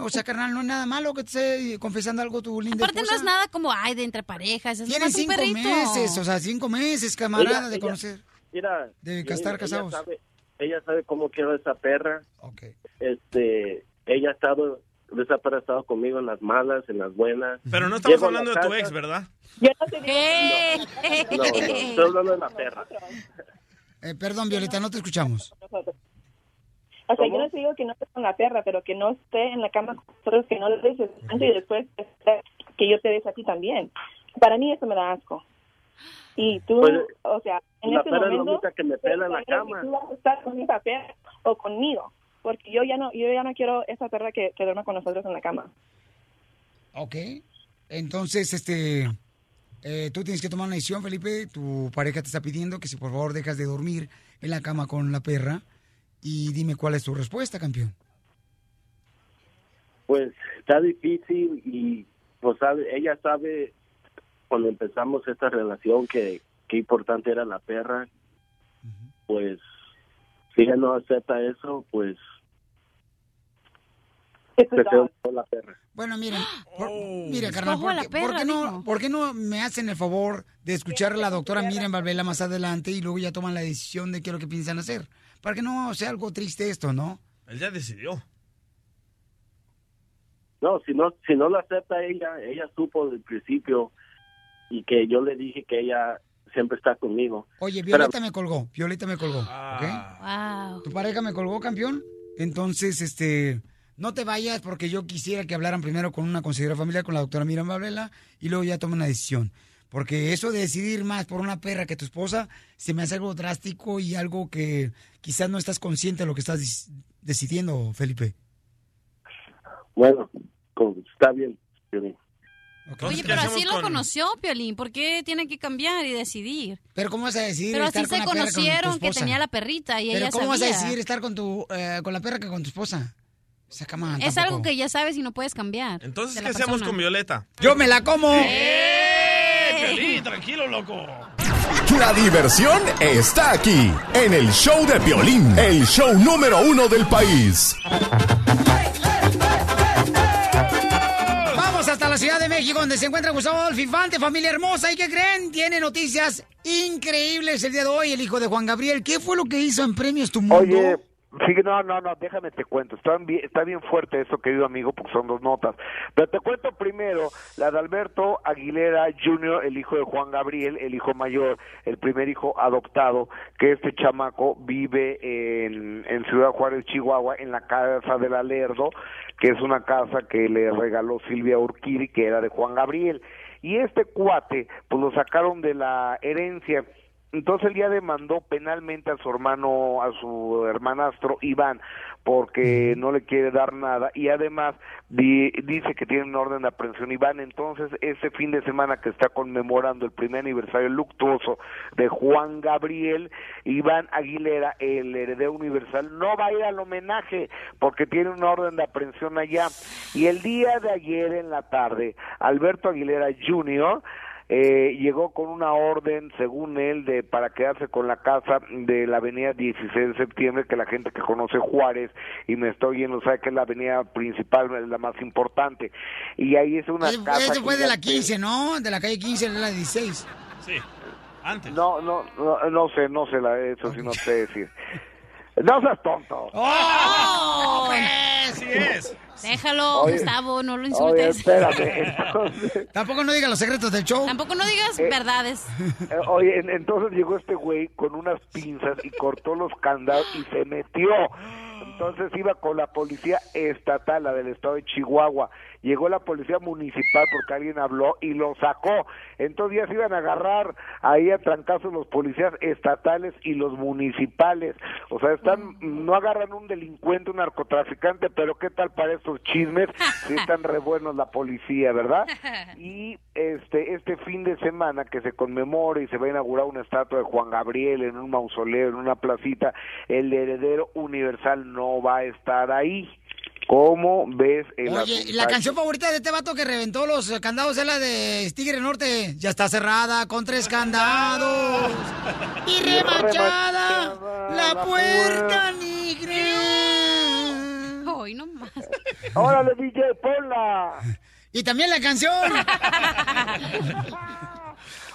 Speaker 3: o sea, carnal, no es nada malo que te esté confesando algo tu linda
Speaker 4: Aparte no es nada como, ay, de entre parejas. Es
Speaker 3: Tienen
Speaker 4: nomás un
Speaker 3: cinco
Speaker 4: perrito.
Speaker 3: meses, o sea, cinco meses, camarada,
Speaker 9: Ella-
Speaker 3: de
Speaker 9: ella-
Speaker 3: conocer.
Speaker 9: Mira,
Speaker 3: De
Speaker 9: Piolín,
Speaker 3: estar
Speaker 9: ella
Speaker 3: casados.
Speaker 9: sabe- Ella sabe cómo quiero a esa perra. Este, ella ha estado, esa perra ha estado conmigo en las malas, en las buenas.
Speaker 6: Pero no estamos
Speaker 9: Llego a la
Speaker 6: hablando de tu
Speaker 9: casa-
Speaker 6: ex, ¿verdad?
Speaker 9: No, no, estoy hablando de la perra.
Speaker 3: Eh, perdón, Violeta, no te escuchamos.
Speaker 8: O sea, yo no te digo que no esté con la perra, pero que no esté en la cama con nosotros, que no le dices tanto y después que yo te des a ti también. Para mí eso me da asco. Y tú,
Speaker 9: Pues,
Speaker 8: o sea, en
Speaker 9: la
Speaker 8: este
Speaker 9: perra es la
Speaker 8: momento...
Speaker 9: única que me pela en la
Speaker 8: pero,
Speaker 9: cama.
Speaker 8: Tú vas a estar con esa perra o conmigo, porque yo ya no yo ya no quiero esa perra que, que duerma con nosotros en la cama.
Speaker 3: Ok. Entonces, este, eh, tú tienes que tomar una decisión, Felipe. Tu pareja te está pidiendo que si por favor dejas de dormir en la cama con la perra. Y dime cuál es tu respuesta, campeón.
Speaker 9: Pues está difícil y pues sabe, ella sabe cuando empezamos esta relación que qué importante era la perra. Pues si ella no acepta eso, pues se quedó con la perra.
Speaker 3: Bueno, miren, por- mira, carnal,
Speaker 4: Escojo a
Speaker 3: ¿por
Speaker 4: la
Speaker 3: qué,
Speaker 4: perra,
Speaker 3: por qué no, por qué no me hacen el favor de escuchar a la doctora Miriam Valvela más adelante y luego ya toman la decisión de qué es lo que piensan hacer? Para que no sea algo triste esto, ¿no?
Speaker 6: Él ya decidió.
Speaker 9: No, si no si no la acepta ella, ella supo del principio y que yo le dije que ella siempre está conmigo.
Speaker 3: Oye,
Speaker 9: Pero-
Speaker 3: Violeta me colgó, Violeta me colgó, ¿ok?
Speaker 4: Wow.
Speaker 3: Tu pareja me colgó, campeón. Entonces, este, no te vayas porque yo quisiera que hablaran primero con una consejera familiar, con la doctora Miriam Valvela, y luego ya tomen una decisión. Porque eso de decidir más por una perra que tu esposa, se me hace algo drástico y algo que quizás no estás consciente de lo que estás dis- decidiendo, Felipe.
Speaker 9: Bueno, con- está bien. Piolín.
Speaker 4: Oye, pero así lo conoció, Piolín. ¿Por qué tiene que cambiar y decidir?
Speaker 3: Pero ¿cómo vas a decidir
Speaker 4: Pero
Speaker 3: estar
Speaker 4: así se
Speaker 3: con la perra que con tu
Speaker 4: conocieron que
Speaker 3: esposa?
Speaker 4: tenía la perrita y
Speaker 3: Pero
Speaker 4: ella
Speaker 3: ¿cómo vas a
Speaker 4: sabía.
Speaker 3: decidir estar con tu eh, con la perra que con tu esposa? Saca más.
Speaker 4: Es algo que ya sabes y no puedes cambiar.
Speaker 6: Entonces,
Speaker 4: de
Speaker 6: ¿qué
Speaker 4: la
Speaker 6: hacemos
Speaker 4: persona.
Speaker 6: con Violeta?
Speaker 3: Yo me la como.
Speaker 6: ¡Eh, Piolín, tranquilo, loco!
Speaker 10: La diversión está aquí, en el show de Piolín, el show número uno del país.
Speaker 3: Vamos hasta la Ciudad de México, donde se encuentra Gustavo Alfifante, familia hermosa. ¿Y qué creen? Tiene noticias increíbles el día de hoy, el hijo de Juan Gabriel. ¿Qué fue lo que hizo en Premios Tu Mundo?
Speaker 12: Oye, sí, no, no, no, déjame te cuento. Está bien, está bien fuerte eso, querido amigo, porque son dos notas. Pero te cuento primero la de Alberto Aguilera Jr., el hijo de Juan Gabriel, el hijo mayor, el primer hijo adoptado, que este chamaco vive en, en Ciudad Juárez, Chihuahua, en la casa de la Lerdo, que es una casa que le regaló Silvia Urquiri, que era de Juan Gabriel. Y este cuate, pues lo sacaron de la herencia. Entonces él ya demandó penalmente a su hermano, a su hermanastro Iván, porque no le quiere dar nada y además di- dice que tiene una orden de aprehensión Iván. Entonces ese fin de semana que está conmemorando el primer aniversario luctuoso de Juan Gabriel, Iván Aguilera, el heredero universal, no va a ir al homenaje porque tiene una orden de aprehensión allá. Y el día de ayer en la tarde, Alberto Aguilera Jr. Eh, llegó con una orden, según él, de para quedarse con la casa de la avenida 16 de septiembre, que la gente que conoce Juárez y me está oyendo sabe que es la avenida principal, es la más importante. Y ahí es una
Speaker 3: Ese-
Speaker 12: casa...
Speaker 3: ese fue de la
Speaker 12: gigante.
Speaker 3: 15, ¿no? De la calle 15, de la 16.
Speaker 6: Sí, antes.
Speaker 12: No, no, no, no sé, no sé la eso, si no sé decir. No seas tonto.
Speaker 4: ¡Oh!
Speaker 6: Así es.
Speaker 4: Déjalo,
Speaker 12: Oye,
Speaker 4: Gustavo, no lo
Speaker 12: Oye,
Speaker 4: insultes.
Speaker 12: espérate. entonces-
Speaker 3: Tampoco no digas los secretos del show.
Speaker 4: Tampoco no digas verdades.
Speaker 12: Eh, Oye, en- entonces llegó este güey con unas pinzas y cortó los candados y se metió. Entonces iba con la policía estatal, la del estado de Chihuahua. Llegó la policía municipal porque alguien habló y lo sacó. Entonces ya se iban a agarrar ahí a trancazos los policías estatales y los municipales. O sea, están no agarran un delincuente, un narcotraficante, pero ¿qué tal para estos chismes? Si están re buenos la policía, ¿verdad? Y este, este fin de semana que se conmemora y se va a inaugurar una estatua de Juan Gabriel en un mausoleo, en una placita, el heredero universal no va a estar ahí. ¿Cómo ves el
Speaker 3: Oye, ¿y la
Speaker 12: asunto?
Speaker 3: canción favorita de este vato que reventó los eh, candados es la de Tigre Norte. Ya está cerrada con tres candados. Y remachada la puerta negra.
Speaker 4: Hoy no más.
Speaker 12: ¡Órale, DJ, ponla!
Speaker 3: Y también la canción.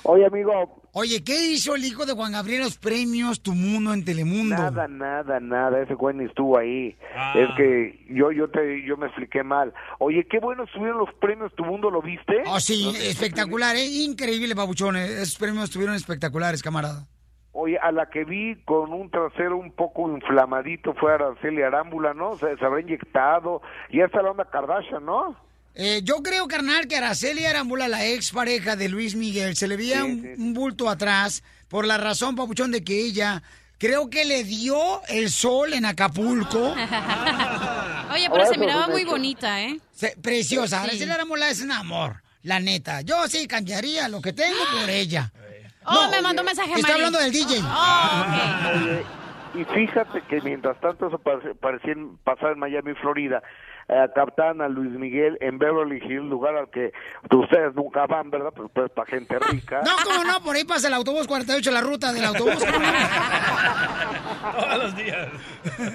Speaker 12: Oye, amigo.
Speaker 3: Oye, ¿qué hizo el hijo de Juan Gabriel en los premios Tu Mundo en Telemundo?
Speaker 12: Nada, nada, nada, ese güey ni estuvo ahí. Es que yo yo te yo me expliqué mal. Oye, qué bueno estuvieron los premios, tu mundo lo viste?
Speaker 3: Oh, sí,
Speaker 12: ¿eh? No sé.
Speaker 3: espectacular, ¿eh? Increíble, babuchones. Esos premios estuvieron espectaculares, camarada.
Speaker 12: Oye, a la que vi con un trasero un poco inflamadito fue Araceli Arámbula, ¿no? Se, se habrá inyectado. Y hasta la onda Kardashian, ¿no?
Speaker 3: Eh, yo creo, carnal, que Araceli Arambula, la ex pareja de Luis Miguel, se le veía un, un bulto atrás por la razón, papuchón, de que ella creo que le dio el sol en Acapulco.
Speaker 4: Ah.
Speaker 6: Ah.
Speaker 4: Oye, pero se miraba muy bonita, ¿eh?
Speaker 3: Se- preciosa.
Speaker 4: Sí.
Speaker 3: Araceli Arámbula es un amor, la neta. Yo sí cambiaría lo que tengo por ella.
Speaker 4: Ah. Oh, me mandó un mensaje
Speaker 3: Está
Speaker 4: Mari. Oh.
Speaker 3: hablando del DJ.
Speaker 12: Oye, y fíjate que mientras tanto eso pare- parecía en- pasar en Miami, Florida, eh, captaban a Luis Miguel en Beverly Hills, lugar al que ustedes nunca van, ¿verdad? Pues, pues para gente rica.
Speaker 3: No, cómo no, por ahí pasa el autobús 48, la ruta del autobús. ¿cómo no?
Speaker 6: Todos los días.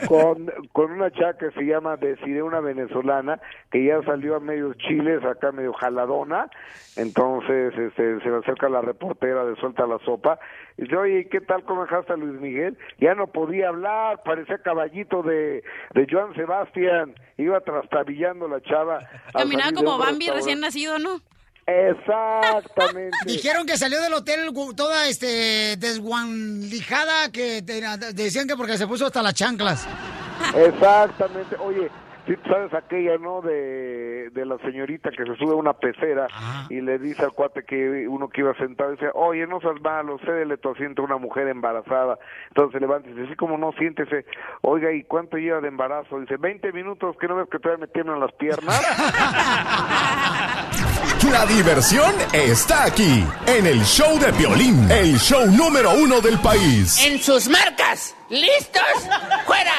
Speaker 12: con, con una chava que se llama Desiree, una venezolana, que ya salió a medio chiles, acá medio jaladona, entonces este, se le acerca la reportera de Suelta la Sopa, y dice, oye, ¿qué tal cómo dejaste a Luis Miguel? Ya no podía hablar, parecía caballito de, de Joan Sebastián, iba trastabillando la chava. al
Speaker 4: Caminaba
Speaker 12: salir de
Speaker 4: como
Speaker 12: un
Speaker 4: Bambi
Speaker 12: restaurante.
Speaker 4: recién nacido, ¿no?
Speaker 12: Exactamente.
Speaker 3: Dijeron que salió del hotel gu- toda este desguanlijada que te- de- decían que porque se puso hasta las chanclas.
Speaker 12: Exactamente. Oye, si tú sabes aquella, ¿no? De, de la señorita que se sube a una pecera y le dice al cuate que uno que iba sentado, dice, oye, no seas malo, cédele tu asiento a una mujer embarazada. Entonces se levanta y dice, así como no, siéntese. Oiga, ¿y cuánto lleva de embarazo? Dice, 20 minutos, que no ves que todavía me tiemblan las piernas.
Speaker 10: La diversión está aquí, en el show de Piolín, el show número uno del país.
Speaker 18: En sus marcas, listos, fuera.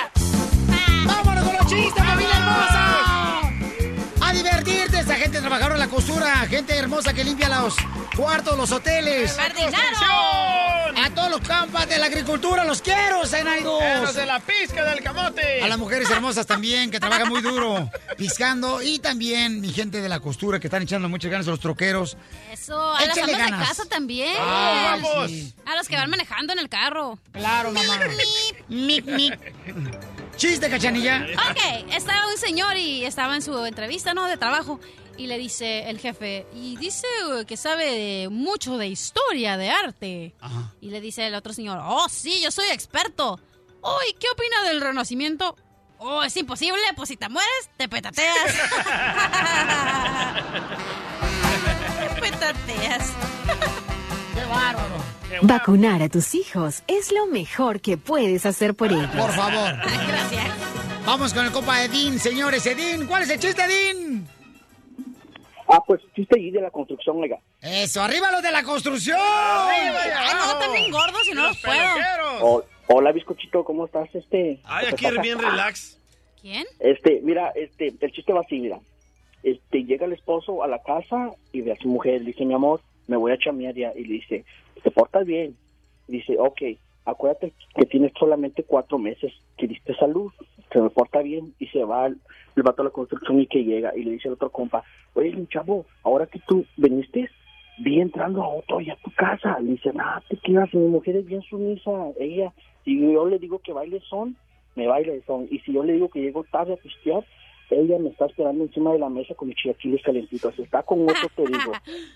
Speaker 3: ¡Vámonos con los chistes, familia hermosa! trabajadora de la costura, gente hermosa que limpia los cuartos, los hoteles. A todos los campas de la agricultura, los quiero, Zenaidos.
Speaker 6: A los de la pizca del camote.
Speaker 3: A las mujeres hermosas también, que trabajan muy duro, piscando. Y también mi gente de la costura, que están echando muchas ganas a los troqueros.
Speaker 4: Eso, a las
Speaker 3: Échale
Speaker 4: amas de
Speaker 3: ganas.
Speaker 4: casa también.
Speaker 3: Ah, vamos. Sí.
Speaker 4: A los que van manejando en el carro.
Speaker 3: Claro, mamá. Mic, mic. Chiste, cachanilla.
Speaker 4: Ok, estaba un señor y estaba en su entrevista, ¿no? De trabajo. Y le dice el jefe, y dice eh, que sabe de- mucho de historia, de arte. Y le dice el otro señor, oh, sí, yo soy experto. Oh, ¿y qué opina del renacimiento? Oh, es imposible, pues si te mueres, te petateas. te petateas.
Speaker 3: Qué bárbaro.
Speaker 17: Vacunar a tus hijos es lo mejor que puedes hacer por ellos.
Speaker 3: Por favor. Gracias. Vamos con el copa Edín, señores. Edín, ¿cuál es el chiste, Edín?
Speaker 18: Ah, pues chiste ahí de la construcción, oiga.
Speaker 3: Eso, arriba los de la construcción.
Speaker 18: Arriba y
Speaker 4: Ay, no, también gordos y no los puedo.
Speaker 18: O- hola, bizcochito, ¿cómo estás? Este.
Speaker 6: Ay,
Speaker 18: ¿cómo
Speaker 6: aquí
Speaker 18: estás?
Speaker 6: bien relax.
Speaker 4: ¿Quién?
Speaker 18: Este, mira, este, el chiste va así, mira. Este, llega el esposo a la casa y ve a su mujer, le dice, mi amor, me voy a chamear ya. Y le dice, te portas bien. Dice, ok, acuérdate que tienes solamente cuatro meses que diste salud, se me porta bien y se va al el vato a la construcción y que llega y le dice al otro compa, oye, mi chavo, ahora que tú viniste, vi entrando a otro y a tu casa. Le dice, ah, te quedas, mi mujer es bien sumisa, ella, si yo le digo que baile son, me baila el son. Y si yo le digo que llego tarde a pistear, ella me está esperando encima de la mesa con mis chilaquiles calentitos. Está con otro, te digo.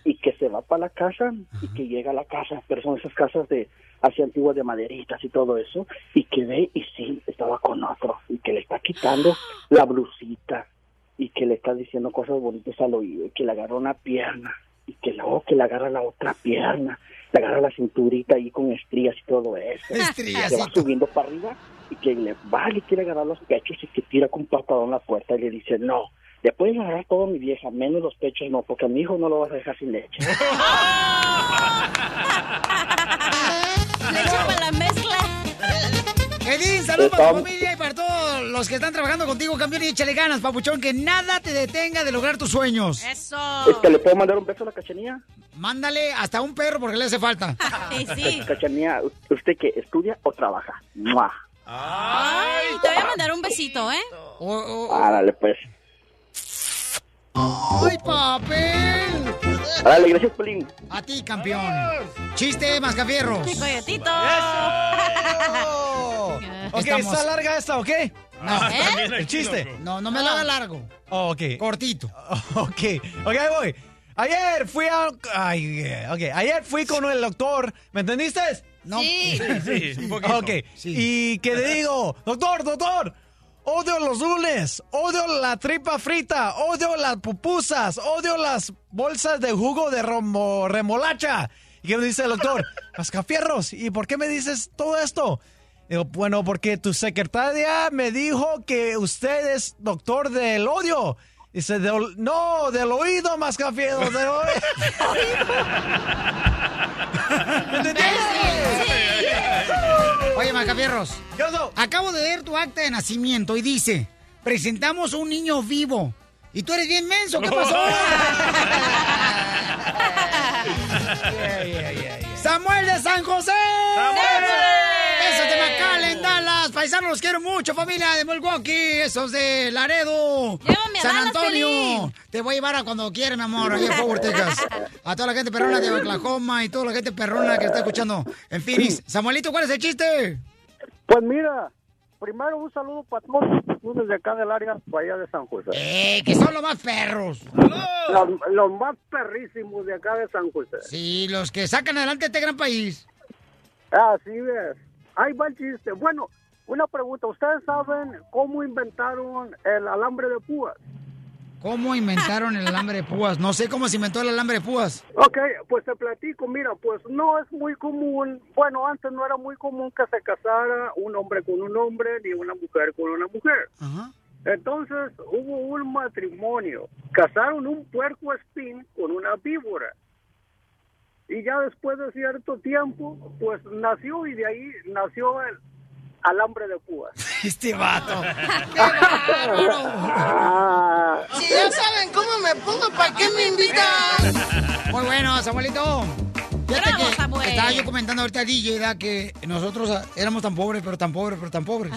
Speaker 18: Y que se va para la casa y que llega a la casa. Pero son esas casas de así antiguas de maderitas y todo eso. Y que ve y sí, estaba con otro. Y que le está quitando la blusita. Y que le está diciendo cosas bonitas al oído. Y que le agarra una pierna. Y que luego que le agarra la otra pierna. Le agarra la cinturita ahí con estrías y todo eso.
Speaker 3: Estrías,
Speaker 18: Se va subiendo para arriba y que le va, le quiere agarrar los pechos y que tira con un patadón la puerta y le dice, no, le pueden agarrar todo mi vieja, menos los pechos no, porque a mi hijo no lo vas a dejar sin leche.
Speaker 4: Le echo para la mezcla.
Speaker 3: Edín, saludos para tu
Speaker 18: Estamos-
Speaker 3: familia y para todos los que están trabajando contigo, campeón. Y échale ganas, papuchón, que nada te detenga de lograr tus sueños.
Speaker 4: Eso.
Speaker 18: ¿Es que le puedo mandar un beso a la cachanía?
Speaker 3: Mándale hasta un perro porque le hace falta.
Speaker 18: Cachanía, ¿usted que estudia o trabaja? ¡Mua!
Speaker 4: Ay, te voy a mandar un besito, ¿eh?
Speaker 18: Árale, pues.
Speaker 3: ¡Ay, papel!
Speaker 18: Árale, gracias, Pelín.
Speaker 3: A ti, campeón. Chiste, mascafierros.
Speaker 4: Coyotito.
Speaker 14: Ok, está larga esta, Ah, ¿ok?
Speaker 6: Ah,
Speaker 3: No. ¿Eh?
Speaker 14: El chiste.
Speaker 3: No, no me lo haga largo.
Speaker 14: Oh, ok.
Speaker 3: Cortito.
Speaker 14: Ok, ok, ahí voy. Ayer fui a... Ay, yeah, ok, ayer fui con el doctor, ¿me entendiste?
Speaker 3: No. Sí.
Speaker 6: Sí, sí, un poquito.
Speaker 14: Ok, y que le digo, doctor, doctor, odio los lunes, odio la tripa frita, odio las pupusas, odio las bolsas de jugo de romo- remolacha. Y que me dice el doctor, Mascafierros, ¿y por qué me dices todo esto? Digo, bueno, porque tu secretaria me dijo que usted es doctor del odio. Dice, "Del ol- no, del oído, Mascafierros, del
Speaker 3: Oye, Macafierros. Acabo de ver tu acta de nacimiento y dice: presentamos un niño vivo. Y tú eres bien menso, ¿qué pasó? ¡Samuel de San José! ¡Esos de McAllen, Dallas! Paisanos, los quiero mucho, familia de Milwaukee. Esos de Laredo.
Speaker 4: a
Speaker 3: San
Speaker 4: Dallas,
Speaker 3: Antonio.
Speaker 4: Piolín.
Speaker 3: Te voy a llevar a cuando quieras, mi amor, aquí a Fort Worth, Texas. A toda la gente perrona de Oklahoma y toda la gente perrona que está escuchando en Phoenix. Samuelito, ¿cuál es el chiste?
Speaker 20: Pues mira, primero un saludo para todos los desde acá del área Bahía de San José.
Speaker 3: ¡Eh, que son los más perros!
Speaker 20: Los, los más perrísimos de acá de San José.
Speaker 3: Sí, los que sacan adelante este gran país.
Speaker 20: Así es. Ahí va el chiste. Bueno, una pregunta. ¿Ustedes saben cómo inventaron el alambre de púas?
Speaker 3: ¿Cómo inventaron el alambre de púas? No sé cómo se inventó el alambre de púas.
Speaker 20: Ok, pues te platico. Mira, pues no es muy común. Bueno, antes no era muy común que se casara un hombre con un hombre ni una mujer con una mujer. Entonces hubo un matrimonio. Casaron un puerco espín con una víbora. Y ya después de cierto tiempo, pues nació y de ahí nació el
Speaker 8: alambre de púas.
Speaker 3: Este vato.
Speaker 2: Ah.
Speaker 20: Si ya saben cómo me pongo, ¿para qué me invitan?
Speaker 3: Muy bueno, Samuelito. Fíjate
Speaker 20: Bravo,
Speaker 3: que
Speaker 20: Samuel.
Speaker 3: Estaba yo comentando ahorita a DJ ¿verdad? que nosotros ah, éramos tan pobres, pero tan pobres, pero tan pobres.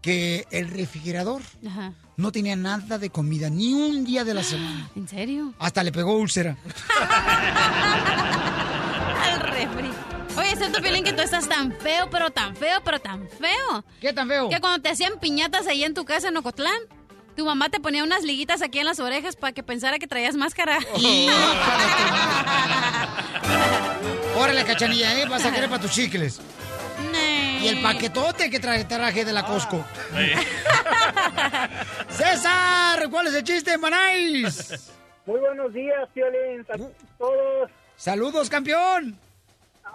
Speaker 3: Que el refrigerador
Speaker 4: Ajá.
Speaker 3: no tenía nada de comida, ni un día
Speaker 20: Ah.
Speaker 3: de la semana.
Speaker 4: ¿En serio?
Speaker 3: Hasta le pegó úlcera.
Speaker 4: Al refri. Oye, siento, Piolín, que tú estás tan feo, pero tan feo, pero tan feo.
Speaker 3: ¿Qué tan feo?
Speaker 4: Que cuando te hacían piñatas ahí en tu casa en Ocotlán, tu mamá te ponía unas liguitas aquí en las orejas para que pensara que traías máscara.
Speaker 3: Oh. Órale, cachanilla, ¿eh? Vas a querer para tus chicles. Y el paquetote que traje, traje de la Costco. César, ¿cuál es el chiste, Manais?
Speaker 8: Muy buenos días, Piolín. Saludos a todos. Ah,
Speaker 3: Saludos, campeón.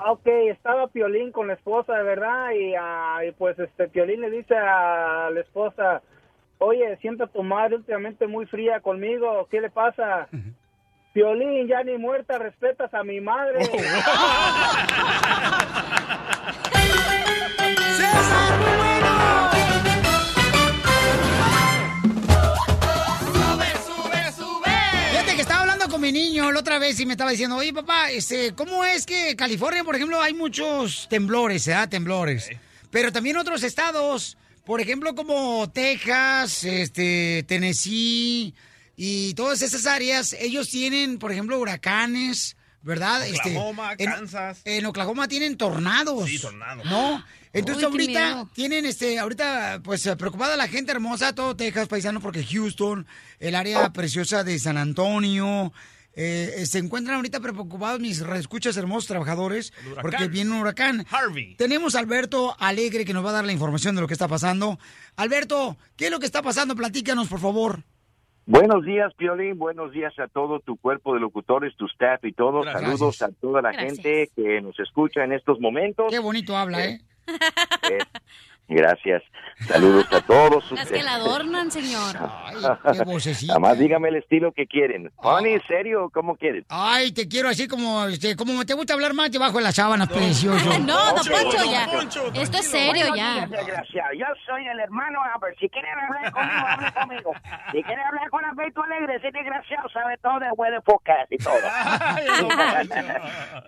Speaker 8: Ok, estaba Piolín con la esposa, ¿verdad? Y, ah, y pues este Piolín le dice a la esposa, oye, siento tu madre últimamente muy fría conmigo, ¿qué le pasa? Piolín, ya ni muerta, respetas a mi madre.
Speaker 3: Oh,
Speaker 20: sube,
Speaker 3: Fíjate que estaba hablando con mi niño la otra vez y me estaba diciendo, oye, papá, este, ¿cómo es que California, por ejemplo, hay muchos temblores, se da temblores? Pero también otros estados, por ejemplo, como Texas, este, Tennessee y todas esas áreas, ellos tienen, por ejemplo, huracanes, ¿verdad? Este,
Speaker 26: Oklahoma,
Speaker 3: en-
Speaker 26: Kansas.
Speaker 3: En, Oklahoma tienen tornados.
Speaker 26: Sí, tornados.
Speaker 3: ¿No? Entonces
Speaker 26: Uy, qué
Speaker 3: ahorita
Speaker 26: miedo.
Speaker 3: tienen este ahorita pues eh, preocupada la gente hermosa todo Texas paisano porque Houston el área preciosa de San Antonio eh, eh, se encuentran ahorita preocupados mis escuchas hermosos trabajadores
Speaker 26: El huracán.
Speaker 3: porque viene un huracán
Speaker 26: Harvey.
Speaker 3: tenemos a Alberto Alegre que nos va a dar la información de lo que está pasando Alberto qué es lo que está pasando platícanos por favor
Speaker 27: Buenos días, Piolín. Buenos días a todo tu cuerpo de locutores, tu staff y todo.
Speaker 3: Gracias.
Speaker 27: Saludos a toda la
Speaker 3: Gracias.
Speaker 27: gente que nos escucha en estos momentos.
Speaker 3: qué bonito habla eh
Speaker 27: Eh, gracias. Saludos a todos.
Speaker 4: Las que la adornan, señor.
Speaker 3: qué vocecita. Ah.
Speaker 27: Además, dígame el estilo que quieren. Funny, serio, ¿cómo quieren?
Speaker 3: ay te quiero así como este, como te gusta hablar más debajo de las sábanas precioso
Speaker 4: No, don Poncho, ya. Esto es serio, ya.
Speaker 2: desgraciado. Yo soy el hermano Albert. Si quieren hablar conmigo, hablen conmigo. Si quieren hablar con Alberto Alegre, ese desgraciado sabe todo de web de podcast y todo.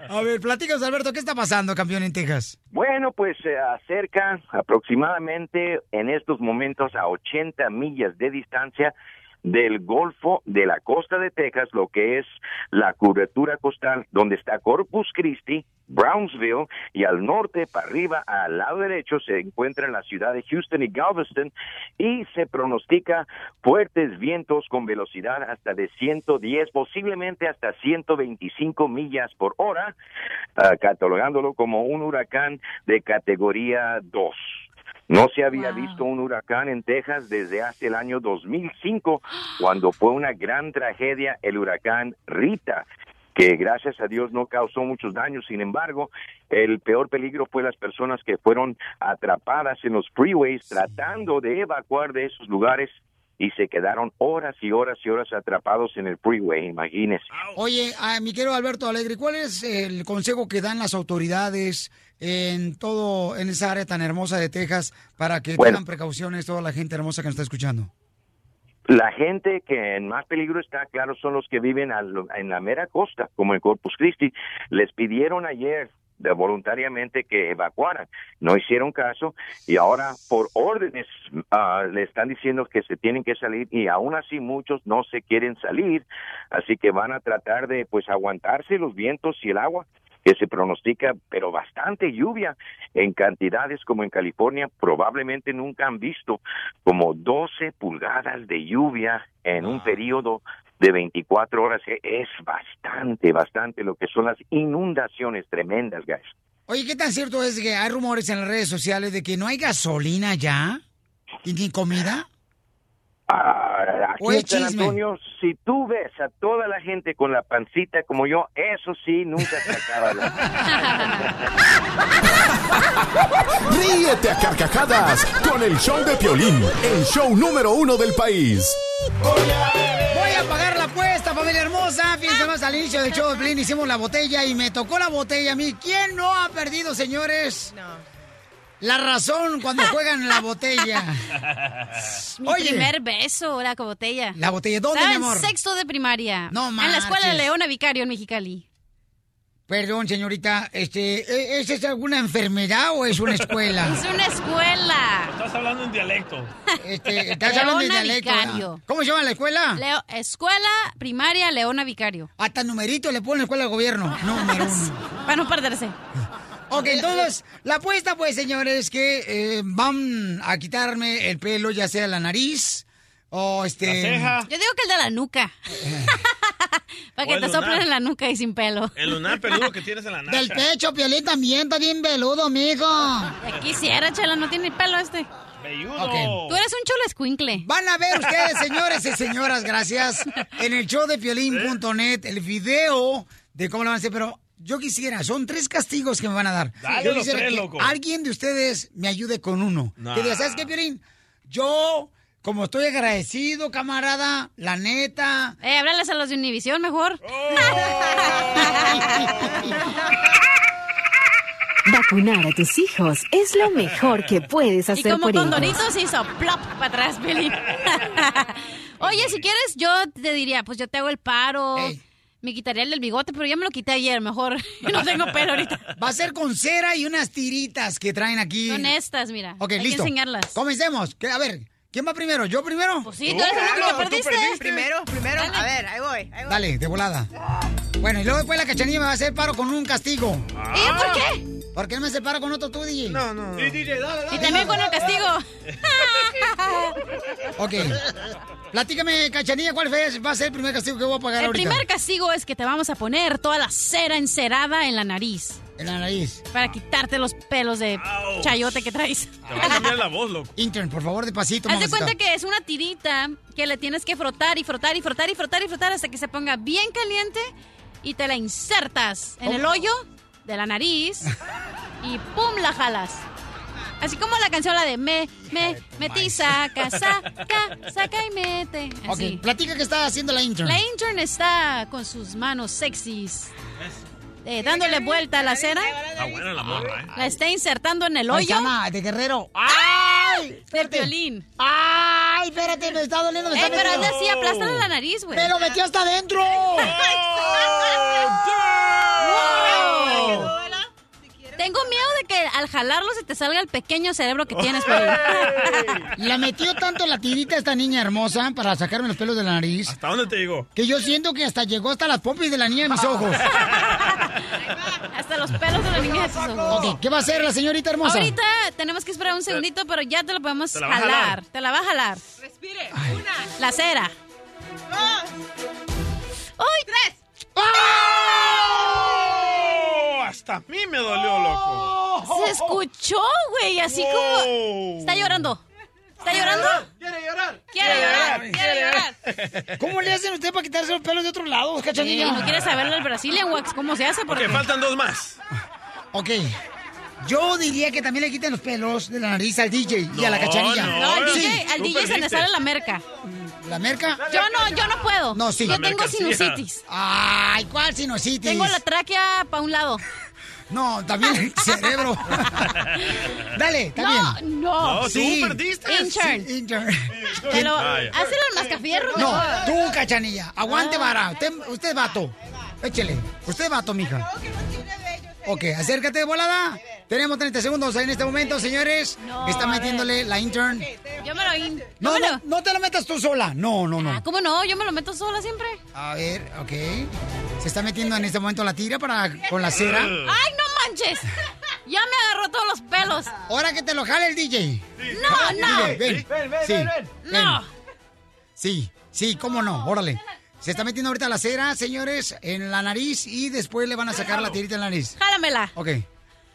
Speaker 3: a ver platícanos Alberto qué está pasando campeón en Texas
Speaker 27: Bueno, pues se acerca aproximadamente en estos momentos a 80 millas de distancia del Golfo de la costa de Texas, lo que es la curvatura costal, donde está Corpus Christi, Brownsville, y al norte, para arriba, al lado derecho, se encuentran la ciudad de Houston y Galveston, y se pronostica fuertes vientos con velocidad hasta de 110, posiblemente hasta 125 millas por hora, ah, catalogándolo como un huracán de categoría 2. No se había visto un huracán en Texas desde hace el año 2005, cuando fue una gran tragedia el huracán Rita, que gracias a Dios no causó muchos daños. Sin embargo, el peor peligro fue las personas que fueron atrapadas en los freeways tratando de evacuar de esos lugares y se quedaron horas y horas y horas atrapados en el freeway, imagínense.
Speaker 3: Oye, a mi querido Alberto Alegre, ¿cuál es el consejo que dan las autoridades en todo, en esa área tan hermosa de Texas para que
Speaker 27: Bueno.
Speaker 3: tengan precauciones toda la gente hermosa que nos está escuchando?
Speaker 27: La gente que en más peligro está, claro, son los que viven al- en la mera costa, como en Corpus Christi. Les pidieron ayer de- voluntariamente que evacuaran, no hicieron caso y ahora por órdenes ah, le están diciendo que se tienen que salir y aún así muchos no se quieren salir, así que van a tratar de pues aguantarse los vientos y el agua que se pronostica, pero bastante lluvia en cantidades como en California, probablemente nunca han visto como 12 pulgadas de lluvia en un periodo de 24 horas. E- Es bastante, bastante lo que son las inundaciones tremendas, guys.
Speaker 3: Oye, ¿qué tan cierto es que hay rumores en las redes sociales de que no hay gasolina ya y ni comida?
Speaker 27: Ah, aquí
Speaker 3: Oye,
Speaker 27: en San
Speaker 3: chisme.
Speaker 27: Antonio, si tú ves a toda la gente con la pancita como yo, eso sí, nunca se acaba. la-
Speaker 10: Ríete a carcajadas con el show de Piolín, el show número uno del país.
Speaker 3: Voy a pagar la apuesta, familia hermosa. Fíjense más al inicio del show de Plin hicimos la botella y me tocó la botella a mí. ¿Quién no ha perdido, señores? No. La razón cuando juegan la botella.
Speaker 4: pues, Mi
Speaker 3: Oye.
Speaker 4: primer beso era con botella.
Speaker 3: La botella, ¿dónde,
Speaker 4: Estaba
Speaker 3: mi amor?
Speaker 4: en sexto de primaria.
Speaker 3: No
Speaker 4: En la escuela
Speaker 3: marches.
Speaker 4: de Leona Vicario en Mexicali.
Speaker 3: Perdón, señorita, este, ¿e- ¿es, es alguna enfermedad o es una escuela?
Speaker 4: Es una escuela.
Speaker 6: Estás hablando en dialecto.
Speaker 3: Este, estás hablando en
Speaker 4: Leona
Speaker 3: dialecto, ¿verdad?
Speaker 4: Vicario.
Speaker 3: ¿Cómo se llama la escuela?
Speaker 4: Leo- escuela primaria Leona Vicario.
Speaker 3: Hasta numerito le ponen la escuela de gobierno. Número uno.
Speaker 4: Para no perderse.
Speaker 3: Ok, entonces, la apuesta, pues, señores, que eh, van a quitarme el pelo, ya sea la nariz o este...
Speaker 4: Yo digo que el de la nuca. Para
Speaker 6: O
Speaker 4: que
Speaker 6: el
Speaker 4: te
Speaker 6: lunar.
Speaker 4: soplen en la nuca y sin pelo.
Speaker 6: El lunar peludo que tienes en la
Speaker 3: Del
Speaker 6: nacha.
Speaker 3: pecho, Piolín, también está bien veludo, amigo.
Speaker 4: Ya quisiera, chela, no tiene pelo este.
Speaker 6: Velludo.
Speaker 4: Tú eres un chulo escuincle.
Speaker 3: Van a ver ustedes, señores y señoras, gracias, en el show de piolín.net, el video de cómo lo van a hacer, pero yo quisiera, son tres castigos que me van a dar.
Speaker 6: Dale
Speaker 3: yo
Speaker 6: los
Speaker 3: quisiera
Speaker 6: tres,
Speaker 3: que
Speaker 6: loco.
Speaker 3: alguien de ustedes me ayude con uno.
Speaker 6: Nah.
Speaker 3: Que diga, ¿sabes qué, Piolín? Yo, como estoy agradecido, camarada, la neta...
Speaker 4: Eh, háblales a los de Univisión mejor.
Speaker 6: Oh.
Speaker 17: Vacunar a tus hijos es lo mejor que puedes
Speaker 4: y
Speaker 17: hacer
Speaker 4: como
Speaker 17: por
Speaker 4: con
Speaker 17: ellos.
Speaker 4: Doritos hizo plop para atrás, Pelín. Oye, si quieres, yo te diría, pues yo te hago el paro. Me quitaría el del bigote, pero ya me lo quité ayer, mejor. No tengo pelo ahorita.
Speaker 3: Va a ser con cera y unas tiritas que traen aquí.
Speaker 4: Son estas, mira.
Speaker 3: Ok,
Speaker 4: Hay
Speaker 3: listo.
Speaker 4: que enseñarlas.
Speaker 3: Comencemos. Que, A ver, ¿quién va primero? ¿Yo primero? Pues
Speaker 4: sí, tú eres el único que perdiste.
Speaker 1: Primero, primero. A ver, ahí voy. Ahí voy.
Speaker 3: Dale, de volada. Bueno, y luego después la cachanilla me va a hacer paro con un castigo.
Speaker 4: por qué?
Speaker 3: ¿Por qué no me separo con otro tú, DJ? No, no.
Speaker 6: Sí, DJ, dale,
Speaker 4: Y también con el castigo.
Speaker 3: Ok. Platícame, cachanilla, ¿cuál fue- va a ser el primer castigo que voy a pagar
Speaker 4: El
Speaker 3: ahorita?
Speaker 4: primer castigo es que te vamos a poner toda la cera encerada en la nariz.
Speaker 3: En la nariz.
Speaker 4: Para quitarte los pelos de chayote que traes.
Speaker 6: Te va a cambiar la voz, loco.
Speaker 3: Intern, por favor, despacito.
Speaker 4: Haz de
Speaker 3: mamacita.
Speaker 4: cuenta que es una tirita que le tienes que frotar y frotar y frotar y frotar y frotar hasta que se ponga bien caliente y te la insertas en
Speaker 3: Oh.
Speaker 4: el hoyo de la nariz y ¡pum! la jalas. Así como la canción la de me, me, metí, saca, saca, saca y mete.
Speaker 3: Ok,
Speaker 4: Así.
Speaker 3: platica que está haciendo la intern.
Speaker 4: La intern está con sus manos sexys, eh, dándole vuelta a la cera.
Speaker 6: Está buena la morra, ¿eh?
Speaker 4: La está insertando en el hoyo.
Speaker 3: Paisana de Guerrero. ¡Ay!
Speaker 4: Del violín.
Speaker 3: ¡Ay! Espérate, me está doliendo. Me
Speaker 4: Eh,
Speaker 3: está
Speaker 4: pero es
Speaker 3: metiendo.
Speaker 4: así, aplástale la nariz, güey.
Speaker 3: ¡Me lo metió hasta adentro!
Speaker 4: Ah. Wow. Tengo miedo de que al jalarlo se te salga el pequeño cerebro que tienes, Pelín.
Speaker 3: La metió tanto la tirita esta niña hermosa para sacarme los pelos de la nariz
Speaker 6: ¿Hasta dónde te digo?
Speaker 3: que yo siento que hasta llegó hasta las pompis de la niña de mis ojos.
Speaker 4: Hasta los pelos de la niña de tus ojos.
Speaker 3: Ok, ¿qué va a hacer la señorita hermosa?
Speaker 4: Ahorita tenemos que esperar un segundito, pero ya te lo podemos
Speaker 3: Te la va a
Speaker 4: jalar.
Speaker 3: jalar.
Speaker 4: Te la va a jalar.
Speaker 1: Respire.
Speaker 4: La cera.
Speaker 1: Una, dos,
Speaker 4: ¡Ay!
Speaker 1: tres.
Speaker 6: Oh, hasta a mí me dolió, loco.
Speaker 4: Se escuchó, güey, así como... Está llorando. ¿Está llorando?
Speaker 6: ¿Quiere llorar?
Speaker 4: Quiere llorar, quiere llorar.
Speaker 3: ¿Cómo le hacen usted para quitarse los pelos de otro lado, cachanilla?
Speaker 4: Eh, ¿No quieres saberlo el Brazilian Wax? ¿Cómo se hace?
Speaker 6: Porque
Speaker 4: Porque...
Speaker 6: faltan dos más.
Speaker 3: Ok. Yo diría que también le quiten los pelos de la nariz al DJ y a la
Speaker 6: No,
Speaker 3: cachanilla.
Speaker 4: No, al
Speaker 3: Sí.
Speaker 4: DJ, al DJ se le sale la merca.
Speaker 3: ¿La merca?
Speaker 4: Yo no, yo no puedo.
Speaker 3: No, sí.
Speaker 4: Yo tengo sinusitis.
Speaker 3: Ay, ¿cuál sinusitis?
Speaker 4: Tengo la tráquea para un lado.
Speaker 3: No, también el cerebro. Dale, también.
Speaker 4: No, no.
Speaker 3: No, Sí. tú perdiste.
Speaker 4: Intern.
Speaker 3: Sí, intern.
Speaker 4: Te lo-
Speaker 3: Vaya.
Speaker 4: Hazlo al mascafierro.
Speaker 3: No,
Speaker 4: mejor.
Speaker 3: tú, cachanilla. Aguante,
Speaker 4: Ah.
Speaker 3: vara. Usted, usted es vato. Échele. Usted es vato, mija. Ok, acércate de volada. Tenemos 30 segundos en este momento, señores.
Speaker 4: No,
Speaker 3: Está
Speaker 4: a ver.
Speaker 3: metiéndole la intern.
Speaker 4: Yo me lo... in-
Speaker 3: No, no, no te lo metas tú sola. No, no, no.
Speaker 4: ¿Cómo no? Yo me lo meto sola siempre.
Speaker 3: A ver, ok. Se está metiendo en este momento la tira para con la cera.
Speaker 4: ¡Ay, no manches! Ya me agarró todos los pelos.
Speaker 3: Ahora que te lo jale el DJ.
Speaker 4: No, no.
Speaker 3: DJ, ven, Sí,
Speaker 4: No.
Speaker 3: Sí, sí, cómo no, órale. Se está metiendo ahorita la cera, señores, en la nariz y después le van a sacar la tirita en la nariz.
Speaker 4: Jálamela.
Speaker 3: Ok,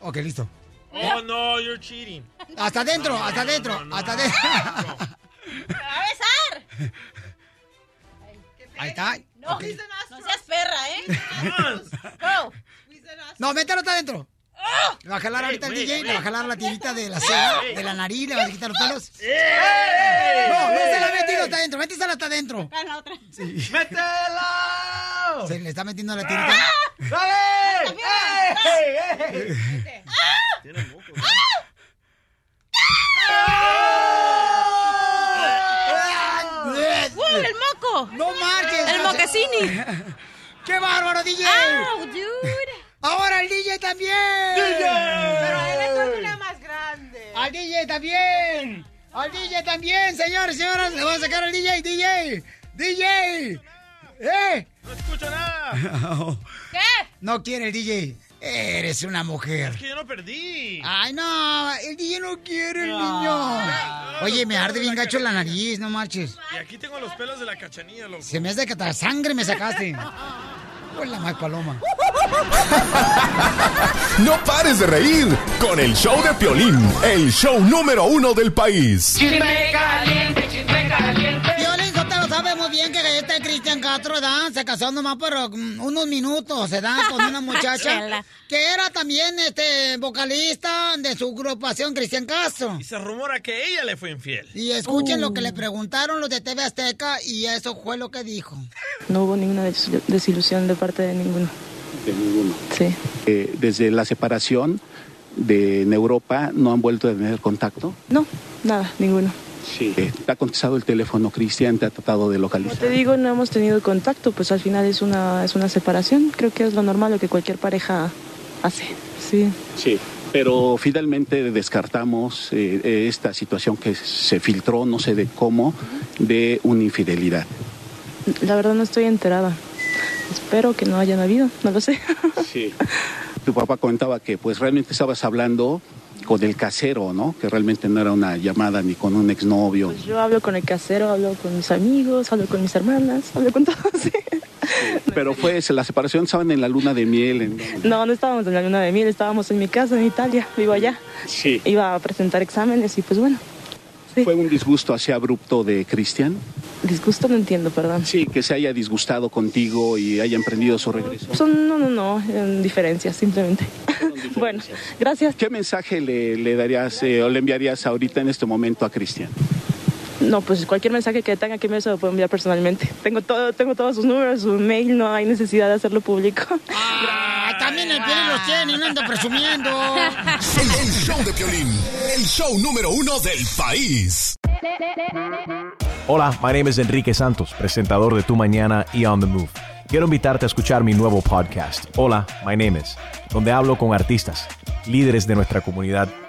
Speaker 3: ok, listo.
Speaker 6: Oh, no, you're cheating.
Speaker 3: Hasta adentro, hasta adentro, hasta adentro.
Speaker 4: ¡A besar!
Speaker 3: Ahí está.
Speaker 1: No,
Speaker 3: Ok.
Speaker 1: no
Speaker 4: seas perra,
Speaker 1: ¿eh?
Speaker 4: Go.
Speaker 3: No, mételo hasta adentro. Le va a jalar
Speaker 1: Ey,
Speaker 3: ahorita el
Speaker 1: ¡Ah! güey,
Speaker 3: DJ, le va a
Speaker 1: güey. ¡Eh!
Speaker 3: jalar la tirita de la cera,
Speaker 1: Ey.
Speaker 3: de la nariz, le va a quitar los pelos.
Speaker 4: ¡Eh!
Speaker 1: ey,
Speaker 3: No, no se la ha
Speaker 1: ey.
Speaker 3: metido hasta adentro, métesela hasta adentro.
Speaker 4: la otra.
Speaker 3: Sí.
Speaker 1: ¡Mételo!
Speaker 3: Se le está metiendo
Speaker 1: ¡Ah!
Speaker 3: la tirita.
Speaker 4: ¡Ah!
Speaker 1: ¡Dale! ¡Ey! ¡Ey!
Speaker 4: Moco.
Speaker 3: No marches.
Speaker 4: El Mocassini.
Speaker 3: ¡Qué bárbaro, DJ!
Speaker 4: Ow, dude.
Speaker 3: Ahora el DJ también.
Speaker 18: ¡DJ!
Speaker 3: Pero
Speaker 18: a él le toca una
Speaker 3: más grande. Al DJ también. Al DJ también, señores, señoras. Le vamos a sacar al DJ, DJ. DJ. ¿Eh?
Speaker 6: No escucho nada.
Speaker 4: ¿Qué?
Speaker 3: No quiere el DJ. Eres una
Speaker 6: Es
Speaker 3: mujer.
Speaker 6: que yo no perdí.
Speaker 3: Ay, no, el DJ no quiere el
Speaker 6: Ah.
Speaker 3: niño. Oye, me arde bien gacho la nariz, no marches.
Speaker 6: Y aquí tengo los pelos de la cachanilla, loco.
Speaker 3: Se me hace que hasta sangre me sacaste. Hola, más paloma.
Speaker 10: No pares de reír con el show de Piolín, el show número uno del país.
Speaker 18: caliente, chisme caliente.
Speaker 3: Violín Sotelo sabe muy bien que este Cristian Castro, ¿verdad? Se casó nomás por mm, unos minutos, ¿verdad? Con una muchacha
Speaker 18: Chela.
Speaker 3: que era también este vocalista de su agrupación Cristian Castro.
Speaker 6: Se rumora que ella le fue infiel.
Speaker 3: Y escuchen lo que le preguntaron los de TV Azteca y eso fue lo que dijo.
Speaker 19: No hubo ninguna des- desilusión de parte de ninguno.
Speaker 13: de ninguno.
Speaker 19: Sí.
Speaker 13: Eh, desde la separación de en Europa no han vuelto a tener contacto.
Speaker 19: No, nada, ninguno.
Speaker 13: Sí. te ha contestado el teléfono, Cristian, te ha tratado de
Speaker 19: Como
Speaker 13: localizar.
Speaker 19: te digo, no hemos tenido contacto, pues al final es una, es una separación. Creo que es lo normal, lo que cualquier pareja hace. Sí.
Speaker 13: Sí. Pero finalmente descartamos eh, eh, esta situación que se filtró, no sé de cómo, de una infidelidad.
Speaker 19: La verdad no estoy enterada. Espero que no hayan habido, no lo sé.
Speaker 13: Sí. Tu papá comentaba que pues realmente estabas hablando con el casero, ¿no? Que realmente no era una llamada ni con un exnovio.
Speaker 19: Yo hablo con el casero, hablo con mis amigos, hablo con mis hermanas, hablo con todos. sí.
Speaker 13: Pero fue esa, la separación, estaban en la luna de miel. en-
Speaker 19: No, no estábamos en la luna de miel, estábamos en mi casa en Italia, vivo allá.
Speaker 13: Sí.
Speaker 19: Iba a presentar exámenes y pues bueno,
Speaker 13: ¿Fue un disgusto así abrupto de Cristian?
Speaker 19: disgusto no entiendo, perdón.
Speaker 13: Sí, que se haya disgustado contigo y haya emprendido su regreso.
Speaker 19: Son, no, no, no, en diferencias, simplemente.
Speaker 13: Bueno,
Speaker 19: gracias.
Speaker 13: ¿Qué mensaje le, le darías eh, o le enviarías ahorita en este momento a Cristian?
Speaker 19: No, pues cualquier mensaje que tenga que me se lo puedo enviar personalmente. Tengo todo, tengo todos sus números, su mail, no hay necesidad de hacerlo público.
Speaker 3: Ah, también el Piolín los tiene, no anda presumiendo.
Speaker 10: El, el show de Piolín, el show número uno del país.
Speaker 23: Hola, my name is Enrique Santos, presentador de Tu Mañana y On the Move. Quiero invitarte a escuchar mi nuevo podcast, Hola, my name is, donde hablo con artistas, líderes de nuestra comunidad